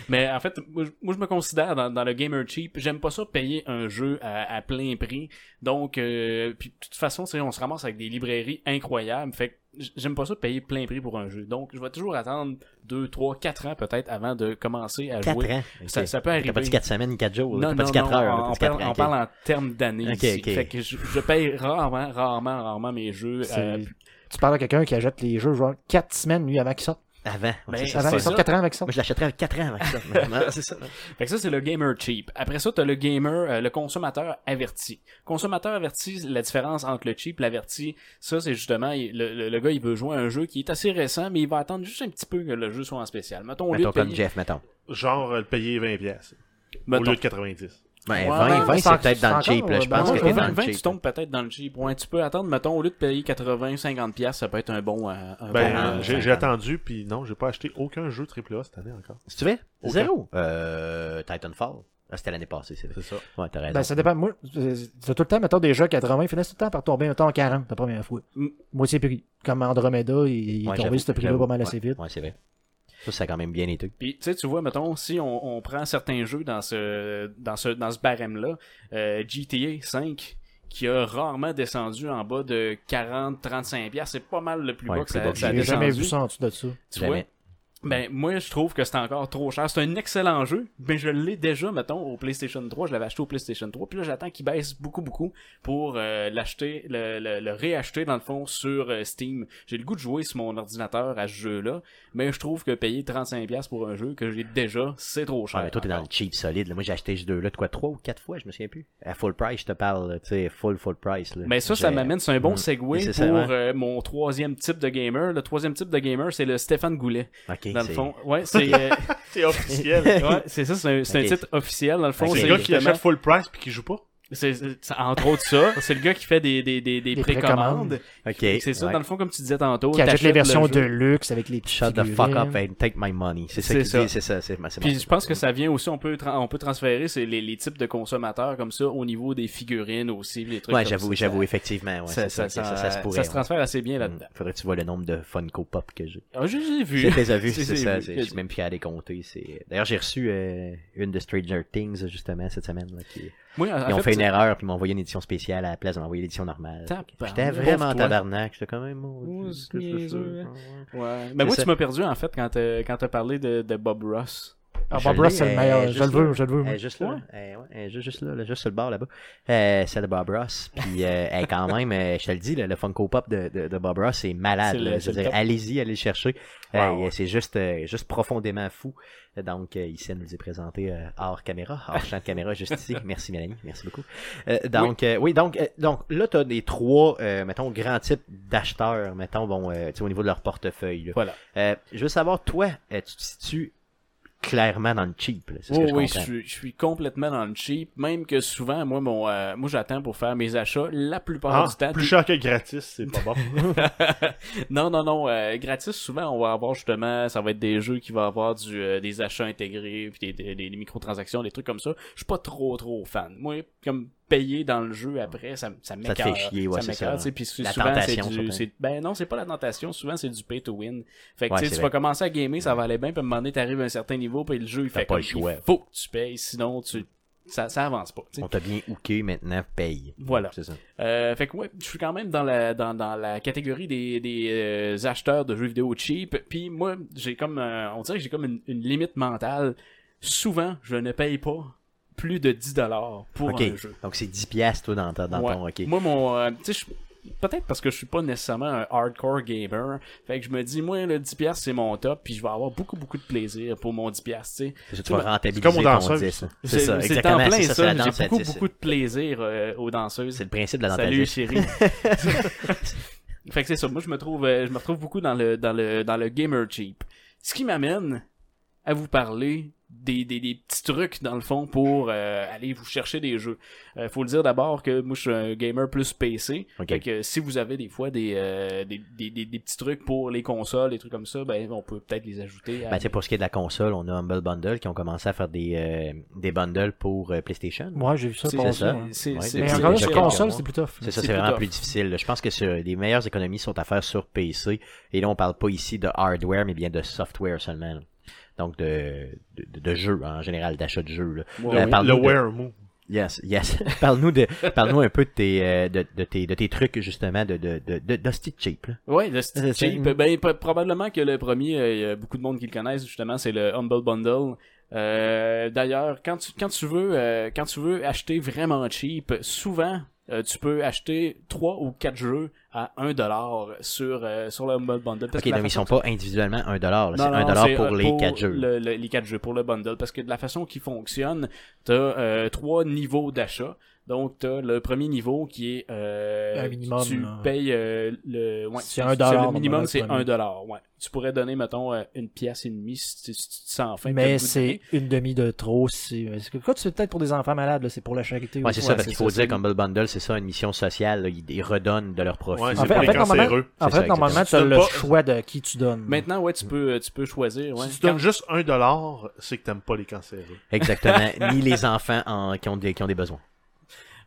D: Mais en fait, moi, je- moi, je me considère dans, dans le gamer cheap, j'aime pas ça payer un jeu à, à plein prix. Donc euh, puis de toute façon, tu sais, on se ramasse avec des librairies incroyables, fait que j- j'aime pas ça payer plein prix pour un jeu. Donc je vais toujours attendre 2 3 4 ans peut-être avant de commencer à
A: Quatre
D: jouer.
A: ans.
D: Ça-
A: ok.
D: ça peut
A: T'as pas
D: arriver.
A: dit quatre semaines, quatre jours. t'as pas
D: Non, non,
A: dit quatre
D: non,
A: heures. t'as
D: on, on
A: dit
D: parle,
A: quatre ans,
D: on
A: ok.
D: parle en termes d'années.
A: Ok,
D: ici.
A: ok.
D: Fait que je, je paye rarement, rarement, rarement mes jeux. euh,
B: C'est- Tu parles à quelqu'un qui achète les jeux genre 4 semaines lui avant qu'ils sortent.
A: Avant. ouais,
D: Ben,
A: c'est ça.
B: Avant
D: c'est
B: qu'ils sortent
D: ça.
B: 4 ans avant qu'ils sortent.
A: Moi, je l'achèterais avec quatre ans avec ça. Non, c'est ça.
D: Fait que ça, c'est le gamer cheap. Après ça, t'as le gamer, euh, le consommateur averti. Consommateur averti, la différence entre le cheap et l'averti, ça, c'est justement, il- le, le- le gars, il veut jouer à un jeu qui est assez récent, mais il va attendre juste un petit peu que le jeu soit en spécial. Mettons, au lieu de
A: Mettons comme
D: payer...
A: Jeff, mettons.
C: Genre, euh, le payer 20$. piastres, Au
D: mettons,
C: lieu de 90.
A: Ben,
B: Ouais,
A: 20,
B: ben,
A: 20
B: c'est
A: c'est
B: encore-
A: peut-être dans le
B: c'est
A: cheap, là. Je
B: encore,
A: pense
B: ben,
A: que
B: ouais,
A: t'es dans
D: 20,
A: le
D: tu
A: cheap.
D: tombes peut-être dans le cheap. Ouais, tu peux attendre, mettons, au lieu de payer 80, 50 pièces, ça peut être un bon... euh, un
C: Ben,
D: bon,
A: Ah,
C: euh,
D: euh,
C: j'ai
A: cinquante.
C: j'ai attendu, puis non, j'ai pas acheté aucun jeu AAA cette année encore.
A: Si tu veux,
C: Aucun.
A: zéro. Euh, Titanfall. Ah, c'était l'année passée, c'est vrai.
C: C'est ça.
A: Ouais, t'as raison.
B: Ben, ça dépend. Moi, euh, c'est tout le temps, mettons, des jeux à 80, ils finissent tout le temps par tomber un temps à 40 la première fois.
D: Mm.
B: Moitié prix. Comme Andromeda, il, il
A: Ouais,
B: est tombé
A: j'avoue,
B: sur ce prix-là
A: j'avoue.
B: pas mal assez
A: Ouais,
B: vite.
A: Ouais, c'est vrai. Ça, ça a quand même bien été.
D: Puis tu sais, tu vois, mettons, si on, on prend certains jeux dans ce dans ce dans ce barème-là, euh, GTA 5 qui a rarement descendu en bas de 40-35$, piastres, c'est pas mal le plus
A: Ouais,
D: bas
A: le
D: que
A: plus
D: ça,
A: bas que
D: ça a
B: J'ai
D: descendu.
B: jamais vu ça en dessous de ça.
D: Tu
A: Jamais.
D: vois? Ben moi je trouve que c'est encore trop cher. C'est un excellent jeu, mais je l'ai déjà, mettons, au PlayStation 3, je l'avais acheté au PlayStation 3, puis là j'attends qu'il baisse beaucoup beaucoup pour euh, l'acheter, le, le, le réacheter dans le fond sur euh, Steam. J'ai le goût de jouer sur mon ordinateur à ce jeu-là, mais je trouve que payer 35$ pour un jeu que j'ai déjà, c'est trop cher.
A: Ouais, mais toi, t'es dans le cheap solide. là. Moi, j'ai acheté ce deux-là, de quoi, trois ou quatre fois, je me souviens plus. À full price, je te parle, là, tu sais, full, full price. Là.
D: Mais ça, ça
A: J'ai-
D: m'amène, c'est un bon
A: Mm.
D: segue
A: Et c'est ça,
D: pour
A: ouais.
D: euh, mon troisième type de gamer. Le troisième type de gamer, c'est le Stéphane Goulet.
A: Ok,
D: dans le
A: c'est-
D: fond, ouais, *laughs*
A: *laughs*
D: c'est euh,
C: C'est *laughs* officiel.
D: ouais, c'est ça, c'est un, c'est un
A: Ok.
D: titre officiel dans le fond.
A: Ok.
C: C'est
D: C'est
C: le gars qui
D: justement-
C: achète full price puis qui joue pas.
D: c'est- c'est- c'est entre autres ça. C'est le gars qui fait des des des, des
B: Des
D: précommandes.
B: précommandes.
A: Ok.
D: C'est ça,
A: ouais.
D: dans le fond, comme tu disais tantôt.
B: Qui achète
D: t'achètes
B: les versions
D: le
B: de
D: jeu.
B: luxe avec les petits.
A: Shut the fuck
B: figurines.
A: up hein. and take my money. C'est ça
D: C'est
A: qu'il
D: ça.
A: dit, c'est ça. c'est- c'est-
D: Puis je pense que ça vient aussi, on peut, tra- on peut transférer c'est les, les types de consommateurs comme ça au niveau des figurines aussi, les trucs
A: Ouais,
D: comme
A: j'avoue,
D: ça.
A: j'avoue, effectivement. Ouais, c'est ça, ok, ça, ça se pourrait. ouais.
D: transfère assez bien là-dedans.
A: Mm. Faudrait que tu vois le nombre de Funko Pop que j'ai.
D: Ah, je les ai vus.
A: Mm. Je les ai vus,
D: *laughs* Je
A: c'est
D: les ai
A: ça.
D: vus.
A: c'est- Je suis même plus à les compter. c'est- D'ailleurs, j'ai reçu euh, une de Stranger Things, justement, cette semaine. là, qui...
D: Moi, en- en
A: Ils ont fait
D: ça-
A: une erreur, puis ils m'ont envoyé une édition spéciale à la place, ils m'ont envoyé l'édition normale.
D: Tabarnak.
A: J'étais vraiment en
D: Pauvre toi.
A: tabarnak, j'étais quand même...
D: Oh,
A: maudit,
D: c'est
A: qu'est-ce que c'est
D: niaiseux,
A: ça?
D: Ouais. Mais moi,
A: ça.
D: tu m'as perdu en fait quand t'as quand t'as parlé de, de Bob Ross.
B: Ah,
A: Je
B: Bob
A: l'ai,
B: Ross, c'est le
A: elle est
B: meilleur. Je le
A: juste là.
B: veux, je le veux.
A: Elle
B: moi.
A: est juste là, elle est- ouais, elle est juste, juste là, là, juste sur le bord là-bas. Euh, celle de Bob Ross, puis euh, elle est quand même, euh, je te le dis, là, le Funko Pop de, de, de Bob Ross, c'est malade.
D: C'est
A: là.
D: le- c'est le
A: C'est-à-dire,
D: top.
A: allez-y, allez le chercher.
C: Wow.
A: Euh, C'est juste, euh, juste profondément fou. Donc, euh, ici, elle nous est présentée euh, hors caméra, hors champ de caméra, juste
D: *laughs*
A: ici. Merci Mélanie, merci beaucoup. Euh, donc, euh, oui, donc, euh, donc là, tu as des trois, euh, mettons, grands types d'acheteurs, mettons, bon, euh, tu sais, au niveau de leur portefeuille. là.
D: Voilà.
A: Euh, je veux savoir, toi, euh, tu te situes clairement dans le cheap. là, c'est ce
D: Oh
A: que je
D: oui, je
A: comprends.
D: suis, je suis complètement dans le cheap, même que souvent, moi, mon, euh, moi, j'attends pour faire mes achats la plupart
C: Ah,
D: du temps.
C: plus cher que gratis, c'est pas bon.
D: non, non, non. euh, gratis, souvent, on va avoir justement, ça va être des jeux qui vont avoir du, euh, des achats intégrés, puis des, des, des microtransactions, des trucs comme ça. Je suis pas trop, trop fan. Moi, comme payer dans le jeu après, ça, ça
A: Ça te fait
D: m'écoeure,
A: chier, ouais, c'est ça,
D: m'écoeure,
A: ouais.
D: tu sais, Puis sou-
A: La
D: souvent, c'est
A: tentation,
D: du-
A: surtout.
D: c'est- Ben non, c'est pas la tentation. Souvent, c'est du pay to win. Fait que
A: Ouais,
D: tu sais,
A: c'est
D: tu
A: vrai.
D: vas commencer à gamer, ça va aller bien, puis à un moment donné, t'arrives à un certain niveau, puis le jeu, il fait
A: pas
D: comme,
A: le choix.
D: Il faut que tu payes, sinon, tu ça, ça avance pas. tu sais.
A: On t'a bien hooké, maintenant paye.
D: Voilà.
A: C'est ça.
D: Euh, fait que ouais, je suis quand même dans la dans, dans la catégorie des, des euh, acheteurs de jeux vidéo cheap. Puis moi, j'ai comme euh, on dirait que j'ai comme une, une limite mentale. Souvent, je ne paye pas plus de 10 dollars pour
A: Ok.
D: un jeu.
A: Donc c'est 10 piastres, toi, dans, ta- dans
D: Ouais.
A: ton. Ok.
D: Moi mon euh, tu sais je- peut-être parce que je suis pas nécessairement un hardcore gamer, fait que je me dis moi le 10 pièces c'est mon top puis je vais avoir beaucoup beaucoup de plaisir pour mon 10 pièces, tu sais.
A: C'est ça, tu
D: Moi-
A: vas rentabiliser
C: c'est comme aux
A: ton
C: danseuses.
A: 10. C'est ça,
D: en
A: exactement.
D: plein
A: C'est ça, c'est la danse.
D: j'ai
A: à
D: beaucoup
A: 10.
D: beaucoup de plaisir euh, aux danseuses.
A: C'est le principe de la danse. à
D: Salut
A: 10. *laughs*
D: chérie. fait que c'est ça, moi je me trouve euh, je me retrouve beaucoup dans le dans le dans le gamer cheap. Ce qui m'amène à vous parler des, des, des petits trucs dans le fond pour euh, aller vous chercher des jeux. Euh, faut le dire d'abord que moi je suis un gamer plus PC.
A: Ok.
D: Fait que si vous avez des fois des, euh, des, des, des, des petits trucs pour les consoles, des trucs comme ça, ben on peut peut-être les ajouter. à-
A: Ben, tu sais, pour ce qui est de la console, on a Humble Bundle qui ont commencé à faire des, euh, des bundles pour euh, PlayStation.
B: Moi, j'ai vu ça
D: C'est-
B: passer,
A: ça.
B: ouais.
D: c'est-
A: hein. Ouais,
D: c'est-
A: depuis
B: Mais
D: c'est-
B: encore là,
A: déjà
B: sur
D: c'est-
A: quelques
B: console,
A: mois.
B: c'est plus tough.
A: C'est ça,
D: C'est
A: c'est
D: plus
A: vraiment
D: tough.
A: plus difficile. Je pense que sur- les meilleures économies sont à faire sur PC. Et là, on parle pas ici de hardware, mais bien de software seulement. là. Donc, de, de, de- de jeux, hein, en général, d'achat de jeux. là.
D: Ouais,
A: Euh,
D: ouais.
A: parle-nous
C: le
A: de-
C: wear move.
A: Yes, yes. *laughs* parle-nous de, parle-nous un peu de tes, euh, de, de tes, de tes trucs, justement, de, de, de, de, de Stitch Cheap, là.
D: Ouais, le Stitch
A: C'est-
D: Cheap. Ben, p- probablement que le premier, euh, il y a beaucoup de monde qui le connaissent, justement, c'est le Humble Bundle. Euh, D'ailleurs, quand tu, quand, tu veux, euh, quand tu veux acheter vraiment cheap, souvent, euh, tu peux acheter 3 ou 4 jeux à 1$ sur, euh, sur le Humble Bundle. Parce
A: Ok,
D: que la
A: non, mais ils
D: façon-
A: sont pas individuellement 1$, dollar, là. c'est
D: Non, non,
A: 1$ dollar
D: c'est,
A: pour
D: euh,
A: les 4 jeux.
D: le- le- les quatre jeux, pour le bundle. Parce que de la façon qui fonctionne, t'as euh, trois niveaux d'achat. Donc, t'as le premier niveau qui est... euh,
B: Un minimum,
D: Tu
B: là.
D: payes euh, le... Ouais,
B: C'est un dollar,
D: Le minimum,
B: normalement,
D: c'est
B: le premier.
D: un dollar, ouais. Tu pourrais donner, mettons, euh, une pièce et demie si tu, si tu te sens faim. t'as le
B: mais
D: goût de
B: c'est
D: donner.
B: une demi de trop. C'est c'est que- quoi, c'est peut-être pour des enfants malades, là, c'est pour la charité.
A: Ouais,
B: aussi.
A: c'est ça, parce qu'il faut dire qu'Humble Bundle, c'est ça, une mission sociale, là, ils, ils redonnent de leur profit.
C: Ouais,
B: En
C: c'est
B: fait,
C: pour
B: en
C: les
D: *laughs*
B: fait, normalement-
C: cancéreux.
B: En
A: C'est
B: fait,
A: ça,
B: normalement, tu as
C: exactement.
B: le
C: Tu donnes pas-
B: choix de qui tu donnes.
D: Maintenant, ouais, tu peux, euh, tu peux choisir, ouais.
C: Si tu donnes juste un dollar, c'est que t'aimes pas les cancéreux.
A: Exactement. ni les enfants en- qui, ont des, qui ont des besoins.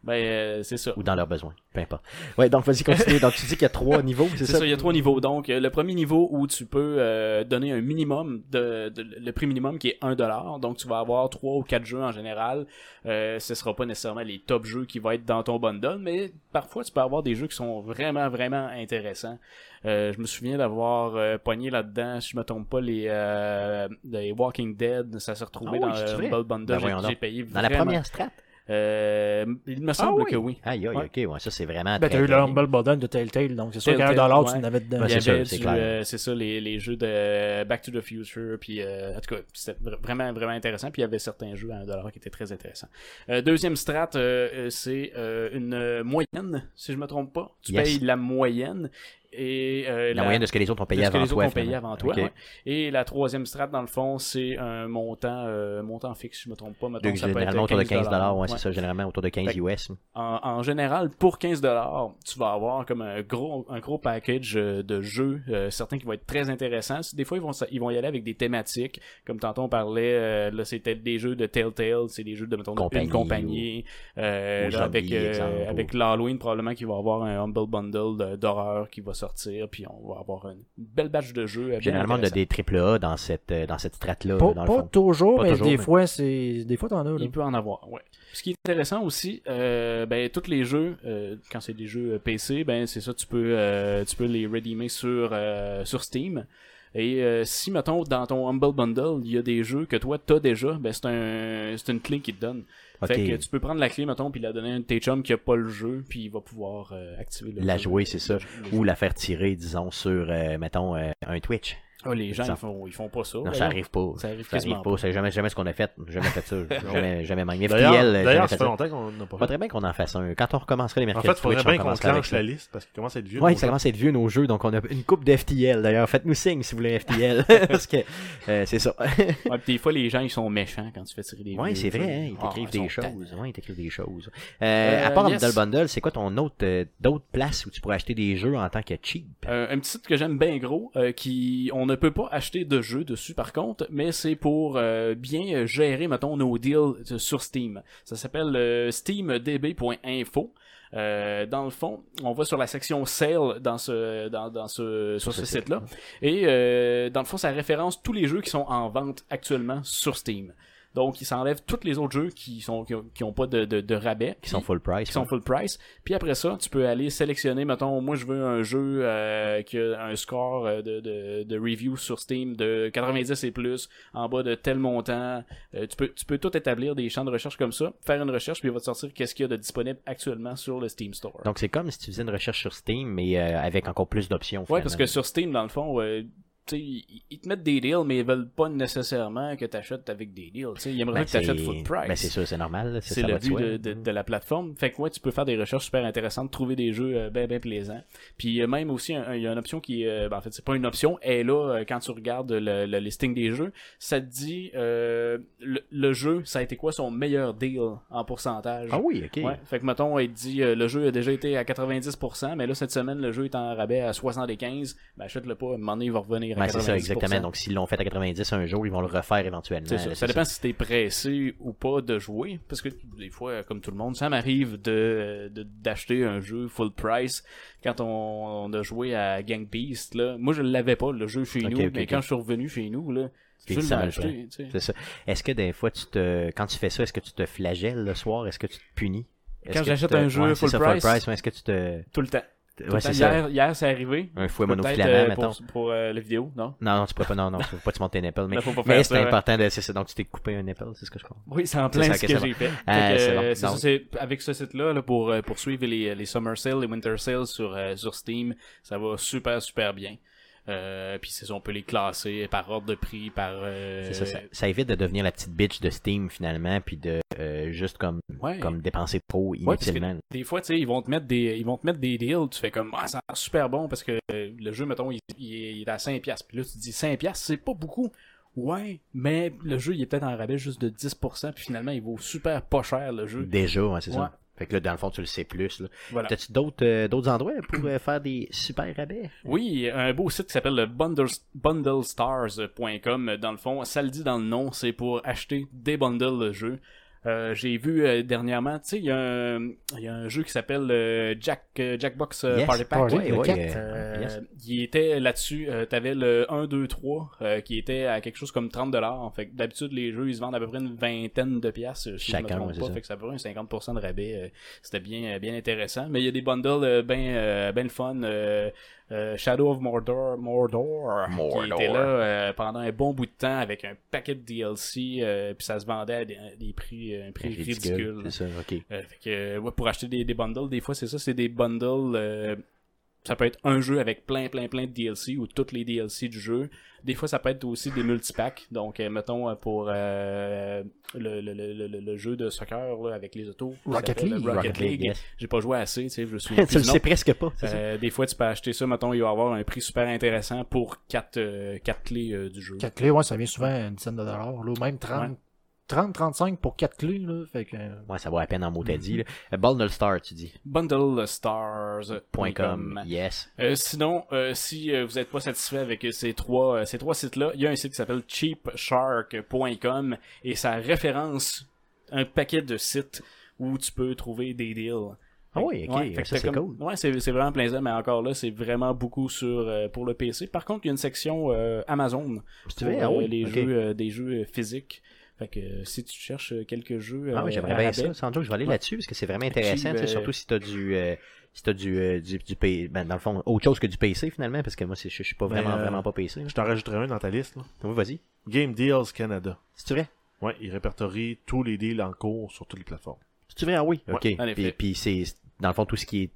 D: Ben, euh, c'est ça.
A: Ou dans leurs besoins. Peu importe. Ouais, donc vas-y, continue. Donc tu dis qu'il y a trois niveaux, c'est
D: C'est
A: ça?
D: ça, il y a trois niveaux. Donc, euh, le premier niveau où tu peux euh, donner un minimum, de, de- le prix minimum qui est 1$. Donc, tu vas avoir trois ou quatre jeux en général. Euh, ce sera pas nécessairement les top jeux qui vont être dans ton bundle, mais parfois, tu peux avoir des jeux qui sont vraiment, vraiment intéressants. Euh, je me souviens d'avoir euh, pogné là-dedans, si je me trompe pas, les, euh, les Walking Dead. Ça s'est retrouvé
A: Ah oui,
D: dans
A: je
D: le
A: dirais.
D: Humble Bundle.
A: Ben
D: J'ai-
A: voyons donc.
D: J'ai payé
A: Dans la
D: vraiment-
A: première strate.
D: Euh, il me semble
B: oui.
D: que oui.
A: Aïe, aïe,
D: Ouais.
A: ok, ouais, ça c'est vraiment. très
B: Ben, t'as eu le
A: bien.
B: Humble Bundle de Telltale, donc c'est sûr qu'à un
D: Telltale,
B: dollar,
D: ouais.
B: tu n'avais dedans.
A: Ouais, Ben,
D: Il y
A: Ah, c'est
D: avait
A: sûr, c'est
D: du,
A: clair.
D: euh, c'est ça, les, les jeux de Back to the Future, puis euh, en tout cas, c'était vra- vraiment, vraiment intéressant, puis il y avait certains jeux à 1$ qui étaient très intéressants. Euh, deuxième strat, euh, euh, c'est euh, une euh, moyenne, si je me trompe pas. Tu
A: Yes.
D: payes la moyenne, et euh,
A: La moyenne de ce que les autres ont payé
D: de ce que
A: avant
D: les
A: toi.
D: autres ont payé
A: finalement.
D: avant toi.
A: Ok.
D: ouais. Et la troisième strate, dans le fond, c'est un montant, euh, montant fixe, si je me trompe pas. Mettons,
A: Donc,
D: ça peut être
A: généralement autour de 15 dollars, ouais,
D: ouais.
A: c'est ça, généralement autour de 15
D: Fait-
A: US.
D: En, en général, pour 15$, tu vas avoir comme un gros, un gros package euh, de jeux, euh, certains qui vont être très intéressants. Des fois, ils vont, s- ils vont y aller avec des thématiques, comme tantôt on parlait, euh, là, c'était des jeux de Telltale, c'est des jeux de, mettons,
A: Compagnie
D: une compagnie, euh,
A: ou
D: là,
A: zombie,
D: avec, euh,
A: exemple, ou-
D: avec l'Halloween, probablement qu'il va y avoir un Humble Bundle de- d'horreur qui va sortir, puis on va avoir une belle batch de jeux. euh, bien
A: Généralement, on a
D: intéressants.
A: des triple A dans cette, euh, dans cette strate-là,
B: Pas,
A: dans le
B: pas
A: fond.
B: toujours,
A: Pas
B: mais
A: toujours,
B: des
A: mais-
B: fois, c'est des fois, t'en as. Là.
D: Il peut en avoir, ouais. Ce qui est intéressant aussi, euh, ben tous les jeux, euh, quand c'est des jeux euh, PC, ben c'est ça, tu peux, euh, tu peux les redeemer sur euh, sur Steam. Et euh, si mettons dans ton Humble Bundle, il y a des jeux que toi t'as déjà, ben c'est un c'est une clé qu'ils te donnent.
A: Ok.
D: Fait que tu peux prendre la clé mettons puis la donner à un de tes chums qui a pas le jeu, puis il va pouvoir euh, activer le
A: La
D: jeu.
A: jouer, c'est ça.
D: Le jeu- le jeu.
A: Ou la faire tirer, disons, sur, euh, mettons, euh, un Twitch.
D: Ah, les gens
A: Ça-
D: ils font ils font pas ça.
A: Non,
D: Oh, voyons.
A: ça arrive pas.
D: Ça arrive
A: Ça arrive
D: quasiment
A: pas. C'est jamais, jamais ce qu'on a fait. J'ai Jamais fait ça. J'ai jamais, jamais manqué.
C: D'ailleurs,
A: FTL, j'ai jamais
C: d'ailleurs,
A: fait
C: ça fait
A: ça.
C: longtemps qu'on n'a pas fait.
A: Faudrait bien qu'on en fasse un. Quand on recommencerait les
C: En
A: mercredis
C: fait, faudrait
A: Twitch,
C: bien
A: on
C: qu'on
A: commencerait avec
C: clenche
A: ça.
C: la liste parce qu'il commence à être vieux.
A: Ouais,
C: nos
A: ça
C: jeux.
A: commence à être vieux nos jeux, donc on a une coupe d'FTL d'ailleurs. Faites-nous signe si vous voulez FTL, parce que euh, c'est ça.
D: Ouais, puis des fois les gens ils sont méchants quand tu fais tirer des
A: ouais,
D: vieux
A: c'est vrai,
D: jeux.
A: hein, ils
D: Ah,
A: t'écrivent
D: sont
A: des
D: tannants.
A: choses. Ouais, ils t'écrivent des choses. Euh,
D: Euh,
A: à part
D: yes.
A: Humble Bundle, c'est quoi ton autre euh, d'autres places où tu pourrais acheter des jeux en tant que cheap
D: Euh, un petit site que j'aime bien gros, euh, qui on a ne peut pas acheter de jeux dessus par contre, mais c'est pour euh, bien gérer, mettons, nos deals euh, sur Steam. Ça s'appelle euh, steamdb.info. Euh, dans le fond, on va sur la section sale dans ce dans, dans ce sur ce site là et euh, dans le fond ça référence tous les jeux qui sont en vente actuellement sur Steam. Donc ils s'enlèvent tous les autres jeux qui sont qui ont, qui ont pas de, de, de rabais
A: Qui sont full price.
D: qui sont
A: ouais.
D: full price. Puis après ça, tu peux aller sélectionner, mettons, moi je veux un jeu euh, qui a un score euh, de, de, de review sur Steam de 90 et plus, en bas de tel montant. Euh, tu, peux, tu peux tout établir des champs de recherche comme ça, faire une recherche, puis il va te sortir qu'est-ce qu'il y a de disponible actuellement sur le Steam Store.
A: Donc c'est comme si tu faisais une recherche sur Steam, mais euh, avec encore plus d'options.
D: ouais, parce que
A: finalement.
D: sur Steam, dans le fond, euh, tu sais, ils ils te mettent des deals, mais ils veulent pas nécessairement que tu achètes avec des deals. tu sais. Ils aimeraient
A: Ben,
D: que tu achètes
A: c'est-
D: full price.
A: Ben, c'est sûr, c'est normal. ça,
D: C'est
A: ça
D: le
A: va de
D: but
A: soi.
D: de, de- de la plateforme. Fait que ouais, tu peux faire des recherches super intéressantes, trouver des jeux euh, ben ben plaisants. Puis euh, même aussi, un- un- il y a une option qui, est, euh, ben, en fait, c'est pas une option. Elle est là euh, quand tu regardes le, le listing des jeux. Ça te dit euh, le, le jeu, ça a été quoi son meilleur deal en pourcentage.
A: Ah oui, ok.
D: Ouais, fait que mettons, il te dit euh, le jeu a déjà été à 90%, mais là cette semaine le jeu est en rabais à 75%, ben achète-le pas, à un moment donné il va revenir à
A: Ouais,
D: 90%.
A: Ben, c'est ça, exactement. Donc, s'ils l'ont fait à 90 un jour, ils vont le refaire éventuellement.
D: C'est
A: là,
D: ça.
A: c'est
D: Ça dépend si t'es pressé ou pas de jouer. Parce que des fois, comme tout le monde, ça m'arrive de, de- d'acheter un jeu full price quand on, on a joué à Gang Beast. Là. Moi, je l'avais pas, le jeu chez
A: Ok,
D: nous.
A: ok,
D: mais
A: ok.
D: quand je suis revenu chez nous, là,
A: Puis
D: je l'ai
A: ça va le faire.
D: acheté. tu sais.
A: C'est ça. Est-ce que des fois, tu te... quand tu fais ça, est-ce que tu te flagelles le soir Est-ce que tu te punis Est-ce
D: Quand
A: que
D: j'achète
A: tu te-
D: un jeu
A: Ouais, c'est
D: full
A: ça,
D: price.
A: ouais, Est-ce que tu te.
D: Tout le temps. Tout le
A: Ouais,
D: temps.
A: c'est ça.
D: Hier, hier, c'est arrivé.
A: Un fouet
D: Peut-être
A: monofilament,
D: euh,
A: mettons.
D: pour, pour euh, la vidéo, non?
A: Non, non, tu peux pas. Non, non, tu peux pas te monter un épaule.
D: *laughs*
A: Mais,
D: Là, faut pas
A: mais
D: faire
A: c'est
D: ça, ouais.
A: important de. C'est ça. Donc, tu t'es coupé un épaule, c'est ce que je crois.
D: Oui, c'est en
A: C'est
D: plein
A: ça,
D: ce
A: ok,
D: que
A: c'est
D: j'ai fait.
A: Ah,
D: Fait que,
A: c'est bon.
D: euh, c'est ça,
A: Donc-
D: c'est- avec ce site-là, là, pour, euh, pour suivre les, les summer sales, les winter sales sur, euh, sur Steam, ça va super, super bien. Euh, puis c'est ça, on peut les classer par ordre de prix, par... euh,
A: C'est ça, ça, ça évite de devenir la petite bitch de Steam finalement, puis de euh, juste comme,
D: Ouais.
A: comme dépenser trop
D: Ouais, parce que
A: inutilement.
D: des fois, tu sais, ils vont te mettre des, ils vont te mettre des deals, tu fais comme, ah, ça a l'air super bon parce que euh, le jeu, mettons, il, il est- il est à 5$. Puis là, tu te dis 5$, c'est pas beaucoup. Ouais, mais le jeu, il est peut-être en rabais juste de 10%, puis finalement, il vaut super pas cher, le jeu.
A: Déjà, ouais, c'est
D: Ouais.
A: ça. Fait que là, dans le fond, tu le sais plus. Là.
D: Voilà.
A: T'as-tu d'autres euh, d'autres endroits pour euh, faire des super rabais?
D: Oui, un beau site qui s'appelle le bundles- bundlestars.com. Dans le fond, ça le dit dans le nom, c'est pour acheter des bundles de jeux. Euh, J'ai vu euh, dernièrement, tu sais, il y, a un- il y a un jeu qui s'appelle euh, Jack, euh, Jackbox euh,
A: Yes,
D: Party Pack.
B: Party
A: Ouais,
B: Le
A: ouais,
B: quatre,
A: euh,
D: Euh,
A: yes.
D: Il était là-dessus, euh, t'avais le 1, 2, 3 euh, qui était à quelque chose comme 30$. Fait que d'habitude, les jeux, ils se vendent à peu près une vingtaine de piastres. euh, Si je me
A: Chacun,
D: trompe
A: ouais, c'est
D: pas.
A: ça.
D: Fait que ça peut un 50% de rabais. euh, C'était bien, euh, bien intéressant. Mais il y a des bundles euh, ben, euh, ben le fun. euh, euh, Shadow of Mordor, Mordor, qui
A: Mordor.
D: était là euh, pendant un bon bout de temps avec un paquet de DLC, euh, puis ça se vendait à des, des prix, euh, un prix ridicule.
A: C'est ça, ok.
D: Euh, fait que, euh, ouais, pour acheter des, des bundles, des fois, c'est ça, c'est des bundles. euh, ça peut être un jeu avec plein, plein, plein de DLC ou toutes les DLC du jeu. Des fois, ça peut être aussi des multipacks. Donc, euh, mettons, euh, pour euh, le, le- le- le- le jeu de soccer là, avec les autos. ça
B: Rocket
D: s'appelle
B: League.
D: Rocket,
A: Rocket League,
D: League. *laughs*
A: yes.
D: J'ai pas joué assez, tu sais, je me souviens
A: *laughs* tu
D: plus
A: le
D: du nom.
A: sais presque pas, c'est ça?
D: Euh, des fois, tu peux acheter ça, mettons, il va y avoir un prix super intéressant pour 4 clés euh, du jeu.
B: 4 clés, ouais, ça vient souvent à une dizaine de dollars. Là, ou même 30, 30-35 pour 4 clés. Là, fait que, euh,
A: Ouais, ça vaut à peine en mot t'as
D: mm-hmm.
A: dit. là. Euh, Bundle Star, tu dis. Point com.
D: Bundlestars.com.
A: Yes.
D: Euh, sinon, euh, si euh, vous n'êtes pas satisfait avec euh, ces trois, euh, ces trois sites-là, il y a un site qui s'appelle cheapshark.com et ça référence un paquet de sites où tu peux trouver des deals.
A: Ah oui, ok.
D: Ouais, fait que
A: ça,
D: t'as
A: c'est
D: comme-
A: cool.
D: Ouais, c'est c'est vraiment plaisant, mais encore là, c'est vraiment beaucoup sur euh, pour le PC. Par contre, il y a une section euh, Amazon
A: Si tu
D: pour
A: veux, ah
D: euh,
A: oui,
D: les
A: ok.
D: jeux, euh, des jeux euh, physiques. Fait que euh, si tu cherches euh, quelques jeux,
A: Ah
D: euh,
A: oui, j'aimerais
D: à
A: bien
D: rabais,
A: ça. Sans doute, je vais aller
D: Ouais.
A: là-dessus parce que c'est vraiment intéressant,
D: Puis,
A: tu sais,
D: euh,
A: surtout si t'as du. euh, si t'as du, euh, du, du P- ben, dans le fond, autre chose que du PC finalement, parce que moi, c'est- je je suis pas
C: Mais,
A: vraiment,
C: euh,
A: vraiment pas PC. là.
C: Je t'en rajouterai un dans ta liste. là.
A: Oui, vas-y.
C: Game Deals Canada.
A: Si tu veux.
C: Ouais, il répertorie tous les deals en cours sur toutes les plateformes.
A: Si tu veux, ah oui. Ok.
D: en effet.
A: Puis, puis c'est, dans le fond, tout ce qui est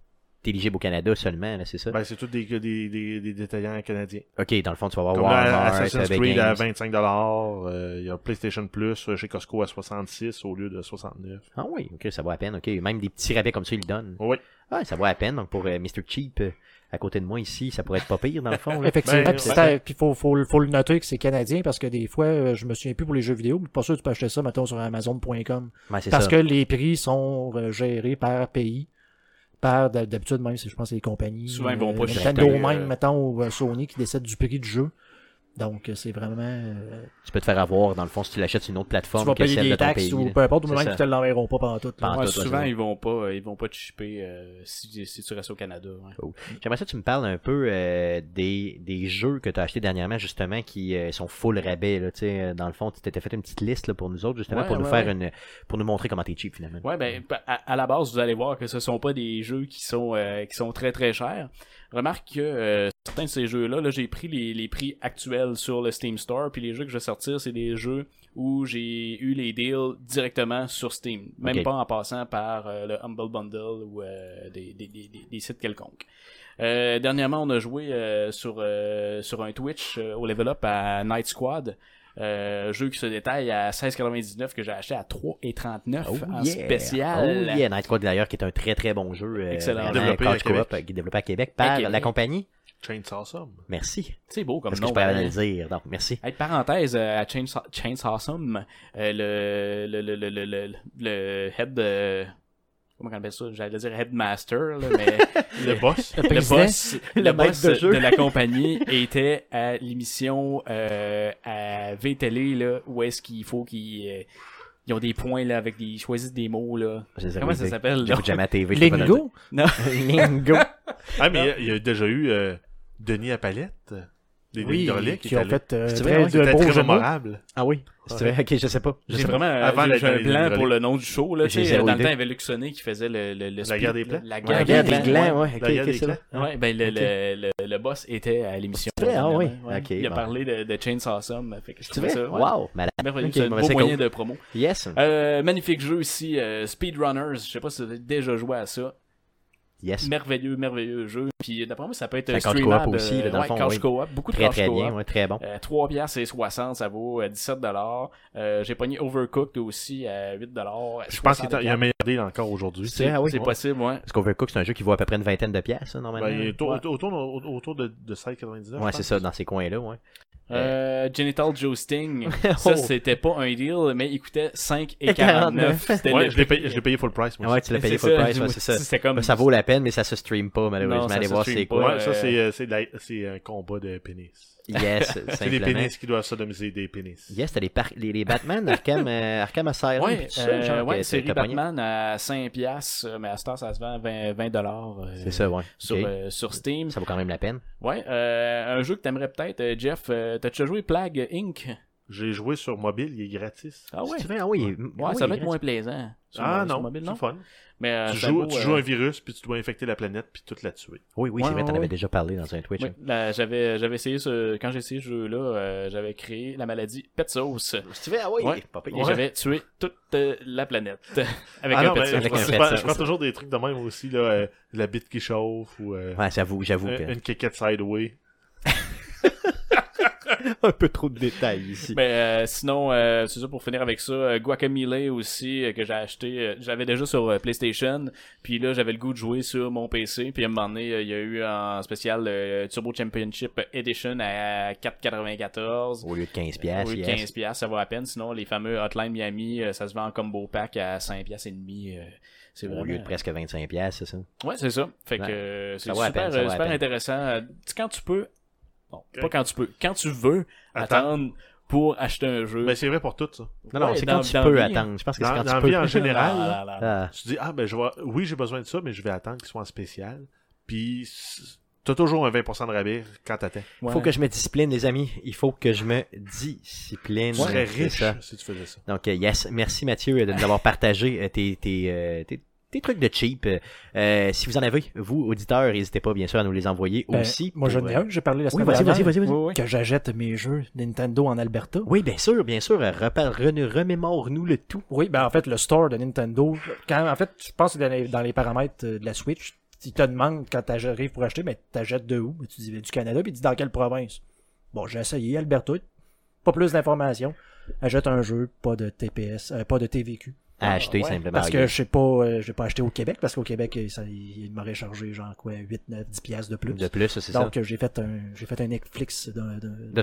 A: éligible au Canada seulement, là, c'est ça?
C: Ben, c'est tous des, des, des, des détaillants canadiens.
A: Ok, dans le fond, tu vas avoir
C: Comme là,
A: Walmart,
C: Assassin's
A: Epic
C: Creed à
A: Games.
C: 25$, euh, il y a PlayStation Plus euh, chez Costco à 66$ au lieu de 69$.
A: Ah oui, ok, ça vaut à peine, ok. Même des petits rabais comme ça, ils le donnent.
C: Oui.
A: Ah, ça vaut à peine. Donc pour euh, Mr. Cheap, euh, à côté de moi ici, ça pourrait être pas pire dans le
B: *laughs*
A: fond. là.
B: Effectivement,
C: Ben,
B: puis
C: ouais.
B: c'est- puis faut, faut, le- faut le noter que c'est canadien parce que des fois, euh, je me souviens plus pour les jeux vidéo, mais pas sûr que tu peux acheter ça, mettons, sur Amazon.com.
A: Ouais, c'est
B: Parce
A: ça.
B: que les prix sont euh, gérés par pays, par d'hab- d'habitude même, c'est- je pense que c'est les compagnies.
D: Souvent, ils vont
B: euh,
D: pas
B: Nintendo
D: changer, euh,
B: même, mettons, ou euh, Sony qui décide du prix du jeu. Donc, c'est vraiment. euh,
A: Tu peux te faire avoir, dans le fond, si tu l'achètes sur une autre plateforme
B: tu vas
A: que
B: payer
A: celle de
B: des
A: ton
B: taxes
A: pays.
B: ou
A: là.
B: peu importe, ou
A: C'est
B: même
A: ça.
B: qu'ils te l'enverront pas pendant tout.
A: Pas en
D: Ouais,
A: tout, ouais,
D: souvent,
A: c'est
D: ils vont pas, ils vont pas te chipper euh, si, si tu restes au Canada. ouais.
A: J'aimerais ça que tu me parles un peu euh, des, des jeux que tu as achetés dernièrement, justement, qui euh, sont full rabais. Là, tu sais, euh, dans le fond, tu t'étais fait une petite liste là, pour nous autres, justement,
D: Ouais,
A: pour nous
D: ouais,
A: faire
D: ouais.
A: une. pour nous montrer comment t'es cheap, finalement.
D: Ouais, ben, pa- à, à la base, vous allez voir que ce sont pas des jeux qui sont, euh, qui sont très très chers. Remarque que euh, certains de ces jeux-là, là, j'ai pris les, les prix actuels sur le Steam Store, puis les jeux que je vais sortir, c'est des jeux où j'ai eu les deals directement sur Steam, même
A: Ok.
D: pas en passant par euh, le Humble Bundle ou euh, des, des, des, des- des sites quelconques. Euh, dernièrement, on a joué euh, sur, euh, sur un Twitch euh, au level up à Night Squad. Euh, jeu qui se détaille à 16,99 que j'ai acheté à 3,39 en spécial.
A: Oh yeah, Night Squad, d'ailleurs, qui est un très très bon jeu. euh,
D: euh, Excellent.
A: vraiment,
C: Développé à
A: couch coop,
C: Québec.
A: euh, qui est développé à Québec par
D: Québec.
A: la compagnie.
C: Chainsaw Sum.
A: Merci.
D: C'est beau comme
A: Parce que
D: nom.
A: je peux
D: hein.
A: aller le dire. Donc, merci.
D: Hey, parenthèse, euh, à Chainsaw, Chainsaw Sum, euh, le, le, le, le, le, le, le head... euh, comment on appelle ça? J'allais dire headmaster, là, mais...
A: *laughs*
C: Le boss.
D: Le boss, le
A: le maître
D: boss
A: de
D: de,
A: jeu.
D: la compagnie *laughs* était à l'émission euh, à VTL là, où est-ce qu'il faut qu'ils euh, ils ont des points là avec des ils choisissent des mots là. Comment ça s'appelle là?
A: J'écoute jamais la TV. je peux pas le dire. *laughs*
B: Lingo
A: Lingo.
C: Ah, mais il y a- il y, a déjà eu euh, Denis à palette. Des
B: Oui,
C: Denis Drolet
B: qui ont
C: allé-
B: fait euh,
A: C'est vrai,
B: très
A: ouais,
C: C'était
B: de beaux
C: très
B: jeux de mots.
C: mémorable.
A: Ah oui. C'est vrai, ok, je sais pas. Je
D: J'ai
A: sais pas.
D: vraiment euh,
C: Avant
D: j'ai-
C: d'être
D: j'ai
C: dans
D: un
C: les
D: blanc
C: Drôles.
D: pour le nom du show là,
A: J'ai
D: tu sais,
A: zéro
D: dans le
A: idée.
D: temps il y avait Luc Sonnet qui faisait le, le, le split,
C: guerre des plans.
D: La guerre,
A: La guerre des glands, ouais. ok,
C: La guerre
A: ok,
C: des
A: c'est là.
C: glands.
D: Ouais, ben le, le, le, le boss était à l'émission.
A: C'est vrai, ah oui.
D: évidemment, ouais.
A: Ok,
D: il a
A: bon.
D: parlé de, de Chainsaw Sum, fait que je
A: C'est
D: trouvais
A: vrai?
D: ça. ouais.
A: Wow, malade.
D: Merveilleux,
A: Ok,
D: c'est un
A: bon, ben,
D: beau
A: c'est
D: moyen
A: cool.
D: de promo.
A: Yes.
D: Euh, magnifique jeu ici, euh, Speedrunners. Je sais pas si vous avez déjà joué à ça.
A: Yes.
D: Merveilleux, merveilleux jeu. Puis d'après moi, ça peut être
A: Ça couch
D: streamable.
A: coop aussi, là, dans le
D: ouais,
A: fond,
D: couch
A: oui.
D: coop. Beaucoup de
A: Très
D: couch
A: très
D: coop.
A: bien, ouais, très bon.
D: Euh, 3 piastres et 60, ça vaut euh, 17 dollars. Euh, j'ai pogné Overcooked aussi à 8 dollars.
C: Je pense qu'il y a- il y a un meilleur deal encore aujourd'hui.
A: C'est- ah oui.
D: C'est possible, ouais.
A: Parce qu'Overcook, c'est un jeu qui vaut à peu près une vingtaine de pièces, normalement.
C: Ben, il est au-
D: Ouais.
C: autour, autour, de, de 16,99.
A: ouais, c'est ça, dans ces coins-là, ouais.
D: Euh,
A: *laughs*
D: Genital Joesting. Ça,
A: Oh.
D: c'était pas un deal, mais il coûtait 5
A: Et *laughs*
D: et 49. C'était
C: Ouais,
D: le
C: je l'ai
D: prix.
C: payé, je l'ai payé full price, moi.
A: Ouais, tu l'as payé
D: C'est
A: full
D: ça,
A: price,
D: je-
A: ouais, c'est ça.
D: C'était comme.
A: Ben, Ça vaut la peine, mais ça se stream pas, malheureusement.
D: Non, ça
A: Allez
D: se
A: voir
D: stream
A: c'est
D: pas.
A: quoi.
C: Ouais,
D: euh,
C: ça, c'est, euh, c'est, de la- c'est un combat de pénis.
D: *laughs*
A: Yes,
C: C'est des
A: simplement.
C: pénis qui doivent sodomiser des pénis.
A: Yes, t'as les, par- les, les Batman, Arkham, euh, Arkham Asylum,
D: Ouais,
A: pis tout ça,
D: euh,
A: genre,
D: ouais,
A: que
D: série
A: t'as pogné.
D: Batman à 5$, piastres, euh, mais à ce temps, ça se vend à 20$. 20 dollars, euh,
A: C'est ça, ouais.
D: Sur,
A: Ok.
D: euh, sur Steam.
A: Ça vaut quand même la peine.
D: Ouais, euh, un jeu que t'aimerais peut-être, euh, Jeff, euh, t'as déjà joué Plague Inc?
C: J'ai joué sur mobile, il est gratis.
D: Ah ouais?
A: C'est vrai, ah oui. il est-
D: Ouais,
A: ah
D: ça
A: oui, il
D: va être
A: est
D: moins plaisant. Sur,
C: ah
D: sur
C: non,
D: mobile,
C: c'est
D: non?
C: fun.
D: Mais, euh,
C: tu
D: ça
C: joues,
D: vaut,
C: tu
D: euh,
C: joues un virus, puis tu dois infecter la planète, puis toute la tuer.
A: Oui, oui,
D: Ouais,
A: c'est vrai, t'en
D: ouais,
A: avais
D: ouais.
A: déjà parlé dans un Twitch.
D: oui,
A: hein.
D: là, j'avais, j'avais essayé ce, quand j'ai essayé ce jeu-là, euh, j'avais créé la maladie Pet Sauce.
A: C'est vrai, ah oui.
D: Ouais.
A: pas pire.
D: Et
A: Ouais.
D: j'avais tué toute euh, la planète. avec
C: ah
D: un
C: non,
D: Pet
C: mais
D: Sauce.
C: je,
A: avec
C: prends-
A: un
C: je
A: pet
C: prends-
A: sauce.
C: je prends toujours des trucs de même aussi, là, euh, la bite qui chauffe, ou euh,
A: Ouais, ben. j'avoue, j'avoue
C: un-
A: que.
C: une kékette sideway.
A: *laughs* Un peu trop de détails ici.
D: Mais euh, sinon, euh, c'est ça pour finir avec ça. euh, Guacamole aussi, euh, que j'ai acheté. euh, j'avais déjà sur euh, PlayStation. Puis là, j'avais le goût de jouer sur mon PC. Puis à un moment donné, euh, il y a eu en spécial euh, Turbo Championship Edition à 4,94.
A: Au lieu de 15
D: Au
A: piastres,
D: lieu de
A: yes.
D: 15$, piastres, ça vaut la peine. Sinon, les fameux Hotline Miami, euh, ça se vend en combo pack à 5$ piastres et demi. euh, c'est
A: Au
D: vraiment...
A: lieu de presque 25 piastres, c'est ça?
D: Ouais, c'est ça. Fait que
A: Ouais.
D: euh, c'est
A: Ça vaut la
D: super,
A: peine, ça
D: euh,
A: vaut la
D: super
A: peine.
D: intéressant. Euh, tu sais, Quand tu peux, bon, pas
C: Ok.
D: quand tu peux, quand tu veux
C: Attends.
D: attendre pour acheter un jeu.
C: Mais Ben, c'est vrai pour tout, ça.
A: Non, non,
D: Ouais,
A: c'est
D: dans-
A: quand tu
D: dans
A: peux
D: vie,
A: attendre. Je pense que c'est
C: Dans,
A: quand
C: dans la
A: tu peux.
C: vie en général,
D: Non,
C: là,
D: non, non, non.
A: Ah,
C: tu dis, ah, ben, je vais... oui, j'ai besoin de ça, mais je vais attendre qu'il soit en spécial. Puis, s- t'as toujours un 20% de rabais quand t'attends.
A: Il
D: Ouais.
A: faut que je me discipline, les amis. Il faut que je me discipline.
C: Tu serais
A: C'est
C: riche
A: ça.
C: si tu faisais ça.
A: Donc, euh, yes, merci Mathieu euh, de nous avoir partagé euh, tes, tes, euh, tes- tes trucs de cheap. Euh, si vous en avez, vous, auditeurs, n'hésitez pas bien sûr à nous les envoyer
B: Ben,
A: aussi.
B: Moi,
A: pour,
B: j'en ai
A: euh,
B: un, que j'ai parlé la
A: Oui,
B: semaine
A: vas-y, vas-y,
B: dernière.
A: vas-y. vas-y.
D: Oui, oui.
B: Que j'achète mes jeux Nintendo en Alberta.
A: Oui, bien sûr, bien sûr. euh, repa- rene- Remémore-nous le tout.
B: Oui, ben en fait, le store de Nintendo, quand, en fait, je pense que dans les, dans les paramètres euh, de la Switch, ils te demandent quand t'arrives pour acheter, mais t'achètes de où? Tu dis ben, du Canada, puis tu dis dans quelle province? Bon, j'ai essayé, Alberta, pas plus d'informations. Achète un jeu, pas de TPS, euh, pas de TVQ.
A: à acheter
B: Ouais,
A: simplement.
B: Parce
A: à
B: que je sais pas, euh, j'ai pas acheté au Québec, parce qu'au Québec, euh, ça, il, il m'aurait chargé genre quoi, 8, 9, 10 piastres de plus.
A: de plus, c'est ça.
B: Donc euh, j'ai fait un j'ai fait un Netflix de,
A: De
B: de, de Nintendo.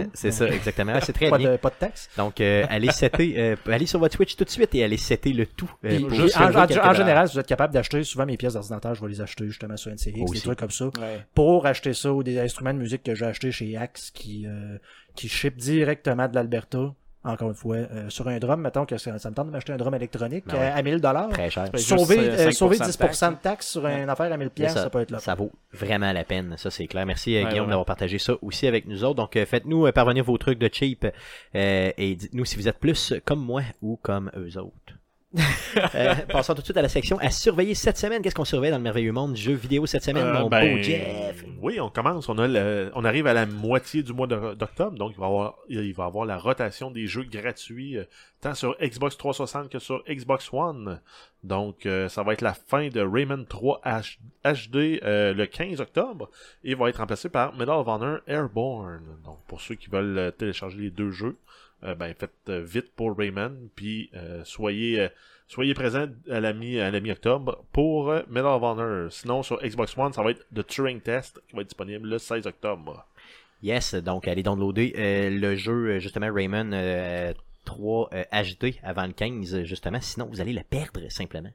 A: toi-même, c'est ça,
B: Donc,
A: exactement. Ah, C'est très
B: *laughs* pas
A: bien.
B: de, pas de taxe.
A: Donc, euh, allez, setter, euh, allez sur votre Switch tout de suite et allez setter le tout. euh,
B: Puis,
A: pour
B: puis, en,
A: seulement
B: Ben, en- en
A: quelques dollars.
B: général, si vous êtes capable d'acheter souvent mes pièces d'ordinateur, je vais les acheter justement sur NCX,
A: Aussi.
B: des trucs comme ça.
D: Ouais.
A: Ah,
B: Pour acheter ça ou des instruments de musique que j'ai acheté chez Axe qui, euh, qui ship directement de l'Alberta, encore une fois, euh, sur un drum, mettons que ça, ça me tente de m'acheter un drum électronique
A: Ben ouais.
B: à, à 1000 dollars.
A: Très cher.
D: Juste,
B: Sauver,
D: euh,
B: euh,
D: 5%
B: sauver
D: de
B: 10%
D: taxes.
B: de taxes sur une affaire à 1000 pièces, ça, peut être là.
A: ça vaut vraiment la peine, ça c'est clair. Merci euh,
D: Ouais,
A: Guillaume
D: ouais.
A: d'avoir partagé ça aussi avec nous autres. Donc euh, faites-nous euh, parvenir vos trucs de cheap euh, et dites-nous si vous êtes plus comme moi ou comme eux autres.
B: *laughs*
A: Euh, passons tout de suite à la section à surveiller cette semaine. Qu'est-ce qu'on surveille dans le merveilleux monde du jeu vidéo cette semaine,
C: Euh,
A: mon
C: ben,
A: beau Jeff?
C: Oui, on commence. On, a le- on arrive à la moitié du mois de- d'octobre, donc il va, y avoir, il va y avoir la rotation des jeux gratuits, euh, tant sur Xbox 360 que sur Xbox One. Donc, euh, ça va être la fin de Rayman 3 H- HD euh, le 15 octobre et va être remplacé par Medal of Honor Airborne. Donc, pour ceux qui veulent euh, télécharger les deux jeux, euh, ben faites euh, vite pour Rayman, puis euh, soyez euh, soyez présents à la mi à la mi-octobre pour euh, Medal of Honor. Sinon sur Xbox One, ça va être The Turing Test qui va être disponible le 16 octobre.
A: Yes, donc allez downloader euh, le jeu euh, justement Rayman euh, 3 euh, HD avant le 15 justement, sinon vous allez le perdre simplement.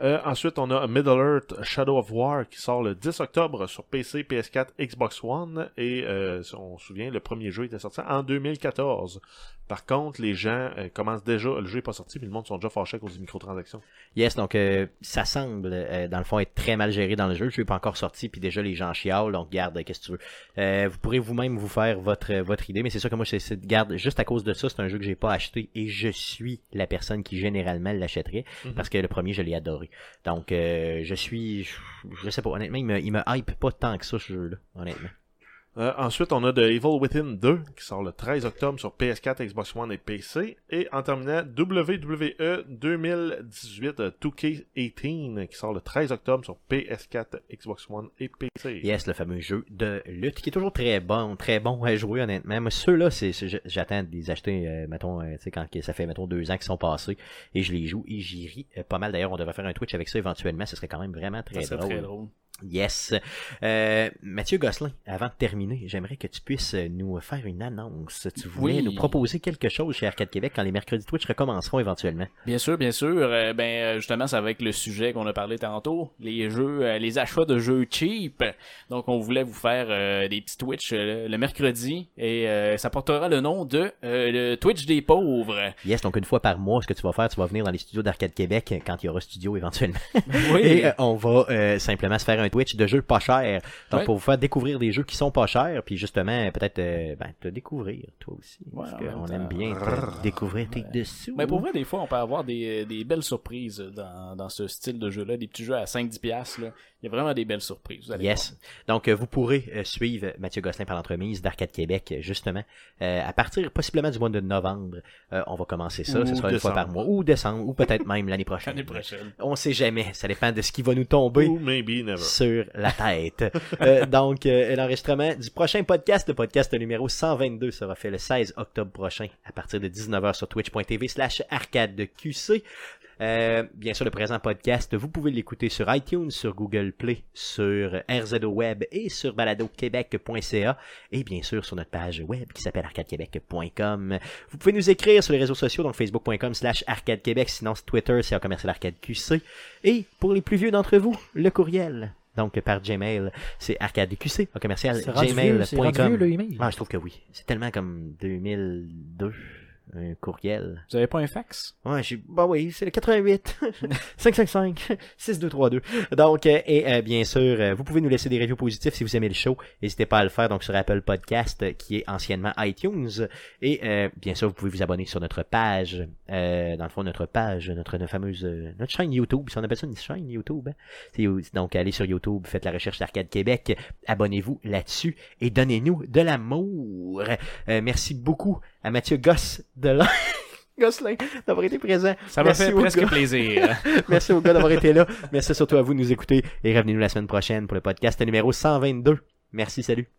C: Euh, ensuite, on a Middle Earth Shadow of War qui sort le 10 octobre sur PC, PS4, Xbox One. Et euh, si on se souvient, le premier jeu était sorti en 2014. Par contre, les gens euh, commencent déjà. Le jeu n'est pas sorti, mais le monde sont déjà fâchés à cause des microtransactions.
A: Yes, donc euh, ça semble, euh, dans le fond, être très mal géré dans le jeu. Le jeu n'est pas encore sorti, puis déjà les gens chialent, donc garde, euh, qu'est-ce que tu veux. Euh, vous pourrez vous-même vous faire votre, euh, votre idée, mais c'est sûr que moi, c'est- c'est garde, juste à cause de ça, c'est un jeu que j'ai pas acheté, et je suis la personne qui généralement l'achèterait,
C: Mhm.
A: parce que le premier, je l'ai adoré. Donc, euh, je suis, je, je sais pas, honnêtement, il me, il me hype pas tant que ça, ce jeu-là, honnêtement.
C: Euh, ensuite, on a The Evil Within 2 qui sort le 13 octobre sur PS4, Xbox One et PC. Et en terminant, E WWE 2018 euh, 2K18 qui sort le 13 octobre sur PS4, Xbox One et PC.
A: Yes, le fameux jeu de lutte qui est toujours très bon, très bon à jouer honnêtement. Moi, ceux-là, c'est, c'est- je- j'attends de les acheter, euh, mettons, euh, tu sais, quand que ça fait mettons deux ans qu'ils sont passés et je les joue et j'y ris euh, pas mal. D'ailleurs, on devrait faire un Twitch avec ça éventuellement. Ce serait quand même vraiment
D: Ça
A: très,
D: serait
A: drôle.
D: très drôle.
A: Yes. Euh, Mathieu Gosselin, avant de terminer, j'aimerais que tu puisses nous faire une annonce. Tu voulais
D: Oui.
A: nous proposer quelque chose chez Arcade Québec quand les mercredis Twitch recommenceront éventuellement.
D: Bien sûr, bien sûr. Euh, ben euh, justement, c'est avec le sujet qu'on a parlé tantôt, les jeux, euh, les achats de jeux cheap. Donc, on voulait vous faire euh, des petits Twitch euh, le mercredi et euh, ça portera le nom de euh, le Twitch
A: *laughs*
D: des pauvres.
A: Yes, donc une fois par mois, ce que tu vas faire, tu vas venir dans les studios d'Arcade Québec euh, quand il y aura studio éventuellement.
D: Oui.
A: Et euh, on va euh, simplement se faire un Twitch de jeux pas chers. Donc
D: Ouais.
A: pour vous faire découvrir des jeux qui sont pas chers, puis justement euh, peut-être euh, ben, te découvrir toi aussi.
D: Ouais,
A: parce
D: en
A: qu'on
D: même
A: aime
D: temps.
A: bien te découvrir tes dessous.
D: Mais Ben, pour vrai, des fois, on peut avoir des, euh, des belles surprises dans, dans ce style de jeu-là. Des petits jeux à 5-10$. piastres, là. Il y a vraiment des belles surprises. Vous allez
A: Yes. Donc, euh, vous pourrez euh, suivre Mathieu Gosselin par l'entremise d'Arcade Québec, euh, justement, euh, à partir possiblement du mois de novembre. Euh, on va commencer ça,
C: Ou
A: ce sera une fois
C: décembre.
A: par mois, ou décembre, ou peut-être même
D: *laughs*
A: l'année prochaine.
D: voir. L'année prochaine.
A: On sait jamais, ça dépend de ce qui va nous tomber.
C: Ou maybe never.
A: sur la tête. *laughs* Euh, donc, euh, l'enregistrement du prochain podcast, le podcast numéro 122, sera fait le 16 octobre prochain à partir de 19h sur twitch.tv slash arcadeqc. Euh, bien sûr, le présent podcast, vous pouvez l'écouter sur iTunes, sur Google Play, sur RZO Web et sur baladoquebec.ca et bien sûr sur notre page web qui s'appelle arcadequebec.com. Vous pouvez nous écrire sur les réseaux sociaux, donc facebook.com slash arcadequebec, sinon sur Twitter, c'est en commercial arcadeqc. Et pour les plus vieux d'entre vous, le courriel. Donc par Gmail, c'est arcadeqc, en commercial
B: C'est rendu vieux, c'est rendu vieux, le
A: gmail.com.
B: email.
A: Ah, je trouve que oui. C'est tellement comme 2002, un courriel.
D: Vous avez pas un fax?
A: Ouais, j'ai... Bah oui, c'est le *laughs* 88 555 6232. Donc, euh, et euh, bien sûr, euh, vous pouvez nous laisser des reviews positives si vous aimez le show. N'hésitez pas à le faire donc sur Apple Podcast, euh, qui est anciennement iTunes. Et euh, bien sûr, vous pouvez vous abonner sur notre page. euh, dans le fond, notre page, notre, notre fameuse... euh, notre chaîne YouTube, si on appelle ça une chaîne YouTube. hein. C'est- donc, allez sur YouTube, faites la recherche d'Arcade Québec, abonnez-vous là-dessus et donnez-nous de l'amour. Euh, merci beaucoup à Mathieu Gosse de l'A- *laughs* Gosselin d'avoir été présent.
D: Ça m'a
A: Merci
D: fait
A: au
D: presque
A: gars.
D: plaisir.
A: *laughs* Merci aux gars d'avoir été là. Merci surtout à vous de nous écouter et revenez-nous la semaine prochaine pour le podcast numéro 122. Merci, salut.